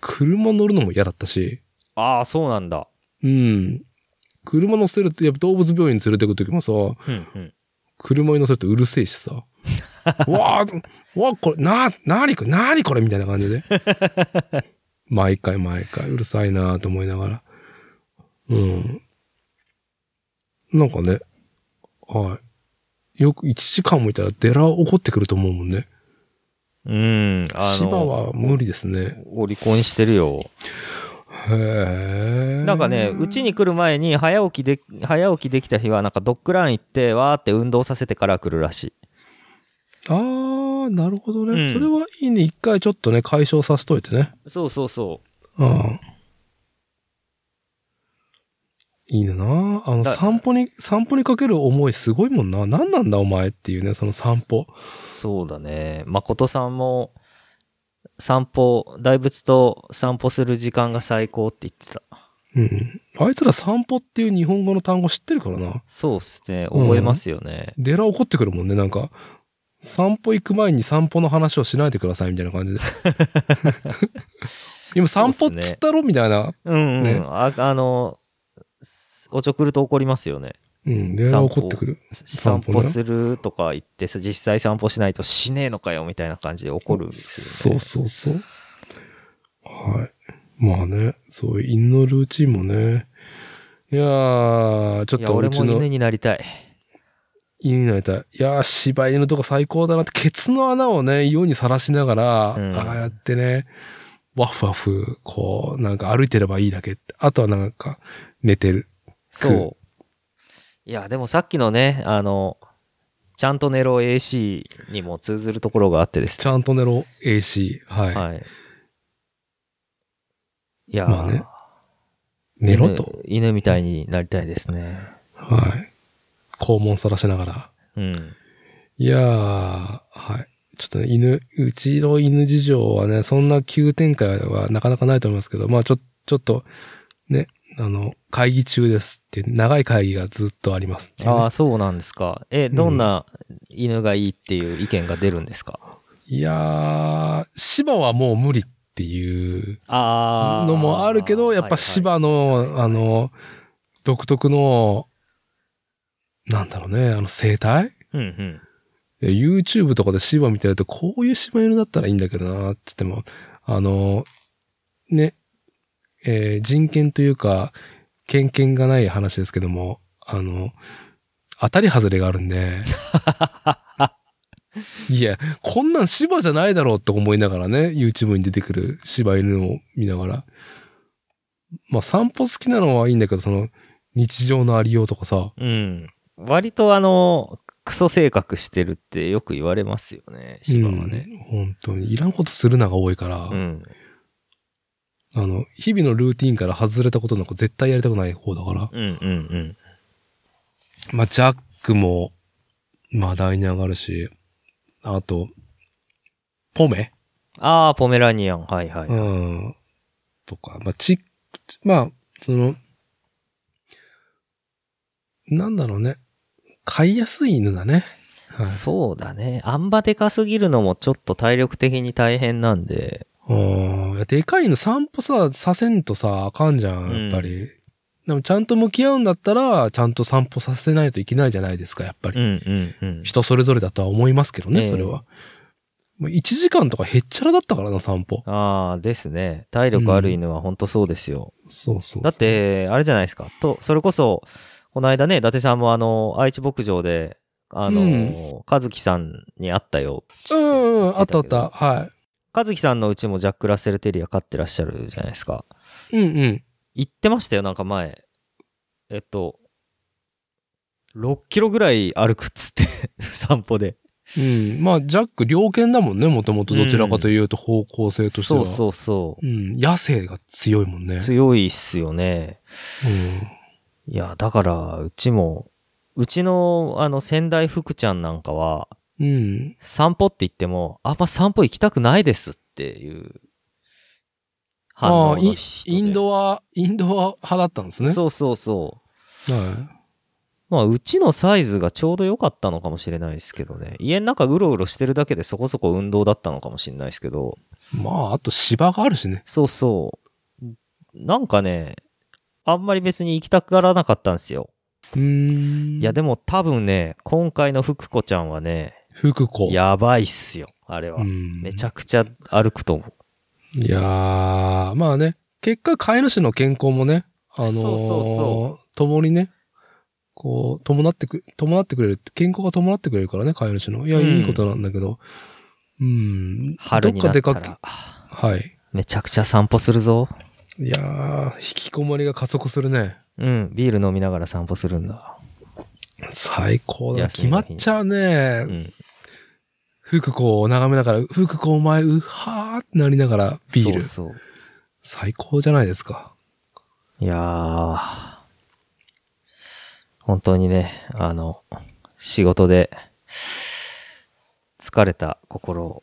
Speaker 1: 車乗るのも嫌だったし、
Speaker 2: ああ、そうなんだ。
Speaker 1: うん。車乗せると、やっぱ動物病院連れてくときもさ、
Speaker 2: うん、うん。
Speaker 1: 車に乗せるとうるせえし さ、わあ、わあ、これ、な、なにこれ、なにこれみたいな感 じで。毎回毎回うるさいなと思いながら。うん。なんかね、はい。よく1時間もいたらデラ怒ってくると思うもんね。
Speaker 2: うん。あの
Speaker 1: 芝は無理ですね。
Speaker 2: お離婚してるよ。
Speaker 1: へえ。
Speaker 2: なんかね、うちに来る前に早起きで、早起きできた日は、なんかドッグラン行って、わーって運動させてから来るらしい。
Speaker 1: あー、なるほどね。
Speaker 2: うん
Speaker 1: それはいいね。一回ちょっとね、解消させといてね。
Speaker 2: そうそうそ
Speaker 1: うん。いいななあの、
Speaker 2: だ
Speaker 1: 散歩に、散歩にかける思いすごいもんな。何なんだお前っていうね、その散歩。
Speaker 2: う。そうだね。誠さんも、散歩、大仏と散歩する時間が最高って言ってた。
Speaker 1: うん。あいつら散歩っていう日本語の単語知ってるからな。
Speaker 2: そうっすね。覚えますよね。
Speaker 1: デラ怒ってくるもんね、なんか。散歩行く前に散歩の話をしないでくださいみたいな感じで。今散歩っつったろみたいな。
Speaker 2: うん、うん、
Speaker 1: ね
Speaker 2: あ。あの、おちょくると怒りますよね。
Speaker 1: ううん、電話怒ってくる。
Speaker 2: 散
Speaker 1: 散歩
Speaker 2: 歩
Speaker 1: な
Speaker 2: するとか言ってさ実際散歩しないと死ねえのかよみたいな感じで怒るんです
Speaker 1: そ
Speaker 2: よ、ね
Speaker 1: う。そうそう。はい。まあね、そういう犬のルーチンもね。いやー、ちょっ
Speaker 2: いや、
Speaker 1: と
Speaker 2: 俺
Speaker 1: う
Speaker 2: も
Speaker 1: ちの
Speaker 2: 犬になりたい。
Speaker 1: 犬になりたい。いやー、柴犬とか最高だなって、ケツの穴をね、世にさらしながら、
Speaker 2: うん
Speaker 1: ああやってね、ワフワフ、こう、なんか歩いてればいいだけって。あとはなんか、寝てる。
Speaker 2: そう。いや、でもさっきのね、あの、ちゃんと寝ろ AC にも通ずるところがあってですね
Speaker 1: ちゃんと寝ろ、AC。はい。
Speaker 2: はい。いやー、
Speaker 1: まあね寝ろと。
Speaker 2: 犬。犬みたいになりたいですね。
Speaker 1: はい。肛門さらしながら。
Speaker 2: うん。
Speaker 1: いやー、はい。ちょっとね、犬、うちの犬事情はね、そんな急展開はなかなかないと思いますけど、まあちょ、ちょっと、ね、あの、会議中ですっていう、長い会議がずっとありますっていうね、
Speaker 2: ああ、そうなんですか。え、
Speaker 1: ん
Speaker 2: どんな犬がいいっていう意見が出るんですか、
Speaker 1: いやー、芝はもう無理っていう
Speaker 2: ああ。
Speaker 1: のもあるけど、やっぱ
Speaker 2: はい
Speaker 1: 芝の、あの、独特の、なんだろうね、あの生態
Speaker 2: はいうんうん。
Speaker 1: で YouTube とかで芝見てると、こういう芝犬だったらいいんだけどな、って言っても、あの、ね、えー人権というか、権限がない話ですけども、あの、当たり外れがあるん で、いや、こんなん芝じゃないだろうって思いながらね、YouTube に出てくる芝犬を見ながら。まあ散歩好きなのはいいんだけど、その、日常のありようとかさ、
Speaker 2: うん。割とあの、クソ性格してるってよく言われますよね、芝はね。
Speaker 1: うん本当に、いらんことするなが多いから、
Speaker 2: うん。
Speaker 1: あの、日々のルーティンから外れたことなんか絶対やりたくない方だから。
Speaker 2: うんうんうん。
Speaker 1: まあ、ジャックも、まあ、題に上がるし、あと、ポメ
Speaker 2: ああ、ポメラニアン。はいはい。
Speaker 1: うん。とか、まあ、ち、まあ、その、なんだろうね。飼いやすい犬だね。はい。
Speaker 2: そうだね。あんまでかすぎるのもちょっと体力的に大変なんで。
Speaker 1: うんいやでかいの散歩さ、させんとさ、あかんじゃん、やっぱり。でも、ちゃんと向き合うんだったら、ちゃんと散歩させないといけないじゃないですか、やっぱり。
Speaker 2: うんうんうん。
Speaker 1: 人それぞれだとは思いますけどね、
Speaker 2: ええ
Speaker 1: それは。まあ1時間とかへっちゃらだったからな、散歩。
Speaker 2: ああ、ですね。体力ある犬は本当そうですよ。
Speaker 1: そうそう
Speaker 2: だって、あれじゃないですか。と、それこそ、この間ね、伊達さんもあの、愛知牧場で、あの、
Speaker 1: うん
Speaker 2: 和樹さんに会ったよ。
Speaker 1: うんうんうん、あ
Speaker 2: 言っ
Speaker 1: ってたあ
Speaker 2: た
Speaker 1: っ
Speaker 2: けど
Speaker 1: た。は
Speaker 2: 和樹さんのうちもジャック・ラッセル・テリア飼ってらっしゃるじゃないですか。
Speaker 1: い。うんうん。
Speaker 2: 言ってましたよ、なんか前。えっと、6キロぐらい歩くっつって、 散歩で。
Speaker 1: うん。まあ、ジャック、猟犬だもんね、もともとどちらかというと方向性として
Speaker 2: そ
Speaker 1: は。
Speaker 2: うそうそう
Speaker 1: う。ん。野生が強いもんね。
Speaker 2: 強いっすよね。いや、だから、うちも、うちの、あの、仙台福ちゃんなんかは、
Speaker 1: うん。うん。
Speaker 2: 散歩って言っても、あんま散歩行きたくないですっていう反応
Speaker 1: ああ、
Speaker 2: の
Speaker 1: イン
Speaker 2: 人で
Speaker 1: インドは、インドは派だったんですね。
Speaker 2: そうそうそう。
Speaker 1: は
Speaker 2: まあ、うちのサイズがちょうど良かったのかもしれないですけどね。家の中うろうろしてるだけでそこそこ運動だったのかもしれないですけど、
Speaker 1: い。まあ、あと芝があるしね。
Speaker 2: そうそう。なんかね、あんまり別に行きたがらなかったんですよ。
Speaker 1: うーん。
Speaker 2: いや、でも多分ね、今回の福子ちゃんはね、
Speaker 1: 福子。
Speaker 2: やばいっすよ、あれは
Speaker 1: う。ん。
Speaker 2: めちゃくちゃ歩くと思う。
Speaker 1: いやー、まあね、結果飼い主の健康もね、あのー
Speaker 2: そうそうそ
Speaker 1: 共にね、こう、伴ってく、伴ってくれるって、健康が伴ってくれるからね、飼い主の。いや、
Speaker 2: うん
Speaker 1: いいことなんだけど、うん、
Speaker 2: 春になっ
Speaker 1: ど
Speaker 2: た
Speaker 1: っか出
Speaker 2: ら
Speaker 1: か、け、はい。
Speaker 2: めちゃくちゃ散歩するぞ。
Speaker 1: いやー、引きこもりが加速するね。
Speaker 2: うん、ビール飲みながら散歩するんだ。
Speaker 1: 最高だ。
Speaker 2: 休
Speaker 1: 決
Speaker 2: み
Speaker 1: ま
Speaker 2: の
Speaker 1: っ
Speaker 2: 日に
Speaker 1: ちゃうね
Speaker 2: う。ん、
Speaker 1: 福子を眺めながら、福子お前、うはーってなりながら、ビール。
Speaker 2: そうそう。
Speaker 1: 最高じゃないですか。
Speaker 2: いやー、本当にね、あの、仕事で、疲れた心を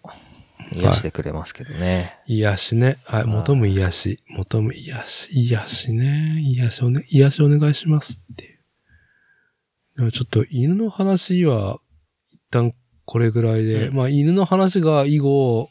Speaker 2: 癒してくれますけどね。
Speaker 1: 癒しね。はい、求む癒し。求む癒し。癒しね。癒しをね、癒しお願いしますっていう。でもちょっと犬の話は、一旦これぐらいで、
Speaker 2: うん
Speaker 1: まあ犬の話が以後、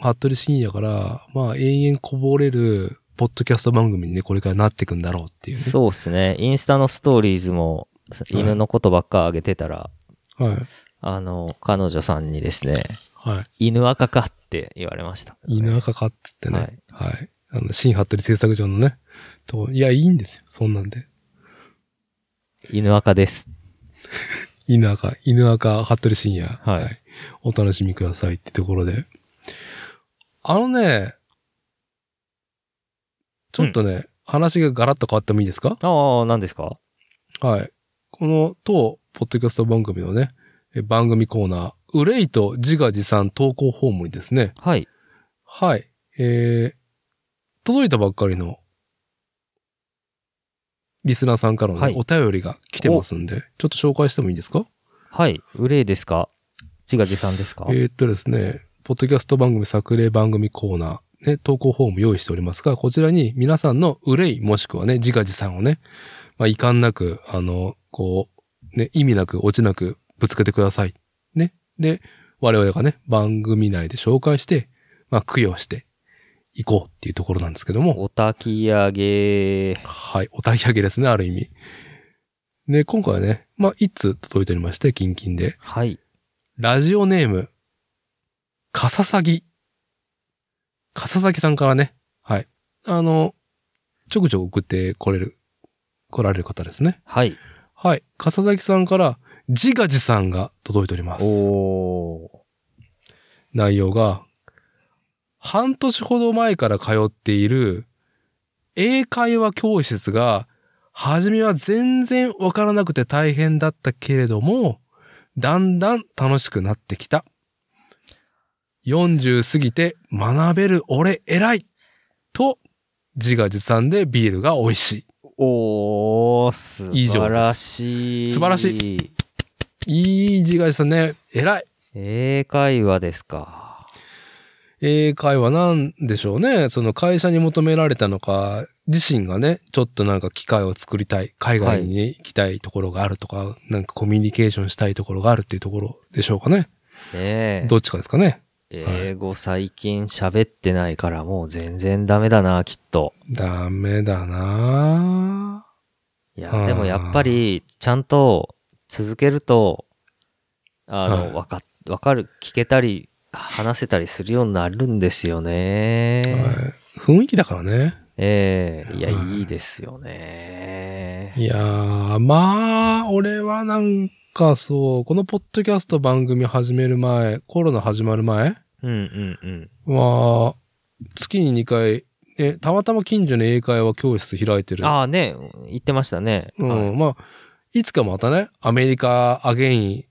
Speaker 1: 服部深夜から、まあ永遠こぼれる、ポッドキャスト番組にね、これからなっていくんだろうっていうね。
Speaker 2: そうっすね。インスタのストーリーズも、犬のことばっかあげてたら、
Speaker 1: はい。
Speaker 2: あの、彼女さんにですね、
Speaker 1: はい。
Speaker 2: 犬赤かって言われました。
Speaker 1: 犬
Speaker 2: ね
Speaker 1: 赤かっつってね。はい。あの、新ハットリ製作所のね、と、いや、いいんですよ。そんなんで。
Speaker 2: 犬赤です。
Speaker 1: 犬赤、犬赤、ハットリ深夜。
Speaker 2: はい
Speaker 1: お楽しみくださいってところで。あのね、ちょっとね、話がガラッと変わってもいいですか
Speaker 2: ああ、何ですか
Speaker 1: はい。この当、ポッドキャスト番組のね、え番組コーナー、憂いと自画自賛投稿フォームにですね、
Speaker 2: はい。
Speaker 1: はい。えー、届いたばっかりの、リスナーさんからのね、
Speaker 2: はい
Speaker 1: お便りが来てますんで、ちょっと紹介してもいいですか
Speaker 2: はい。憂いですか自画自賛ですか、
Speaker 1: えーっとですね、ポッドキャスト番組作例番組コーナー、ね、投稿フォーム用意しておりますが、こちらに皆さんの憂いもしくはね、自画自賛をね、まあ、遺憾なく、あの、こう、ね、意味なく、落ちなくぶつけてください。ね。で、我々がね、番組内で紹介して、まあ、供養していこうっていうところなんですけども。
Speaker 2: お焚き上げ。
Speaker 1: はい。お焚き上げですね、ある意味。で、今回はね、まあ、一通届いておりまして、キンキンで。
Speaker 2: はい。
Speaker 1: ラジオネーム、かささぎ。かささぎさんからね。はい。あの、ちょくちょく送ってこれる、来られる方ですね。
Speaker 2: はい。
Speaker 1: はい。かささぎさんから、自画自賛が届いております。
Speaker 2: おー。
Speaker 1: 内容が、半年ほど前から通っている英会話教室が、初めは全然わからなくて大変だったけれども、だんだん楽しくなってきた。40過ぎて学べる俺偉いと、自画自賛でビールが美味し
Speaker 2: おー、素
Speaker 1: 以上で
Speaker 2: 晴
Speaker 1: す
Speaker 2: らしい。
Speaker 1: 素晴らし
Speaker 2: い。
Speaker 1: い。いい自画自賛ね。偉い。
Speaker 2: 英会話ですか。
Speaker 1: 英会話なんでしょうね。その会社に求められたのか、自身がね、ちょっとなんか機会を作りたい、海外に行きたいところがあるとか、なんかコミュニケーションしたいところがあるっていうところでしょうかね。
Speaker 2: ねえ。
Speaker 1: どっちかですかね。
Speaker 2: 英語最近喋ってないからもう全然ダメだな、きっと。
Speaker 1: ダメだないあー
Speaker 2: や、でもやっぱり、ちゃんと続けると、あ
Speaker 1: はい
Speaker 2: の、わか、わかる、聞けたり、話せたりするようになるんですよ
Speaker 1: ぁ、
Speaker 2: ね。
Speaker 1: はい雰囲気だからね。
Speaker 2: ええいや、
Speaker 1: はい
Speaker 2: いいですよね。
Speaker 1: いやー、まあ、俺はなんかそう、このポッドキャスト番組始める前、コロナ始まる前
Speaker 2: うんうんうん。
Speaker 1: は、月に2回、ね、たまたま近所に英会話教室開いてる。
Speaker 2: ああね、言ってましたね。
Speaker 1: う
Speaker 2: はい
Speaker 1: ん、まあ、いつかまたね、アメリカアゲイン、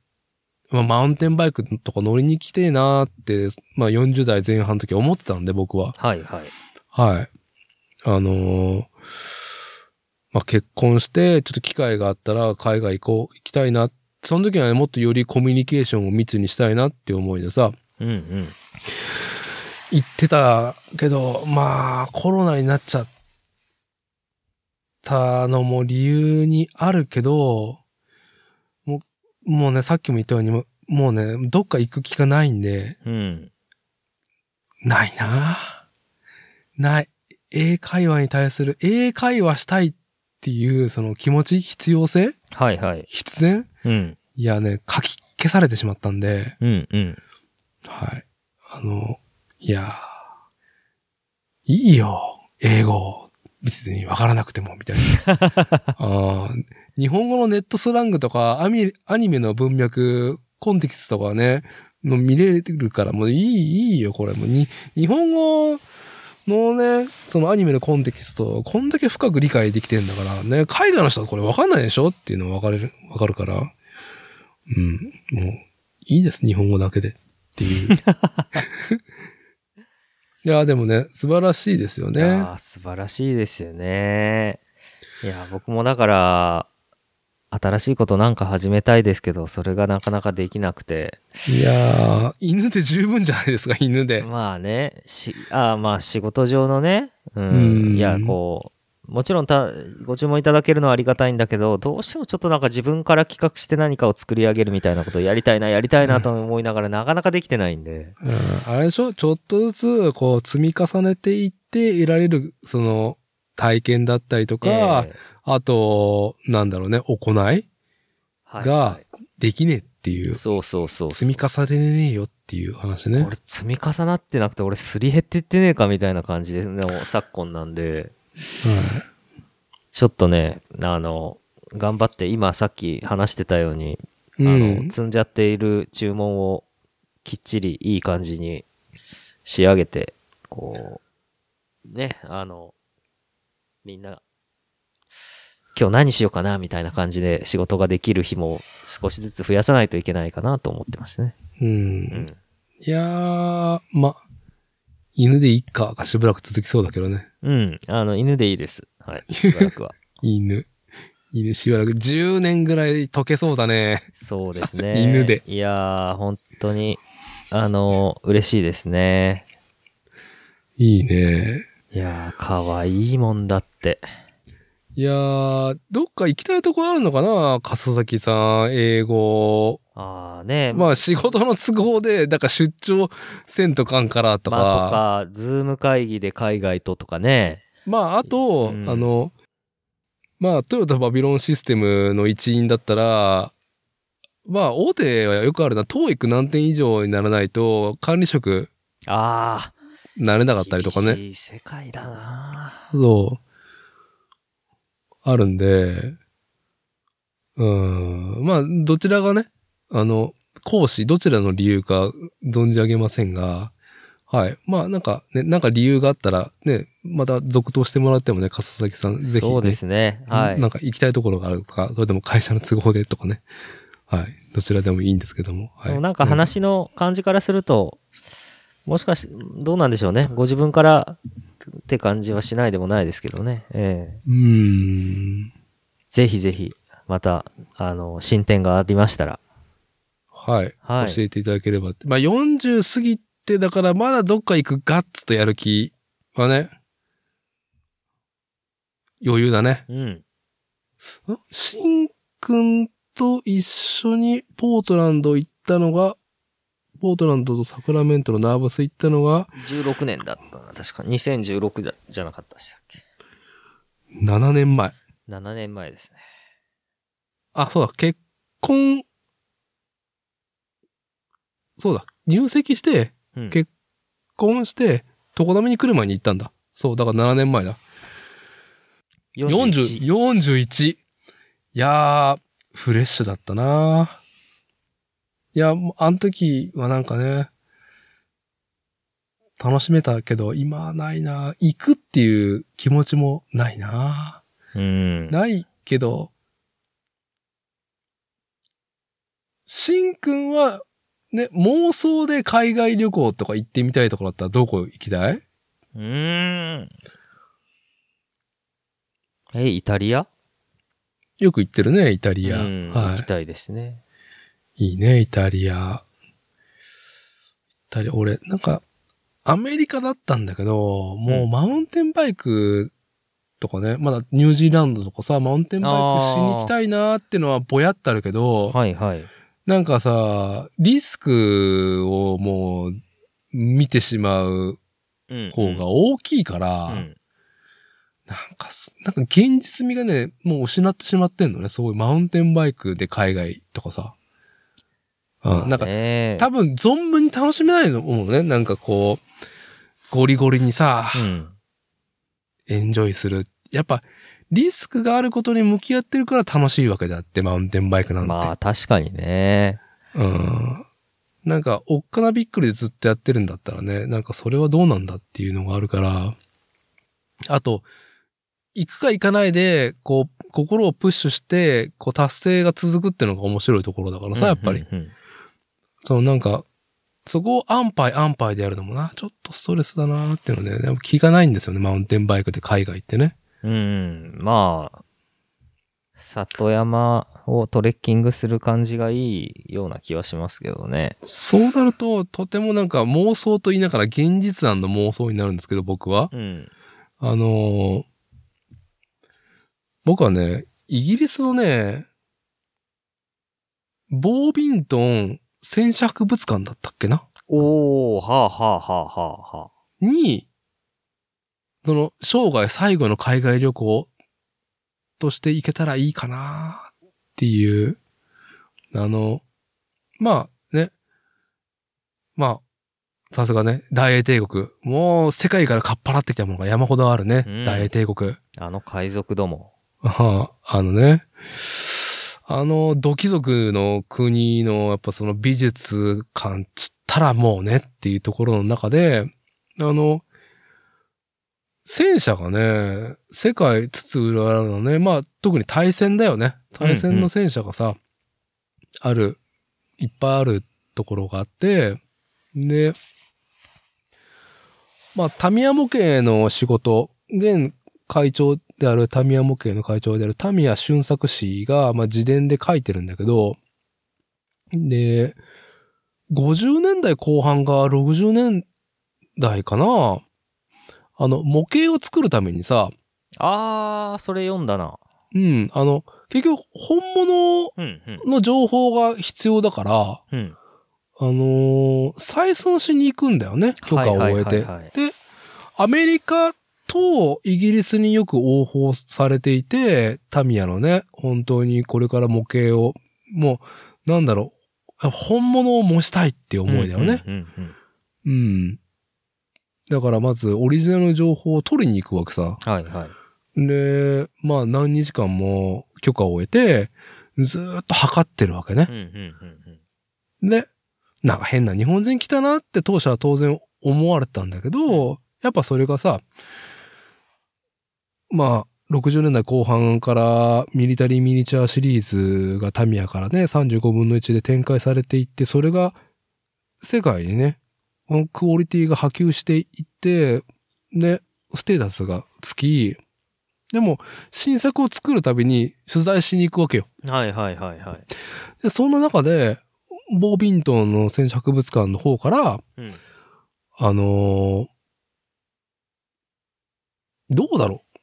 Speaker 1: まあ、マウンテンバイクとか乗りに来てえなーって、まあ40代前半の時思ってたんで僕は。
Speaker 2: はいはい。
Speaker 1: はい。あのーまあ結婚して、ちょっと機会があったら海外行こう、行きたいな。その時はね、もっとよりコミュニケーションを密にしたいなっていう思いでさ、
Speaker 2: うんうん。
Speaker 1: 行ってたけど、まあコロナになっちゃったのも理由にあるけど、もう、もうね、さっきも言ったように、もうもうね、どっか行く気がないんで、
Speaker 2: うん。
Speaker 1: ないなあない。英会話に対する、英会話したいっていう、その気持ち、必要性
Speaker 2: はいはい。
Speaker 1: 必然
Speaker 2: うん。
Speaker 1: いやね、書き消されてしまったんで、
Speaker 2: うんうん。
Speaker 1: はい。あの、いやーいいよ、英語。別にわからなくても、みたい なあー。日本語のネットスラングとか、アミアニメの文脈、コンテキストとかね、の見れるから、もういい、いいよ、これ。もうに、日本語のね、そのアニメのコンテキスト、こんだけ深く理解できてんだから、ね、海外の人はこれわかんないでしょっていうのわかれる、わかるから。うん、もう、いいです、日本語だけで。って いう。いや、でもね、素晴らしいですよ
Speaker 2: い
Speaker 1: ね。
Speaker 2: やー素晴らしいですよね。いやー、僕もだから、新しいことなんか始めたいですけど、それがなかなかできなくて。
Speaker 1: いやー、犬で十分じゃないですか、犬で。
Speaker 2: まあね、し、あーまあ仕事上のね、うん、
Speaker 1: うん
Speaker 2: いや、こう、もちろんた、ご注文いただけるのはありがたいんだけど、どうしてもちょっとなんか自分から企画して何かを作り上げるみたいなことをやりたいな、やりたいなと思いながら、なかなかできてないんで。
Speaker 1: うん、あれでしょちょっとずつ、こう、積み重ねていって得られる、その、体験だったりとか、
Speaker 2: ええ
Speaker 1: あと、なんだろうね、行い
Speaker 2: はい
Speaker 1: が
Speaker 2: は
Speaker 1: できねえっていう
Speaker 2: い、、そうそうそうそう。
Speaker 1: 積み重ねねえよっていう話ね
Speaker 2: こ。れ積み重なってなくて、俺すり減ってってねえかみたいな感じでの昨今なんで、ちょっとね、あの、頑張って、今さっき話してたように、
Speaker 1: う
Speaker 2: あ
Speaker 1: ん。
Speaker 2: の、積んじゃっている注文をきっちりいい感じに仕上げて、こう、ね、あの、みんな、今日何しようかな、みたいな感じで仕事ができる日も少しずつ増やさないといけないかなと思ってますね。
Speaker 1: う
Speaker 2: うんん。。
Speaker 1: いやー、ま、犬でいいかがしばらく続きそうだけどね。
Speaker 2: うん。あの、犬でいいです。はい。しばらくは。
Speaker 1: 犬。犬しばらく。10年ぐらい溶けそうだね。
Speaker 2: そうですね。
Speaker 1: 犬で
Speaker 2: いやー、本当に、あの、嬉しいですね。
Speaker 1: いいね。
Speaker 2: いやー、可愛いもんだって。
Speaker 1: いやー、どっか行きたいとこあるのかな笠崎さん、英語。
Speaker 2: あーね。
Speaker 1: まあ仕事の都合で、だから出張せんとかんからとか。
Speaker 2: まあ、とか、ズーム会議で海外ととかね。
Speaker 1: まあ、あと、
Speaker 2: うん
Speaker 1: あの、まあ、トヨタバビロンシステムの一員だったら、まあ、大手はよくあるな、TOEIC 何点以上にならないと、管理職
Speaker 2: ああ。
Speaker 1: なれなかったりとかね。
Speaker 2: 厳しい世界だな
Speaker 1: そう。あるんで、うん、まあ、どちらがね、あの、講師、どちらの理由か存じ上げませんが、はい。まあ、なんかね、なんか理由があったら、ね、また続投してもらってもね、笠崎さん、ぜひ、ね。
Speaker 2: そうですね。はい。
Speaker 1: なんか行きたいところがあるとか、それでも会社の都合でとかね。はい。どちらでもいいんですけども。は
Speaker 2: で
Speaker 1: い。
Speaker 2: もなんか話の感じからすると、もしかし、どうなんでしょうね。ご自分からって感じはしないでもないですけどね。ええ
Speaker 1: うん。うん。
Speaker 2: ぜひぜひ、また、あの、進展がありましたら。
Speaker 1: はい。
Speaker 2: はい
Speaker 1: 教えていただければって。まあ40過ぎて、だからまだどっか行くガッツとやる気はね、余裕だね。
Speaker 2: うん。
Speaker 1: んしんくんと一緒にポートランド行ったのが、ポートランドとサクラメントのナーバス行ったのが
Speaker 2: 16年だったな。確か2016じゃじゃなかったでしたっけ。
Speaker 1: 7年前。
Speaker 2: 7年前ですね。
Speaker 1: あ、そうだ、結婚、そうだ、入籍して、
Speaker 2: うん
Speaker 1: け婚して、床滑に来る前に行ったんだ。そう、だから7年前だ。40、
Speaker 2: 41
Speaker 1: 41。いやー、フレッシュだったなーいや、もうあの時はなんかね、楽しめたけど、今はないなー行くっていう気持ちもないなー
Speaker 2: うん。
Speaker 1: ないけど、しんくんは、ね、妄想で海外旅行とか行ってみたいところだったらどこ行きたいう
Speaker 2: ーん。え、イタリア
Speaker 1: よく行ってるね、イタ
Speaker 2: い
Speaker 1: リア。
Speaker 2: 行
Speaker 1: は
Speaker 2: きたいですね。
Speaker 1: い。いいね、イタリア。イタリア、俺、なんか、アメリカだったんだけど、もうマウンテンバイクとかね、まだニュージーランドとかさ、マウンテンバイクしに行きたいなーってのはぼやってあるけど、
Speaker 2: はいはい。
Speaker 1: なんかさ、リスクをもう見てしまう
Speaker 2: うん
Speaker 1: 方が大きいから、
Speaker 2: うん
Speaker 1: なんかす、なんか現実味がね、もう失ってしまってんのね。そういうマウンテンバイクで海外とかさ。うん、なんか、
Speaker 2: ねえ
Speaker 1: 多分存分に楽しめないのもね。なんかこう、ゴリゴリにさ、
Speaker 2: うん。
Speaker 1: エンジョイする。やっぱ、リスクがあることに向き合ってるから楽しいわけであって、マウンテンバイクなんて。
Speaker 2: まあ確かにね。
Speaker 1: うん。なんか、おっかなびっくりでずっとやってるんだったらね、なんかそれはどうなんだっていうのがあるから、あと、行くか行かないで、こう、心をプッシュして、こう、達成が続くっていうのが面白いところだからさ、やっぱり。
Speaker 2: うんうんうん。
Speaker 1: そのなんか、そこを安牌安牌でやるのもな、ちょっとストレスだなっていうので、でも気がないんですよね、マウンテンバイクで海外行ってね。
Speaker 2: うん、まあ、里山をトレッキングする感じがいいような気はしますけどね。
Speaker 1: そうなると、とてもなんか妄想と言いながら現実案の妄想になるんですけど、僕は。
Speaker 2: うん。
Speaker 1: あのー僕はね、イギリスのね、ボービントン戦車博物館だったっけな
Speaker 2: おー、はあはあはあはあはあ。
Speaker 1: に、その、生涯最後の海外旅行として行けたらいいかなっていうあの、まあね、まあ、さすがね、大英帝国。もう世界からかっぱらってきたものが山ほどあるね。
Speaker 2: うん
Speaker 1: 大英帝国。
Speaker 2: あの海賊ども。
Speaker 1: はあ、あのね、あの、土貴族の国の、やっぱその美術館つったらもうねっていうところの中で、あの、戦車がね、世界つつ裏らのね、まあ特に対戦だよね。対戦の戦車がさ、ある、いっぱいあるところがあって、で、まあタミヤ模型の仕事、現会長であるタミヤ模型の会長であるタミヤ俊作氏が、まあ、自伝で書いてるんだけど、で、50年代後半か60年代かな、あの、模型を作るためにさ、
Speaker 2: あー、それ読んだな。
Speaker 1: うん、あの、結局本物
Speaker 2: うん、うん、
Speaker 1: の情報が必要だから、
Speaker 2: うん。
Speaker 1: あのー採寸しに行くんだよね、許可を
Speaker 2: はい
Speaker 1: 終
Speaker 2: は
Speaker 1: え
Speaker 2: いはい
Speaker 1: て。
Speaker 2: はい
Speaker 1: で、アメリカとイギリスによく応報されていて、タミヤのね、本当にこれから模型を、もう、なんだろう、本物を模したいっていう思いだよね。
Speaker 2: うんうんうんうん
Speaker 1: うんだからまずオリジナルの情報を取りに行くわけさ。
Speaker 2: はいはい。
Speaker 1: で、まあ何日間も許可を得て、ずーっと測ってるわけね
Speaker 2: う。んうんうん
Speaker 1: で、なんか変な日本人来たなって当初は当然思われてたんだけど、やっぱそれがさ、まあ、60年代後半からミリタリーミニチュアシリーズがタミヤからね、35分の1で展開されていって、それが世界にね、このクオリティが波及していって、ね、ステータスがつき、でも新作を作るたびに取材しに行くわけよ。
Speaker 2: うん。はいはいはいはい。
Speaker 1: で、そんな中で、ボービントンの戦車博物館の方から、
Speaker 2: うん。
Speaker 1: あのーどうだろう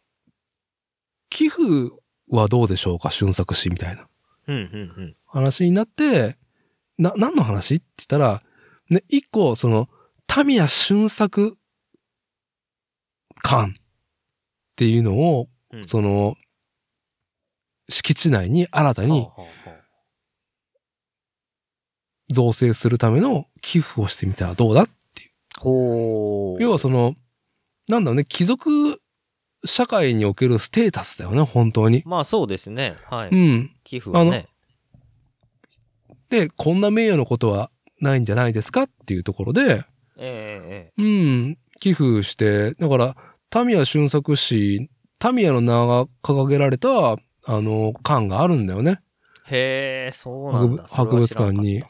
Speaker 1: 寄付はどうでしょうか俊作氏みたいな
Speaker 2: うんうん
Speaker 1: 話になって、な、何の話って言ったら、ね、一個、その、タミヤ俊作館っていうのを、
Speaker 2: うん。
Speaker 1: その、敷地内に新た
Speaker 2: うん
Speaker 1: に
Speaker 2: はあはあは
Speaker 1: 造成するための寄付をしてみたらどうだ
Speaker 2: あほう。
Speaker 1: 要はその、なんだろうね、貴族社会におけるステータスだよね、本当に。
Speaker 2: まあそうですね。は
Speaker 1: う
Speaker 2: い。
Speaker 1: ん。
Speaker 2: 寄付は
Speaker 1: あ
Speaker 2: ね。
Speaker 1: で、こんな名誉のことはないんじゃないですかっていうところで、
Speaker 2: え
Speaker 1: うん、寄付して、だから、タミヤ俊作氏、タミヤの名が掲げられた、あの、館があるんだよね。
Speaker 2: ええええ。へえ、そうなんだ。
Speaker 1: 博物
Speaker 2: それは知らんかった
Speaker 1: 博物館に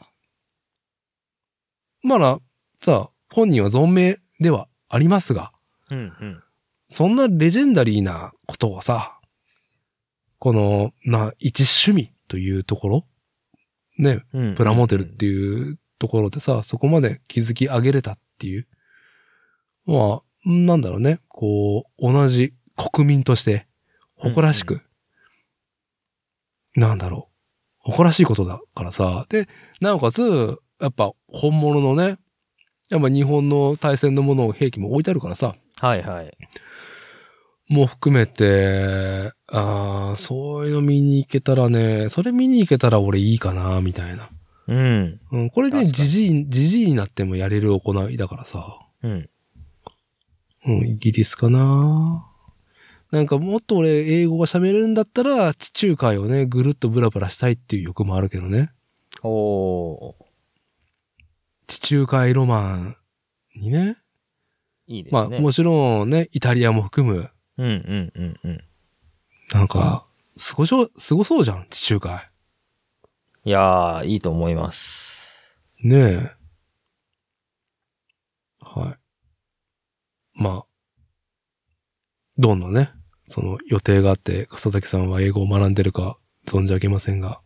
Speaker 1: まだ、さ、本人は存命ではありますが、
Speaker 2: うんうん。
Speaker 1: そんなレジェンダリーなことをさ、この、な、一趣味というところね、
Speaker 2: うんうんうん
Speaker 1: プラモデルっていうところでさ、そこまで築き上げれたっていう。まあ、なんだろうね。こう、同じ国民として、誇らしく、なんだろう。誇らしいことだからさ。で、なおかつ、やっぱ本物のね、やっぱ日本の対戦のものを兵器も置いてあるからさ、
Speaker 2: はいはい。
Speaker 1: も含めて、ああ、そういうの見に行けたらね、それ見に行けたら俺いいかな、みたいな。
Speaker 2: うん。
Speaker 1: うん、これね、
Speaker 2: 確かに
Speaker 1: じじい、じじいになってもやれる行いだからさ。
Speaker 2: うん。
Speaker 1: うん、イギリスかななんかもっと俺、英語が喋れるんだったら、地中海をね、ぐるっとブラブラしたいっていう欲もあるけどね。
Speaker 2: おお
Speaker 1: 地中海ロマンにね。
Speaker 2: ーいいです
Speaker 1: まあ、
Speaker 2: ね。
Speaker 1: もちろんね、イタリアも含む、
Speaker 2: うんうんうんうん。
Speaker 1: なんか、すごそう、すごそうじゃん、地中海。
Speaker 2: いやー、いいと思います。
Speaker 1: ねえ。はい。まあ、どんなね、その予定があって、笠崎さんは英語を学んでるか存じ上げませんが。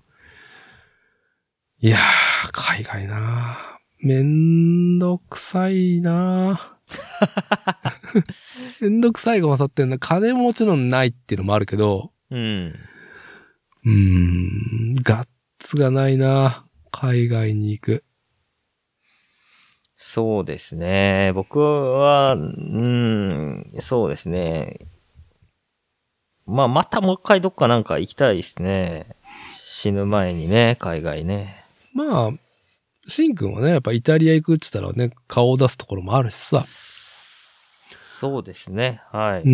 Speaker 1: いやー、海外なーめんどくさいなー めんどくさいが勝ってんな。金ももちろんないっていうのもあるけど、
Speaker 2: うん。
Speaker 1: うーん、ガッツがないな海外に行く。
Speaker 2: そうですね。僕は、うん、そうですね。まあ、またもう一回どっかなんか行きたいですね。死ぬ前にね、海外ね。
Speaker 1: まあ、シンくんはね、やっぱイタリア行くって言ったらね、顔を出すところもあるしさ。
Speaker 2: そうですね。は
Speaker 1: う
Speaker 2: い。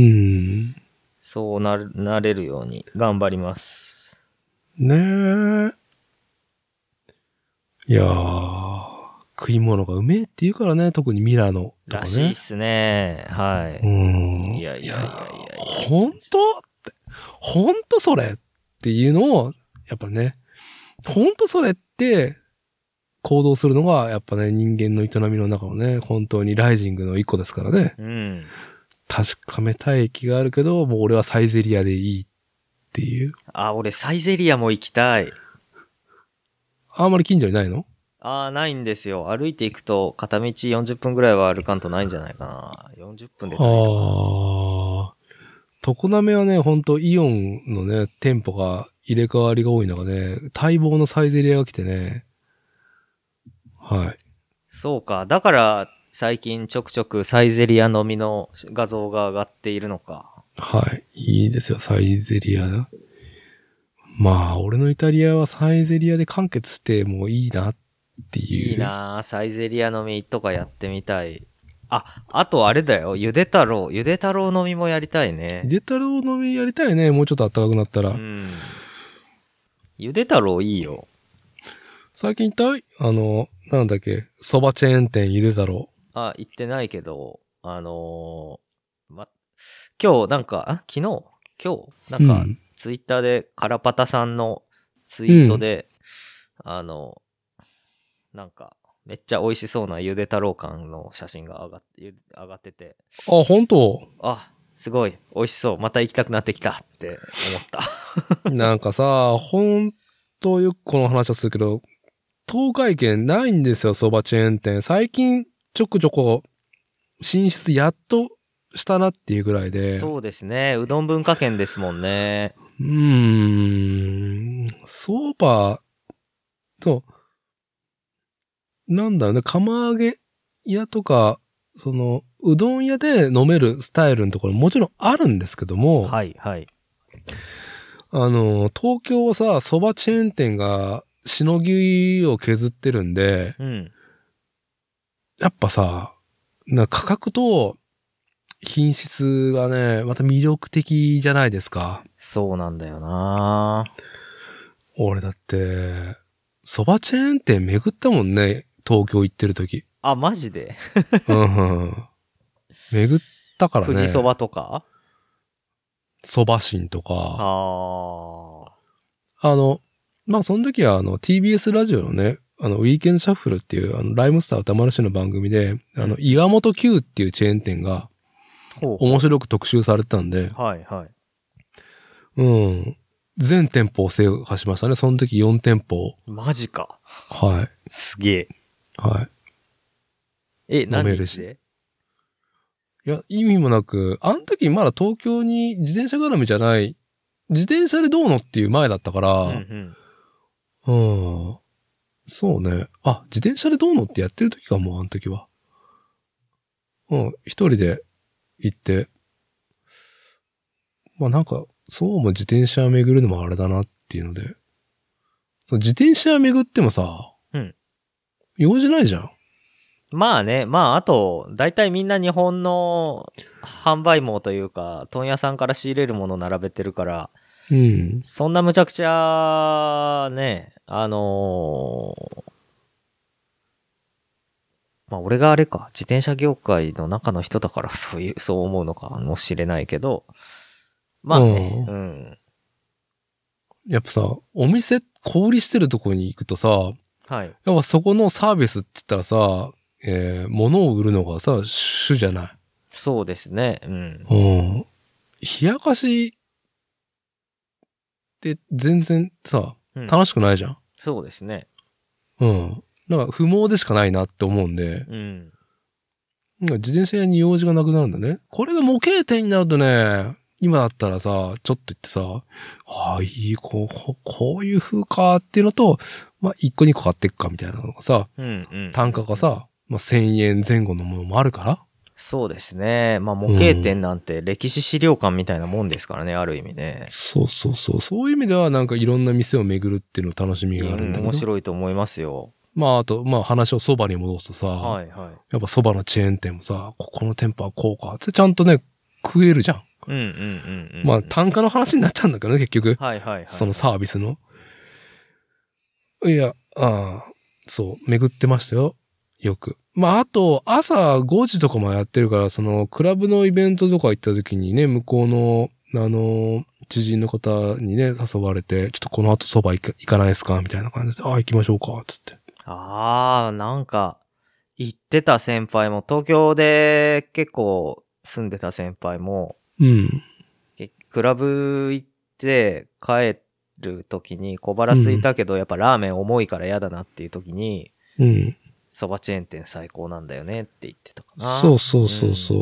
Speaker 1: ん。
Speaker 2: そうなる、なれるように頑張ります。
Speaker 1: ねえ。いやー、食い物がうめえって言うからね、特にミラノとからね。
Speaker 2: しいっすね。は
Speaker 1: う
Speaker 2: い。
Speaker 1: ん。
Speaker 2: いやいやいやいや
Speaker 1: 本当って、本当それっていうのを、やっぱね、本当それって、行動するのが、やっぱね、人間の営みの中のね、本当にライジングの一個ですからね。
Speaker 2: うん。
Speaker 1: 確かめたい気があるけど、もう俺はサイゼリアでいいっていう。
Speaker 2: あ、俺サイゼリアも行きたい。
Speaker 1: あんまり近所にないの
Speaker 2: あーないんですよ。歩いていくと、片道40分ぐらいは歩かんとないんじゃないかな。40分で
Speaker 1: あ
Speaker 2: 足りるかな
Speaker 1: あー。常滑はね、本当イオンのね、店舗が入れ替わりが多い中ね、待望のサイゼリアが来てね、はい。
Speaker 2: そうか。だから、最近ちょくちょくサイゼリアのみの画像が上がっているのか。
Speaker 1: はい。いいですよ、サイゼリア。まあ、俺のイタリアはサイゼリアで完結してもいいなっていう。
Speaker 2: いいなあサイゼリア飲みとかやってみたい。あ、あとあれだよ。ゆで太郎。ゆで太郎飲みもやりたいね。
Speaker 1: デタロウ飲みやりたいね、もうちょっと暖かくなったら。
Speaker 2: うん。ゆで太郎いいよ。
Speaker 1: 最近行ったあの、なんだっけ、蕎麦チェーン店ゆで太郎。
Speaker 2: あ、行ってないけど、あのーま、今日なんか、あ、昨日今日なんか、
Speaker 1: うん
Speaker 2: ツイッターでカラパタさんのツイートで、あの、なんか、めっちゃ美味しそうなゆで太郎感の写真が上がって、ゆ上がってて、
Speaker 1: あ、本当
Speaker 2: あ、すごい、美味しそう、また行きたくなってきたって思った。
Speaker 1: なんかさ、ほんとよくこの話はするけど、東海圏ないんですよ、蕎麦チェーン店。最近ちょくちょこ進出やっとしたなっていうぐらいで。う
Speaker 2: そうですね、うどん文化圏ですもんね。
Speaker 1: ーん。蕎麦、そう。なんだろうね、釜揚げ屋とか、その、うどん屋で飲めるスタイルのところもちろんあるんですけども、
Speaker 2: はい、はい。
Speaker 1: あの、東京はさ、蕎麦チェーン店がしのぎを削ってるんで、
Speaker 2: うん。
Speaker 1: やっぱさ、な価格と品質がね、また魅力的じゃないですか。
Speaker 2: そうなんだよな
Speaker 1: 俺だって、蕎麦チェーン店巡ったもんね、東京行ってる 時。
Speaker 2: あ、マジで
Speaker 1: うんうん。巡ったからね。
Speaker 2: 富士そばとか
Speaker 1: 蕎麦神とか。
Speaker 2: ああ。
Speaker 1: あの、まあ、その時はあの TBS ラジオのね、あの、ウィーケンドシャッフルっていう、あの、ライムスター歌丸氏の番組で、あの、岩本 Q っていうチェーン店が
Speaker 2: ほ
Speaker 1: 面白く特集されてたんで、
Speaker 2: う。はいはい。
Speaker 1: うん。全店舗を制覇しましたね。その時4店舗。
Speaker 2: マジか。
Speaker 1: はい。
Speaker 2: すげえ。
Speaker 1: は
Speaker 2: え、
Speaker 1: 飲め
Speaker 2: 何
Speaker 1: る
Speaker 2: 日
Speaker 1: し
Speaker 2: で
Speaker 1: い。いや、意味もなく、あの時まだ東京に自転車絡みじゃない、自転車でどうのっていう前だったか
Speaker 2: うんう
Speaker 1: ら、
Speaker 2: ん。
Speaker 1: うん。そうね。あ、自転車でどうのってやってる時かも、あの時は。うん、一人で行って、まあなんか、そうも自転車巡るのもあれだなっていうので、その自転車巡ってもさ、
Speaker 2: うん。
Speaker 1: 用事ないじゃん。
Speaker 2: まあね、まああと、大体みんな日本の販売網というか、問屋さんから仕入れるものを並べてるから、
Speaker 1: うん。
Speaker 2: そんなむちゃくちゃ、ね、あのーまあ俺があれか、自転車業界の中の人だからそういう、そう思うのかもしれないけど、まあね、
Speaker 1: う
Speaker 2: うん。
Speaker 1: やっぱさ、お店、小売りしてるとこに行くとさ、
Speaker 2: はい。
Speaker 1: やっぱそこのサービスって言ったらさ、えー、物を売るのがさ、主じゃない。
Speaker 2: そうですね。うん。
Speaker 1: うん。冷やかしって全然さ、
Speaker 2: うん
Speaker 1: 楽しくないじゃん。
Speaker 2: そうですね。
Speaker 1: うん。なんか不毛でしかないなって思うんで、
Speaker 2: うん。
Speaker 1: なんか自転車屋に用事がなくなるんだね。これが模型店になるとね、今だったらさ、ちょっと行ってさ、ああ、いい、こう、ここういう風かっていうのと、まあ、一個二個買っていくかみたいなのがさ、
Speaker 2: うん、うん。
Speaker 1: 単価がさ、まあ、1000円前後のものもあるから、
Speaker 2: そうですね。まあ、模型店なんて歴史資料館みたいなもんですからね、ある意味ね。
Speaker 1: そうそうそう。そういう意味ではなんかいろんな店を巡るっていうの楽しみがあるんだ
Speaker 2: うん
Speaker 1: け
Speaker 2: 面
Speaker 1: ど。
Speaker 2: 白いと思いますよ。
Speaker 1: まああと、まあ話をそばに戻すとさ、
Speaker 2: はいはい。
Speaker 1: やっぱそばのチェーン店もさ、ここの店舗はこうかってちゃんとね、食えるじゃん。
Speaker 2: うんうんうんうん、うん。
Speaker 1: まあ単価の話になっちゃうんだけどね、結局。
Speaker 2: はいはいはい。
Speaker 1: そのサービスの。いや、ああ、そう、巡ってましたよ。よく。まあ、あと、朝5時とかもやってるから、その、クラブのイベントとか行った時にね、向こうの、あの、知人の方にね、誘われて、ちょっとこの後そば行か行かないですかみたいな感じで、ああ、行きましょうか、つって。
Speaker 2: ああ、なんか、言ってた先輩も、東京で結構住んでた先輩も、
Speaker 1: うん。
Speaker 2: けクラブ行って帰る時に小腹空いたけど、やっぱラーメン重いから嫌だなっていう時に、
Speaker 1: うん。
Speaker 2: そばチェーン店最高なんだよねって言ってたかな。
Speaker 1: そうそうそうそ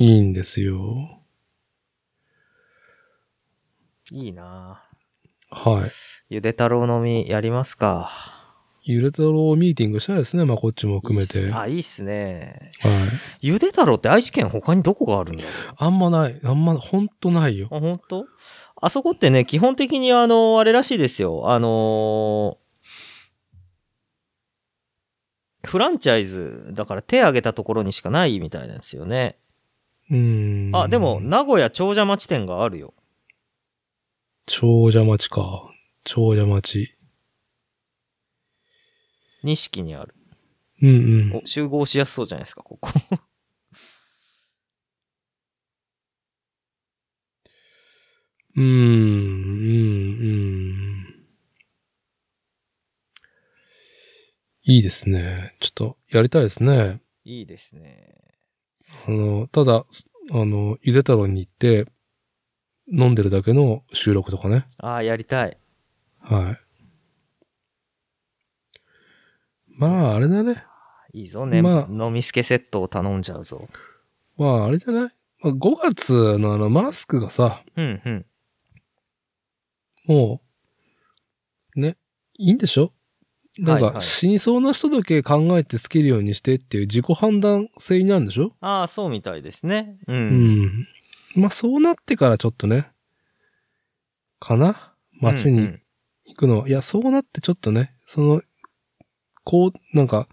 Speaker 1: う。いいんですよ。
Speaker 2: いいな
Speaker 1: はい。
Speaker 2: ゆで太郎のみやりますか。
Speaker 1: ゆれたろうミーティングしたいですね、まあ、こっちも含め
Speaker 2: いい
Speaker 1: て。
Speaker 2: っす
Speaker 1: はい。
Speaker 2: あ、いいっすね。ゆで太郎って愛知県他にどこがあるんだろう
Speaker 1: あんまない。あんま、ほんとないよ。
Speaker 2: あ、本当？あそこってね、基本的にあの、あれらしいですよ。あのーフランチャイズだから手挙げたところにしかないみたいなんですよね。
Speaker 1: うーん。
Speaker 2: あ、でも、名古屋長者町店があるよ。
Speaker 1: 長者町か。長者町。
Speaker 2: 錦にある。
Speaker 1: うんうん。
Speaker 2: お集合しやすそうじゃないですか、ここ。
Speaker 1: うーん、うん、うん。いいですね。ちょっと、やりたいですね。
Speaker 2: いいですね。
Speaker 1: あの、ただ、すあの、ゆで太郎に行って、飲んでるだけの収録とかね。
Speaker 2: あ、やりたい。
Speaker 1: はい。まあ、あれだね。
Speaker 2: いいぞね。
Speaker 1: ま
Speaker 2: 飲みすけセットを頼んじゃうぞ。
Speaker 1: まあ、あれじゃない、まあ、?5 月のあの、マスクがさ、
Speaker 2: うんうん。
Speaker 1: もう、ね、いいんでしょなん
Speaker 2: はいは
Speaker 1: か、
Speaker 2: い
Speaker 1: 死にそうな人だけ考えてつけるようにしてっていう自己判断性になるんでしょ
Speaker 2: ああ、そうみたいですね。う。
Speaker 1: うんん。まあ、そうなってからちょっとね、かな街
Speaker 2: うんう
Speaker 1: に
Speaker 2: ん
Speaker 1: 行くのは。いや、そうなってちょっとね、その、こう、なんか、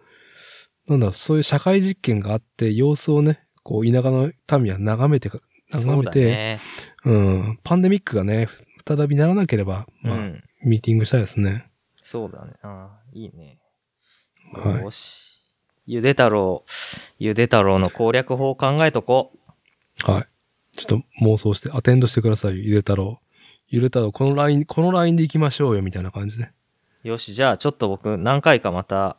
Speaker 1: なんだろう、そういう社会実験があって、様子をね、こう、田舎の民は眺めてか、
Speaker 2: そ
Speaker 1: 眺
Speaker 2: う
Speaker 1: め
Speaker 2: だ
Speaker 1: て、
Speaker 2: ね。
Speaker 1: うん、パンデミックがね、再びならなければ、まあ、
Speaker 2: うん。
Speaker 1: ミーティングしたいですね。
Speaker 2: そうだね。ああ、いいね。
Speaker 1: はい
Speaker 2: よし。ゆで太郎、ゆで太郎の攻略法を考えとこう。
Speaker 1: はい。ちょっと妄想して、アテンドしてくださいよ、ゆで太郎。ゆで太郎、このライン、このラインで行きましょうよ、みたいな感じで。
Speaker 2: よし、じゃあちょっと僕何回かまた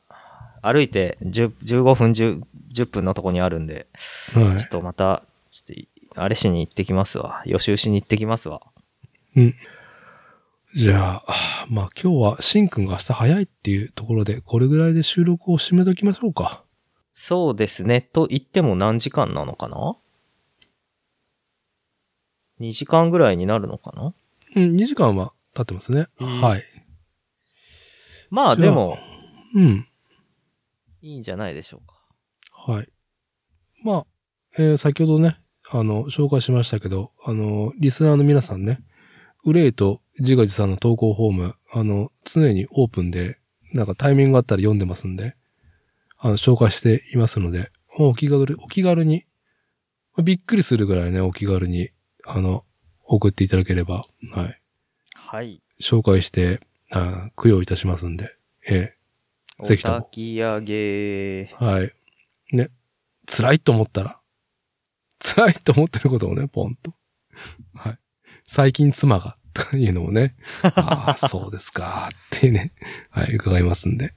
Speaker 2: 歩いて10 15分 10, 10分のとこにあるんで、
Speaker 1: は
Speaker 2: ちょっとまた、ちょっとあれしに行ってきますわ。予習しに行ってきますわ。
Speaker 1: い。じゃあ、まあ今日は、しんくんが明日早いっていうところで、これぐらいで収録を締めときましょうか。
Speaker 2: そうですね。と言っても何時間なのかな ?2 時間ぐらいになるのかな
Speaker 1: うん、2時間は経ってますね。
Speaker 2: うん
Speaker 1: はい。
Speaker 2: まあでも、
Speaker 1: うん。
Speaker 2: いいんじゃないでしょうか。
Speaker 1: はい。まあ、えー先ほどね、あの、紹介しましたけど、あの、リスナーの皆さんね、憂いと自画自賛の投稿フォーム、あの、常にオープンで、なんかタイミングがあったら読んでますんで、あの、紹介していますので、もうお気軽、お気軽に、まあびっくりするぐらいね、お気軽に、あの、送っていただければ、はい。
Speaker 2: はい。
Speaker 1: 紹介して、あー供養いたしますんで、えぜひとも
Speaker 2: お焚き上げ。
Speaker 1: ーはい。ね、辛いと思ったら、辛いと思ってることをね、ポンと。はい。最近妻が、 というのもね、ああ、そうですか、ってね、はい、伺いますんで。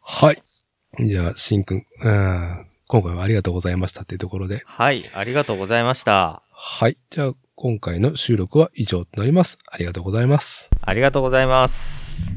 Speaker 1: はい。じゃあ、しんくん、うん今回はありがとうございましたっていうところで、
Speaker 2: はい、ありがとうございました。
Speaker 1: はい。じゃあ、今回の収録は以上となります。ありがとうございます。
Speaker 2: ありがとうございます。